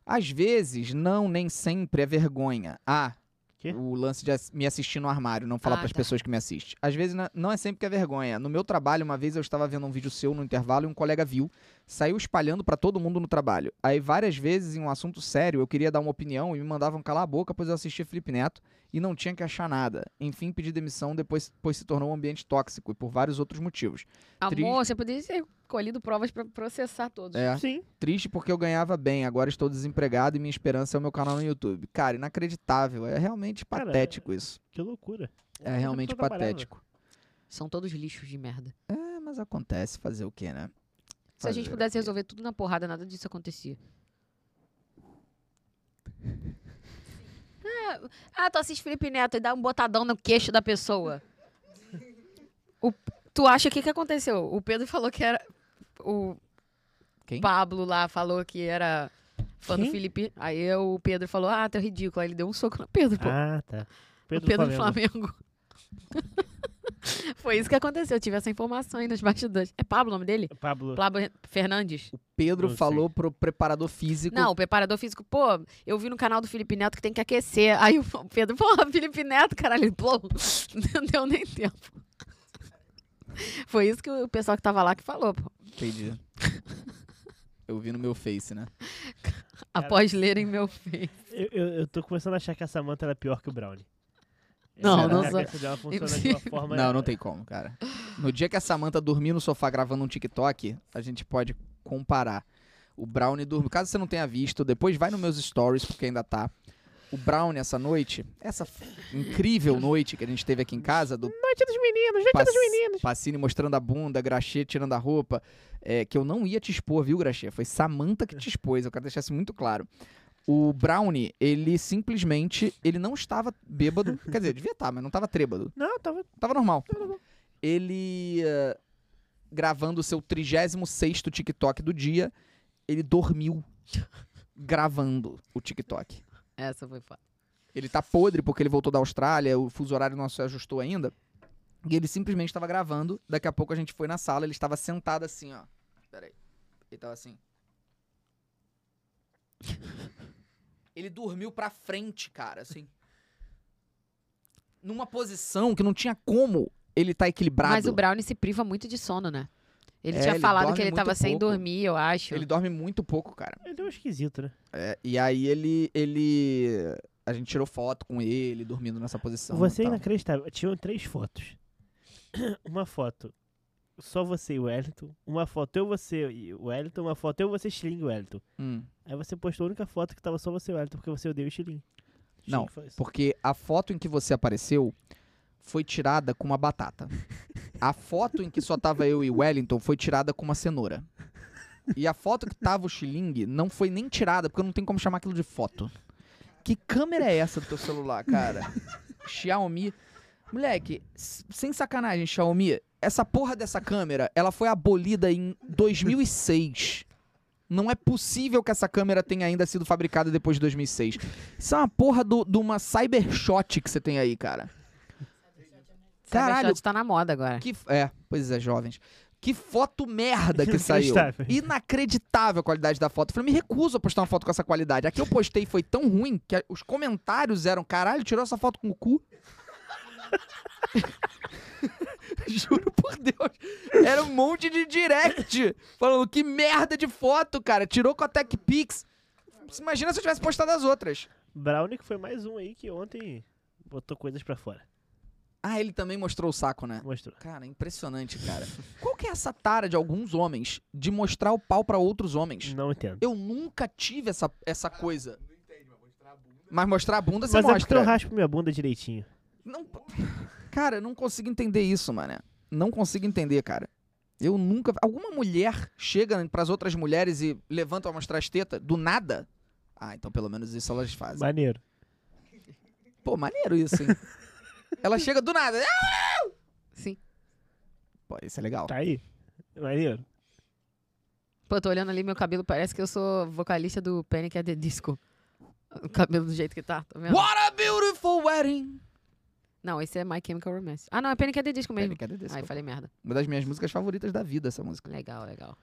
Às vezes, não, nem sempre é vergonha. Ah, Quê? o lance de ass- me assistir no armário, não falar Ah, pras tá. pessoas que me assistem. Às vezes, na- não é sempre que é vergonha. No meu trabalho, uma vez eu estava vendo um vídeo seu no intervalo e um colega viu, saiu espalhando pra todo mundo no trabalho. Aí, várias vezes, em um assunto sério, eu queria dar uma opinião e me mandavam calar a boca, pois eu assistia Felipe Neto e não tinha que achar nada. Enfim, pedi demissão, depois pois se tornou um ambiente tóxico e por vários outros motivos. Amor, você poderia ter colhido provas pra processar todos. É. Sim. Triste porque eu ganhava bem, agora estou desempregado e minha esperança é o meu canal no YouTube. Cara, inacreditável. É realmente Cara, patético isso. Que loucura. É realmente pessoa trabalhava. patético. São todos lixos de merda. É, mas acontece fazer o quê, né? Se a gente Fazer o pudesse quê? resolver tudo na porrada, nada disso acontecia. Ah, ah, tu assiste Felipe Neto e dá um botadão no queixo da pessoa. O- tu acha que que aconteceu? O Pedro falou que era. O Quem? Pablo lá falou que era fã do Quem? Felipe. Aí o Pedro falou: Ah, tu é ridículo. Aí ele deu um soco no Pedro, pô. Ah, tá. O Pedro do Flamengo. (laughs) Foi isso que aconteceu. Eu tive essa informação aí nos bastidores. É Pablo o nome dele? Pablo. Pablo Fernandes? O Pedro Não sei. falou pro preparador físico. Não, o preparador físico, pô, eu vi no canal do Felipe Neto que tem que aquecer. Aí o (laughs) Pedro, pô, Felipe Neto, caralho, pô, não deu nem tempo. (laughs) Foi isso que o pessoal que tava lá que falou, pô. Entendi. (laughs) eu vi no meu face, né? Após lerem meu filho. Eu, eu, eu tô começando a achar que a Samanta ela é pior que o Brownie. Não, Ela- não a sou. cabeça dela funciona de uma forma. né? Não, não tem como, cara. No dia que a Samantha dormir no sofá gravando um TikTok, a gente pode comparar. O Brownie dorme. Caso você não tenha visto, depois vai nos meus stories, porque ainda tá. O Brownie, essa noite, essa f- incrível noite que a gente teve aqui em casa, do Noite dos meninos, noite dos meninos. Pacini mostrando a bunda, Graxê tirando a roupa, é, que eu não ia te expor, viu, Graxê? Foi Samantha que te expôs, eu quero deixar isso muito claro. O Brownie, ele simplesmente, ele não estava bêbado, quer dizer, devia estar, mas não estava trêbado. Não, tava. Tava normal. Ele eh, gravando o seu 36 TikTok do dia, ele dormiu gravando o TikTok. Essa foi foda. Ele tá podre porque ele voltou da Austrália, o fuso horário não se ajustou ainda. E ele simplesmente estava gravando. Daqui a pouco a gente foi na sala, ele estava sentado assim, ó. Peraí. Ele tava assim. Ele dormiu pra frente, cara, assim. Numa posição que não tinha como ele tá equilibrado. Mas o Brownie se priva muito de sono, né? Ele É, tinha ele falado dorme que ele muito tava sem pouco. dormir, eu acho. Ele dorme muito pouco, cara. Ele é um esquisito, né? É, e aí ele. ele. A gente tirou foto com ele dormindo nessa posição. e Você é tal. inacreditável. Tinham três fotos. (clears throat) Uma foto só você e o Wellington. Uma foto eu, você e o Wellington. Uma foto eu, você, Schilling e o Wellington. Hum. Aí você postou a única foto que tava só você e o Wellington, porque você odeia o Schilling. Não, Schilling faz- Porque a foto em que você apareceu foi tirada com uma batata. A foto em que só tava eu e o Wellington foi tirada com uma cenoura. E a foto que tava o Xiling não foi nem tirada, porque não tem como chamar aquilo de foto. Que câmera é essa do teu celular, cara? Xiaomi. Moleque, s- sem sacanagem, Xiaomi, essa porra dessa câmera, ela foi abolida em 2006. Não é possível que essa câmera tenha ainda sido fabricada depois de 2006. Isso é uma porra do- de uma cybershot que você tem aí, cara. Caralho, Cybershot tá na moda agora. que, é, pois é, jovens. Que foto merda que saiu. Inacreditável. Inacreditável a qualidade da foto. Eu falei, me recuso a postar uma foto com essa qualidade. A que eu postei foi tão ruim que a- os comentários eram, caralho, tirou essa foto com o cu. (laughs) Juro por Deus. Era um monte de direct falando que merda de foto, cara. Tirou com a TechPix. Imagina se eu tivesse postado as outras. Brownie que foi mais um aí que ontem botou coisas pra fora. Ah, ele também mostrou o saco, né? Mostrou. Cara, impressionante, cara. (laughs) Qual que é essa tara de alguns homens de mostrar o pau pra outros homens? Não entendo. Eu nunca tive essa, essa coisa. Mas mostrar a bunda você Mas é porque eu mostra. raspo minha bunda direitinho. Não- (laughs) cara, eu não consigo entender isso, mané. Não consigo entender, cara. Eu nunca. Alguma mulher chega pras outras mulheres e levanta pra mostrar as tetas do nada? Ah, então pelo menos isso elas fazem. Maneiro. Pô, maneiro isso, (laughs) hein? Ela chega do nada. "Ah!" Sim. Pô, isso é legal. Tá aí. Maneiro. Pô, eu tô olhando ali meu cabelo, parece que eu sou vocalista do Panic! at the Disco. O cabelo do jeito que tá, tá vendo? What a beautiful wedding! Não, esse é My Chemical Romance. Ah, não, é Panic! at the Disco mesmo. Peraí, cadê desse? Ai, falei merda. Uma das minhas músicas favoritas da vida, essa música. Legal, legal.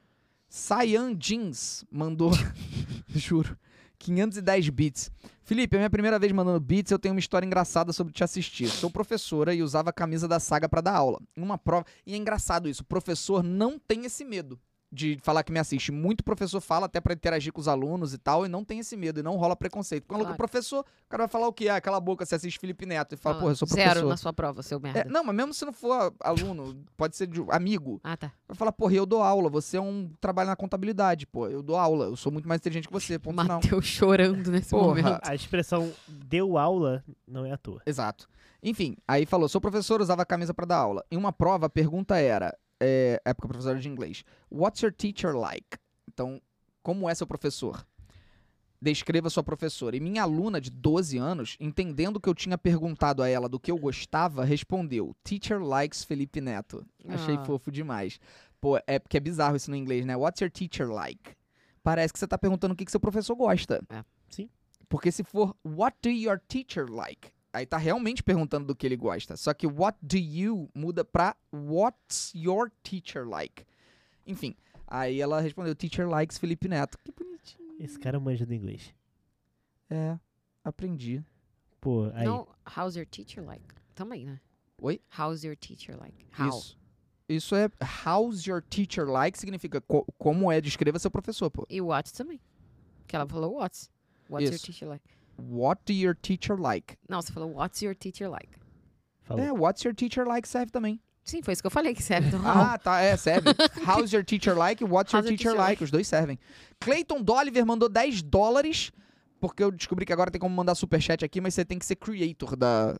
Cyan Jeans mandou, (laughs) juro, 510 bits. Felipe, é minha primeira vez mandando bits, eu tenho uma história engraçada sobre te assistir. Sou professora e usava a camisa da saga pra dar aula. Em uma prova, e é engraçado isso, o professor não tem esse medo de falar que me assiste. Muito professor fala até pra interagir com os alunos e tal, e não tem esse medo, e não rola preconceito. Quando Claro. o professor, o cara vai falar o quê? Ah, cala a boca, você assiste Felipe Neto e fala, Fala. porra, eu sou Zero professor. na sua prova, seu merda. É, não, mas mesmo se não for aluno, pode ser de um, amigo. Ah, tá. Vai falar, porra, eu dou aula, você é um trabalho na contabilidade, pô. Eu dou aula, eu sou muito mais inteligente que você, ponto final. Mateus (laughs) chorando nesse Porra. momento. A expressão deu aula não é à toa. Exato. Enfim, aí falou, sou professor, usava a camisa pra dar aula. Em uma prova, a pergunta era, é, época professora de inglês, what's your teacher like? Então, como é seu professor? Descreva sua professora. E minha aluna de 12 anos, entendendo que eu tinha perguntado a ela do que eu gostava, respondeu, teacher likes Felipe Neto. Achei Ah. fofo demais. Pô, é porque é bizarro isso no inglês, né? What's your teacher like? Parece que você tá perguntando o que, que seu professor gosta. É, sim. Porque se for what do your teacher like? Aí tá realmente perguntando do que ele gosta. Só que what do you muda pra what's your teacher like? Enfim, aí ela respondeu teacher likes Felipe Neto. Que bonitinho. Esse cara manja do inglês. É, aprendi. Pô, aí. Não, how's your teacher like? Também, né? Oi? How's your teacher like? How? Isso. Isso é how's your teacher like significa co- como é, descreva seu professor, pô. E what's também. Que ela falou what's. What's your Isso. teacher like? What do your teacher like? Não, você falou what's your teacher like. Falou. É, what's your teacher like serve também. Sim, foi isso que eu falei que serve. Então, how? Ah, tá, é, serve. How's your teacher like? What's your How's your teacher teacher like? Os dois servem. Clayton Dolliver mandou 10 dólares, porque eu descobri que agora tem como mandar superchat aqui, mas você tem que ser creator da...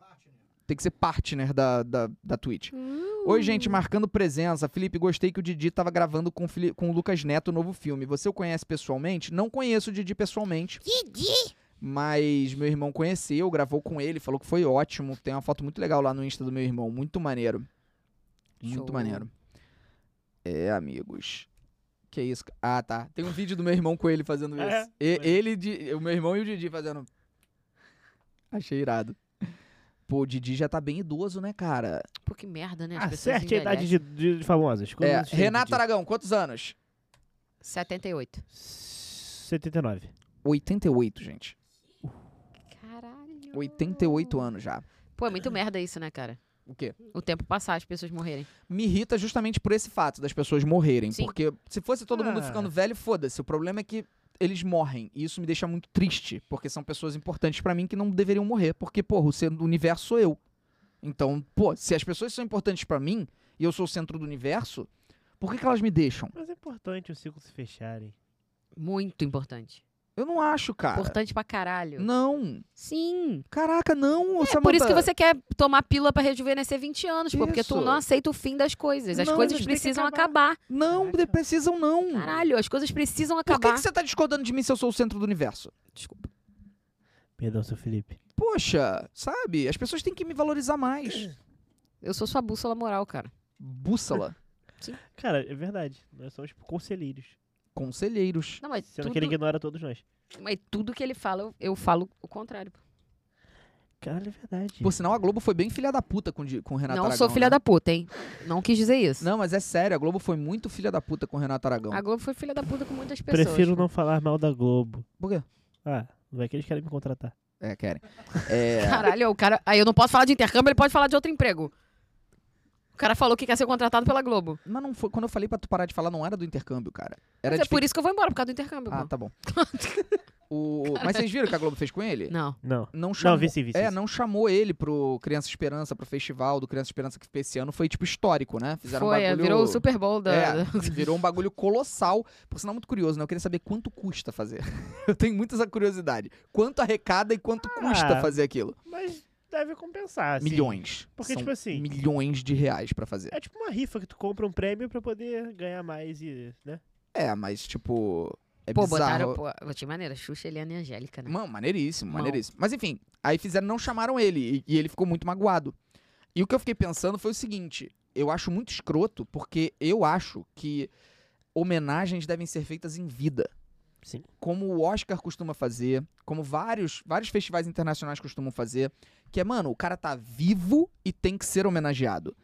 Tem que ser partner da, da, da Twitch. Oi, gente, marcando presença. Felipe, gostei que o Didi tava gravando com, o Fili- com o Lucas Neto o novo filme. Você o conhece pessoalmente? Não conheço o Didi pessoalmente. Mas meu irmão conheceu, gravou com ele, falou que foi ótimo. Tem uma foto muito legal lá no Insta do meu irmão. Muito maneiro. Muito Show. maneiro. É, amigos. Que isso? ca- Ah, tá. Tem um vídeo do meu irmão com ele fazendo É, isso. E- foi. ele, de- o meu irmão e o Didi fazendo. Achei irado. Pô, o Didi já tá bem idoso, né, cara? Pô, que merda, Ah, né? As pessoas Acerte Ah, a idade envelhecem. de, de, de famosos. Quando É, você tem Renato de- Aragão, quantos anos? 78. 79. 88, gente. Caralho. 88 anos já. Pô, é muito merda isso, né, cara? O quê? O tempo passar, as pessoas morrerem. me irrita justamente por esse fato das pessoas morrerem. Sim. Porque se fosse todo mundo Ah. ficando velho, foda-se. O problema é que eles morrem. E isso me deixa muito triste. Porque são pessoas importantes pra mim que não deveriam morrer. Porque, porra, o centro do universo sou eu. Então, pô, se as pessoas são importantes pra mim e eu sou o centro do universo, por que, que elas me deixam? Mas é importante os ciclos se fecharem. Muito importante. Eu não acho, cara. Importante pra caralho. Não. Sim. Caraca, não. É por isso que você quer tomar pílula pra rejuvenescer 20 anos, pô, porque tu Isso. não aceita o fim das coisas. As Não, coisas mas tem que precisam acabar. acabar. Não, Caraca. precisam não. Caralho, as coisas precisam Por que, acabar. que você tá discordando de mim se eu sou o centro do universo? Desculpa. Perdão, seu Felipe. Poxa, sabe? As pessoas têm que me valorizar mais. Eu sou sua bússola moral, cara. Bússola. Cara, é verdade. Nós somos tipo, conselheiros. (laughs) Conselheiros. Não, mas É Sendo tudo, que ele ignora todos nós. mas tudo que ele fala, eu, eu falo o contrário. Caralho, é verdade. Por sinal, a Globo foi bem filha da puta com, Di- com o Renato não Aragão. sou filha né? da puta, hein? Não quis dizer isso. Não, mas é sério, a Globo foi muito filha da puta com o Renato Aragão. A Globo foi filha da puta com muitas pessoas. Prefiro não falar mal da Globo. Por quê? Ah, não é que eles querem me contratar. É, querem. É, (laughs) (laughs) Caralho, o cara. Aí eu não posso falar de intercâmbio, ele pode falar de outro emprego. O cara falou que quer ser contratado pela Globo. mas não foi. Quando eu falei pra tu parar de falar, não era do intercâmbio, cara. Era Mas é de por fi- (laughs) isso que eu vou embora, por causa do intercâmbio. Ah, pô. tá bom. O... Mas vocês viram o que a Globo fez com ele? Não. Não. Não chamou. Não, vice, vice. é, vice. não chamou ele pro Criança Esperança, pro festival do Criança Esperança que esse ano foi tipo histórico, né? Fizeram Foi, um é, bagulho. virou o Super Bowl da. É, da- (laughs) virou um bagulho colossal. Por sinal, muito curioso, né? Eu queria saber quanto custa fazer. (laughs) Eu tenho muita essa curiosidade. Quanto arrecada e quanto custa Ah, fazer aquilo? Mas deve compensar, assim. milhões. Porque, São tipo assim- Milhões de reais pra fazer. É tipo uma rifa que tu compra um prêmio pra poder ganhar mais e, né? É, mas, tipo. É Pô, bizarro. botaram. Pô, vou te maneira, Xuxa, Eliana e Angélica, né? Mano, maneiríssimo, Mão. maneiríssimo. Mas enfim, aí fizeram, não chamaram ele e, e ele ficou muito magoado. E o que eu fiquei pensando foi o seguinte: eu acho muito escroto, porque eu acho que homenagens devem ser feitas em vida. Sim. Como o Oscar costuma fazer, como vários, vários festivais internacionais costumam fazer, que é, mano, o cara tá vivo e tem que ser homenageado.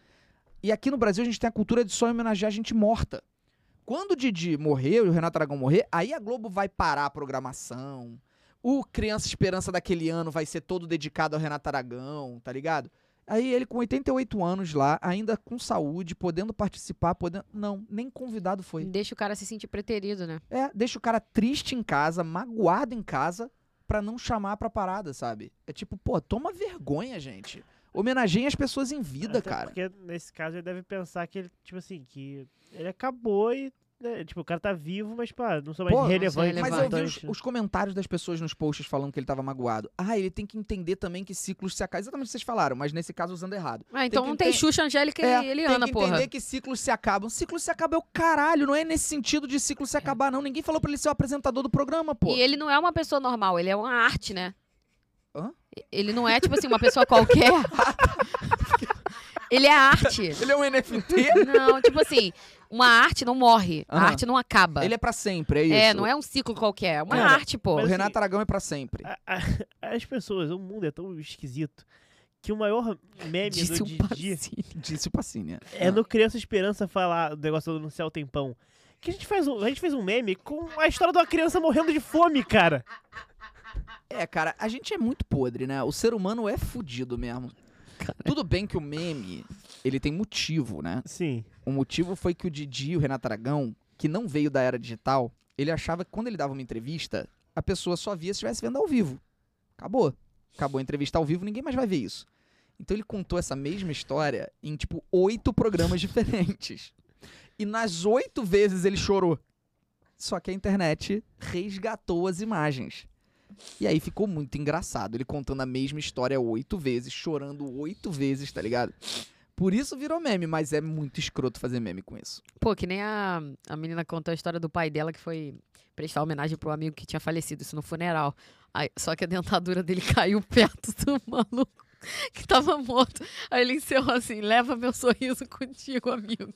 E aqui no Brasil a gente tem a cultura de só homenagear gente morta. Quando o Didi morrer, e o Renato Aragão morrer, aí a Globo vai parar a programação. O Criança Esperança daquele ano vai ser todo dedicado ao Renato Aragão, tá ligado? Aí ele com 88 anos lá, ainda com saúde, podendo participar, podendo. Não, nem convidado foi. Deixa o cara se sentir preterido, né? É, deixa o cara triste em casa, magoado em casa, pra não chamar pra parada, sabe? É tipo, pô, toma vergonha, gente. Homenageia as pessoas em vida, Até cara. Porque nesse caso ele deve pensar que ele, tipo assim, que ele acabou e. né, tipo, o cara tá vivo, mas, pá, não sou mais Pô, não sou relevante. Mas é né? eu relevante. vi os, os comentários das pessoas nos posts falando que ele tava magoado. Ah, ele tem que entender também que ciclos se acabam. Exatamente o que vocês falaram, mas nesse caso usando errado. Ah, então que não tem enten- Xuxa, Angélica É, e Eliana, tem que porra. entender que ciclos se acabam. Ciclos se acabam é o caralho, não é nesse sentido de ciclo se acabar, não. Ninguém falou pra ele ser o apresentador do programa, pô. É. E ele não é uma pessoa normal, ele é uma arte, né? Hã? Ele não é, tipo assim, uma (laughs) pessoa qualquer. ele é arte. Ele é um (laughs) NFT? Não, tipo assim, uma arte não morre, a Aham. arte não acaba. ele é pra sempre, é isso. é, não é um ciclo qualquer, é uma Cara, arte, pô. O mas- Renato Aragão é pra sempre. A- a- (laughs) as pessoas, o mundo é tão esquisito que o maior meme Disse é do um Didi passinho. Disse o Pacini. é no Criança Esperança falar o negócio do no céu tem pão. Que a gente, faz um, a gente fez um meme com a história de uma criança morrendo de fome, cara. É, cara, a gente é muito podre, né? O ser humano é fudido mesmo. Tudo bem que o meme, ele tem motivo, né? Sim. O motivo foi que o Didi, o Renato Aragão, que não veio da era digital, ele achava que quando ele dava uma entrevista, a pessoa só via se estivesse vendo ao vivo. Acabou. Acabou a entrevista ao vivo, ninguém mais vai ver isso. Então ele contou essa mesma história em, tipo, oito programas (laughs) diferentes. E nas oito vezes ele chorou. Só que a internet resgatou as imagens. E aí ficou muito engraçado. Ele contando a mesma história oito vezes, chorando oito vezes, tá ligado? Por isso virou meme, mas é muito escroto fazer meme com isso. Pô, que nem a, a menina contou a história do pai dela que foi prestar homenagem pro amigo que tinha falecido, isso no funeral. Aí- só que a dentadura dele (laughs) caiu perto do maluco que tava morto. Aí ele encerrou assim: leva meu sorriso contigo, amigo.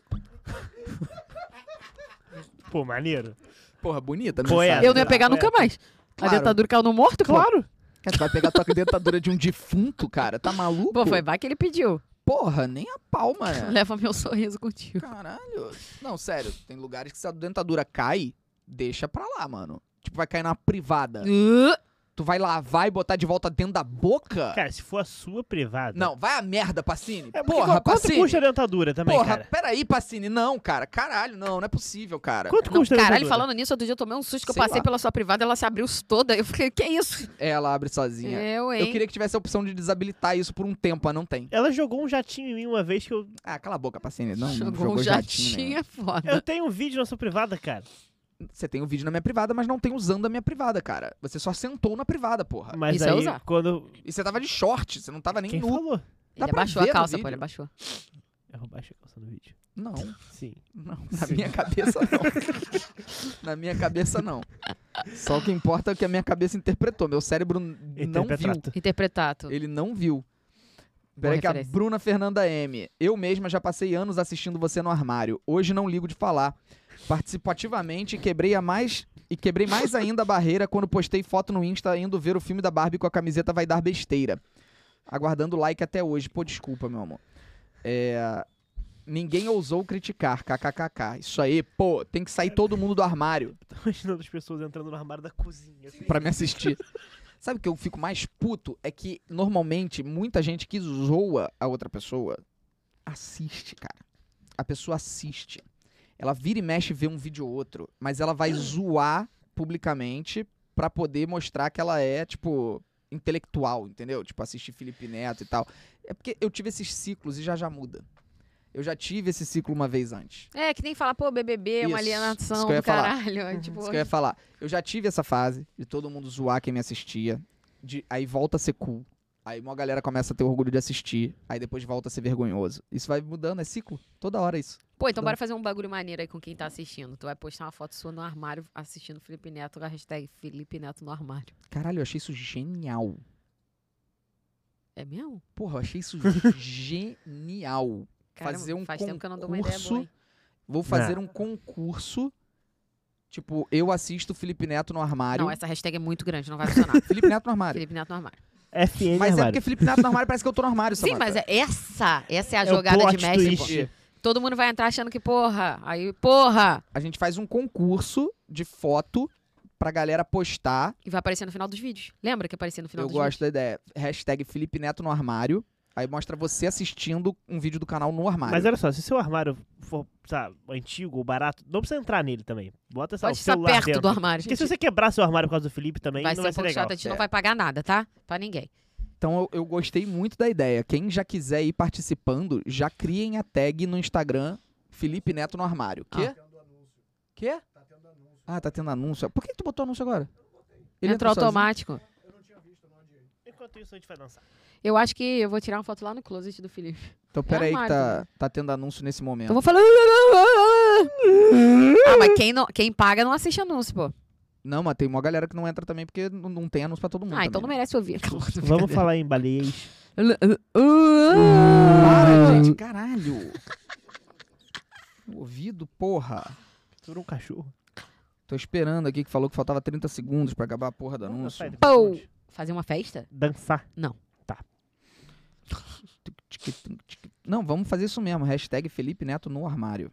Pô, maneiro. Porra, bonita, né? Foi sabe? essa. Eu não ia pegar Claro, nunca mais. Claro. A dentadura caiu no morto, pô. Claro. Cara, tu vai pegar a tua dentadura de um defunto, cara? Tá maluco? Pô, foi vai que ele pediu. Porra, nem a palma, né? (laughs) Leva meu sorriso contigo. Caralho. Não, sério, tem lugares que se a dentadura cai, deixa pra lá, mano. Tipo, vai cair na privada. Uh, Tu vai lavar e botar de volta dentro da boca? Cara, se for a sua privada. Não, vai a merda, Pacini. É, porque Porra, qu- quanto Pacini. custa a dentadura também, Porra, cara? peraí, Pacini. Não, cara. Caralho, não, não é possível, cara. Quanto não, custa a caralho, dentadura? falando nisso, outro dia eu tomei um susto que Sei eu passei lá. pela sua privada, ela se abriu toda. Eu fiquei, que isso? Ela abre sozinha. Eu, hein? é. Eu queria que tivesse a opção de desabilitar isso por um tempo, mas não tem. Ela jogou um jatinho em mim uma vez que eu. Ah, cala a boca, Pacini. Não, não Jogou jogou um jatinho. né? jatinho, é foda. Eu tenho um vídeo na sua privada, cara. Você tem o vídeo na minha privada, mas não tem usando a minha privada, cara. Você só sentou na privada, porra. Mas Isso é aí, usar. quando. E você tava de short, você não tava nem Quem nu. falou? Dá Ele É pra abaixou ver a no calça, pô, vídeo. ele abaixou. Eu abaixo a calça do vídeo. Não, Sim. não. Na (laughs) Sim. minha cabeça, não. (laughs) na minha cabeça, não. Só o que importa é o que a minha cabeça interpretou. Meu cérebro n- não viu. (laughs) Interpretato. Interpretado. Ele não viu. Peraí que a referência. Bruna Fernanda M. Eu mesma já passei anos assistindo você no armário. Hoje não ligo de falar. Participativamente quebrei a mais e quebrei mais ainda a barreira quando postei foto no Insta indo ver o filme da Barbie com a camiseta vai dar besteira. Aguardando o like até hoje. Pô, desculpa, meu amor. É, Ninguém ousou criticar, kkkk. Isso aí, pô, tem que sair todo mundo do armário Tô imaginando as pessoas entrando no armário da cozinha. assim. pra me assistir. Sabe o que eu fico mais puto? É que normalmente muita gente que zoa a outra pessoa assiste, cara. A pessoa assiste. Ela vira e mexe e vê um vídeo ou outro, mas ela vai zoar publicamente pra poder mostrar que ela é, tipo, intelectual, entendeu? Tipo, assistir Felipe Neto e tal. É porque eu tive esses ciclos e já já muda. Eu já tive esse ciclo uma vez antes. É, que nem fala, pô, BBB é uma Isso, alienação, isso que eu ia falar. Uhum. caralho. É, tipo, Isso que eu ia falar. Eu já tive essa fase de todo mundo zoar quem me assistia. de- aí volta a ser cool. Aí uma galera começa a ter orgulho de assistir. Aí depois volta a ser vergonhoso. Isso vai mudando, é ciclo. Toda hora isso. Pô, então bora fazer um bagulho maneiro aí com quem tá assistindo. Tu vai postar uma foto sua no armário assistindo Felipe Neto, com a hashtag Felipe Neto no armário. Caralho, eu achei isso genial. É mesmo? Porra, eu achei (laughs) isso genial. Caramba, Fazer um faz tempo que eu não dou uma ideia concurso boa. hein? Vou É. fazer um concurso. Tipo, eu assisto Felipe Neto no armário. Não, essa hashtag é muito grande, não vai funcionar. (laughs) Felipe Neto no armário. Felipe Neto no armário. FN Mas é armário. porque Felipe Neto no armário parece que eu tô no armário, Sim, Samantha. Tipo, mas é essa, essa é a É o jogada de plot mestre. twist. pô. Todo mundo vai entrar achando que porra, aí porra, A gente faz um concurso de foto pra galera postar. e vai aparecer no final dos vídeos. Lembra que aparecia no final eu dos gosto da ideia. Hashtag Felipe Neto no armário. Aí mostra você assistindo um vídeo do canal é no armário. Mas é- olha só, se seu armário for, sabe, antigo ou barato, não precisa entrar nele também. Bota vídeos? Pode sabe, o estar celular perto dentro. do armário. Porque se gente. você quebrar seu armário por causa do Felipe também, vai ser não vai um ser pouco legal. chato, a gente É. não vai pagar nada, tá? Pra ninguém. Então eu, eu gostei muito da ideia. Quem já quiser ir participando, já criem a tag no Instagram Felipe Neto no armário. Quê? Ah. Quê? Ah, tá tendo anúncio. Por que tu botou anúncio agora? Entrou sozinho? automático. Enquanto isso, a gente vai dançar. (laughs) Eu acho que eu vou tirar uma foto lá no closet do Felipe. Então peraí que É armário tá, tá tendo anúncio nesse Então eu momento. vou falar. Ah, mas quem, não, quem paga não assiste anúncio, pô. Não, mas tem uma galera que não entra também porque não, não tem anúncio pra todo mundo. Ah, então não também, merece (laughs) ouvir. Vamos falar em baleias. né? Para, Para, gente. gente, caralho. (laughs) O ouvido, porra. Sobre um cachorro. Tô esperando aqui que falou que faltava 30 segundos pra acabar a porra do Vamos dançar anúncio. entre pessoas? Pou. Fazer uma festa? Dançar. Não, vamos fazer isso mesmo. Hashtag Felipe Neto no armário.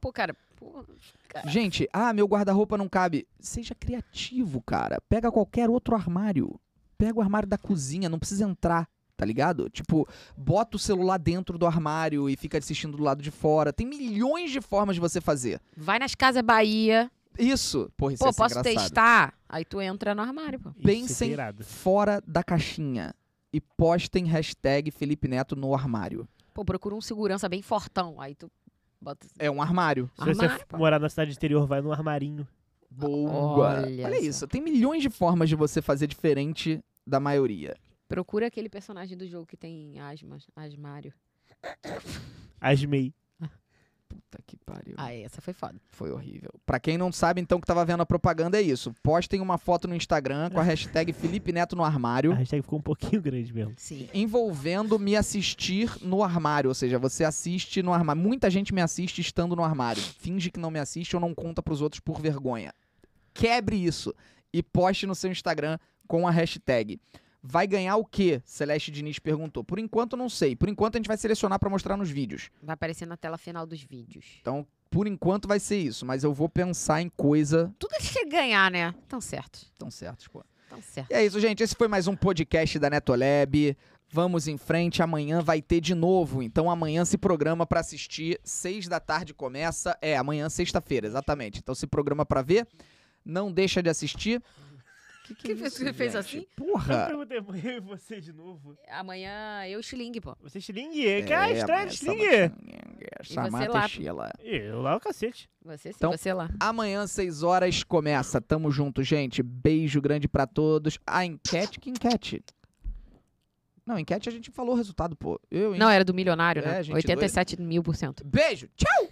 Pô, cara. pô, cara. Gente, ah, meu guarda-roupa não cabe. Seja criativo, cara. Pega qualquer outro armário. Pega o armário da cozinha, não precisa entrar, tá ligado? Tipo, bota o celular dentro do armário e fica assistindo do lado de fora. Tem milhões de formas de você fazer. Vai nas casas Bahia. Isso, porra, isso Pô, ia ser posso engraçado. testar? Aí tu entra no armário, pô. Isso, Pensem- seria irado. Fora da caixinha. E postem hashtag Felipe Neto no armário. Pô, procura um segurança bem fortão. Aí tu bota. É um armário. Se você Armário, f- pô. morar na cidade interior, vai num armarinho. Boa. Olha Olha, só. isso, tem milhões de formas de você fazer diferente da maioria. Procura aquele personagem do jogo que tem asma, asmário. Asmei. Puta que pariu. Ah, essa foi foda. Foi horrível. Pra quem não sabe, então, que tava vendo a propaganda, é isso. Postem uma foto no Instagram com a hashtag Felipe Neto no A armário, hashtag ficou um pouquinho (laughs) grande mesmo. Sim. envolvendo me assistir no armário. Ou seja, você assiste no armário. Muita gente me assiste estando no armário. Finge que não me assiste ou não conta pros outros por vergonha. Quebre isso e poste no seu Instagram com a hashtag. Vai ganhar o quê? Celeste Diniz perguntou. Por enquanto, não sei. Por enquanto, a gente vai selecionar pra mostrar nos vídeos. Vai aparecer na tela final dos vídeos. Por enquanto, vai ser isso. Mas eu vou pensar em coisa... Tudo que você ganhar, né? Tão certo. Tão certos, pô. Tão certo. E é isso, gente. Esse foi mais um podcast da Netolab. Vamos em frente. Amanhã vai ter de novo. Então amanhã se programa pra assistir. Seis da tarde começa. É, amanhã sexta-feira, exatamente. Então se programa pra ver. Não deixa de assistir. Que é Que fez- que fez assim? Eu Porra! perguntei pra eu e você de novo. Amanhã eu e o Xiling, pô. Você é xilingue? Cara, estranho, amanhã xilingue. Samantha lá? e Sheila. Eu lá o cacete. Você sim, Então- você lá. Amanhã, seis horas, começa. Tamo junto, gente. Beijo grande pra todos. A enquete, que enquete? Não, enquete a gente falou o resultado, pô. Eu, hein? Não, era do milionário, né? É, gente 87 mil por cento. Beijo! Tchau!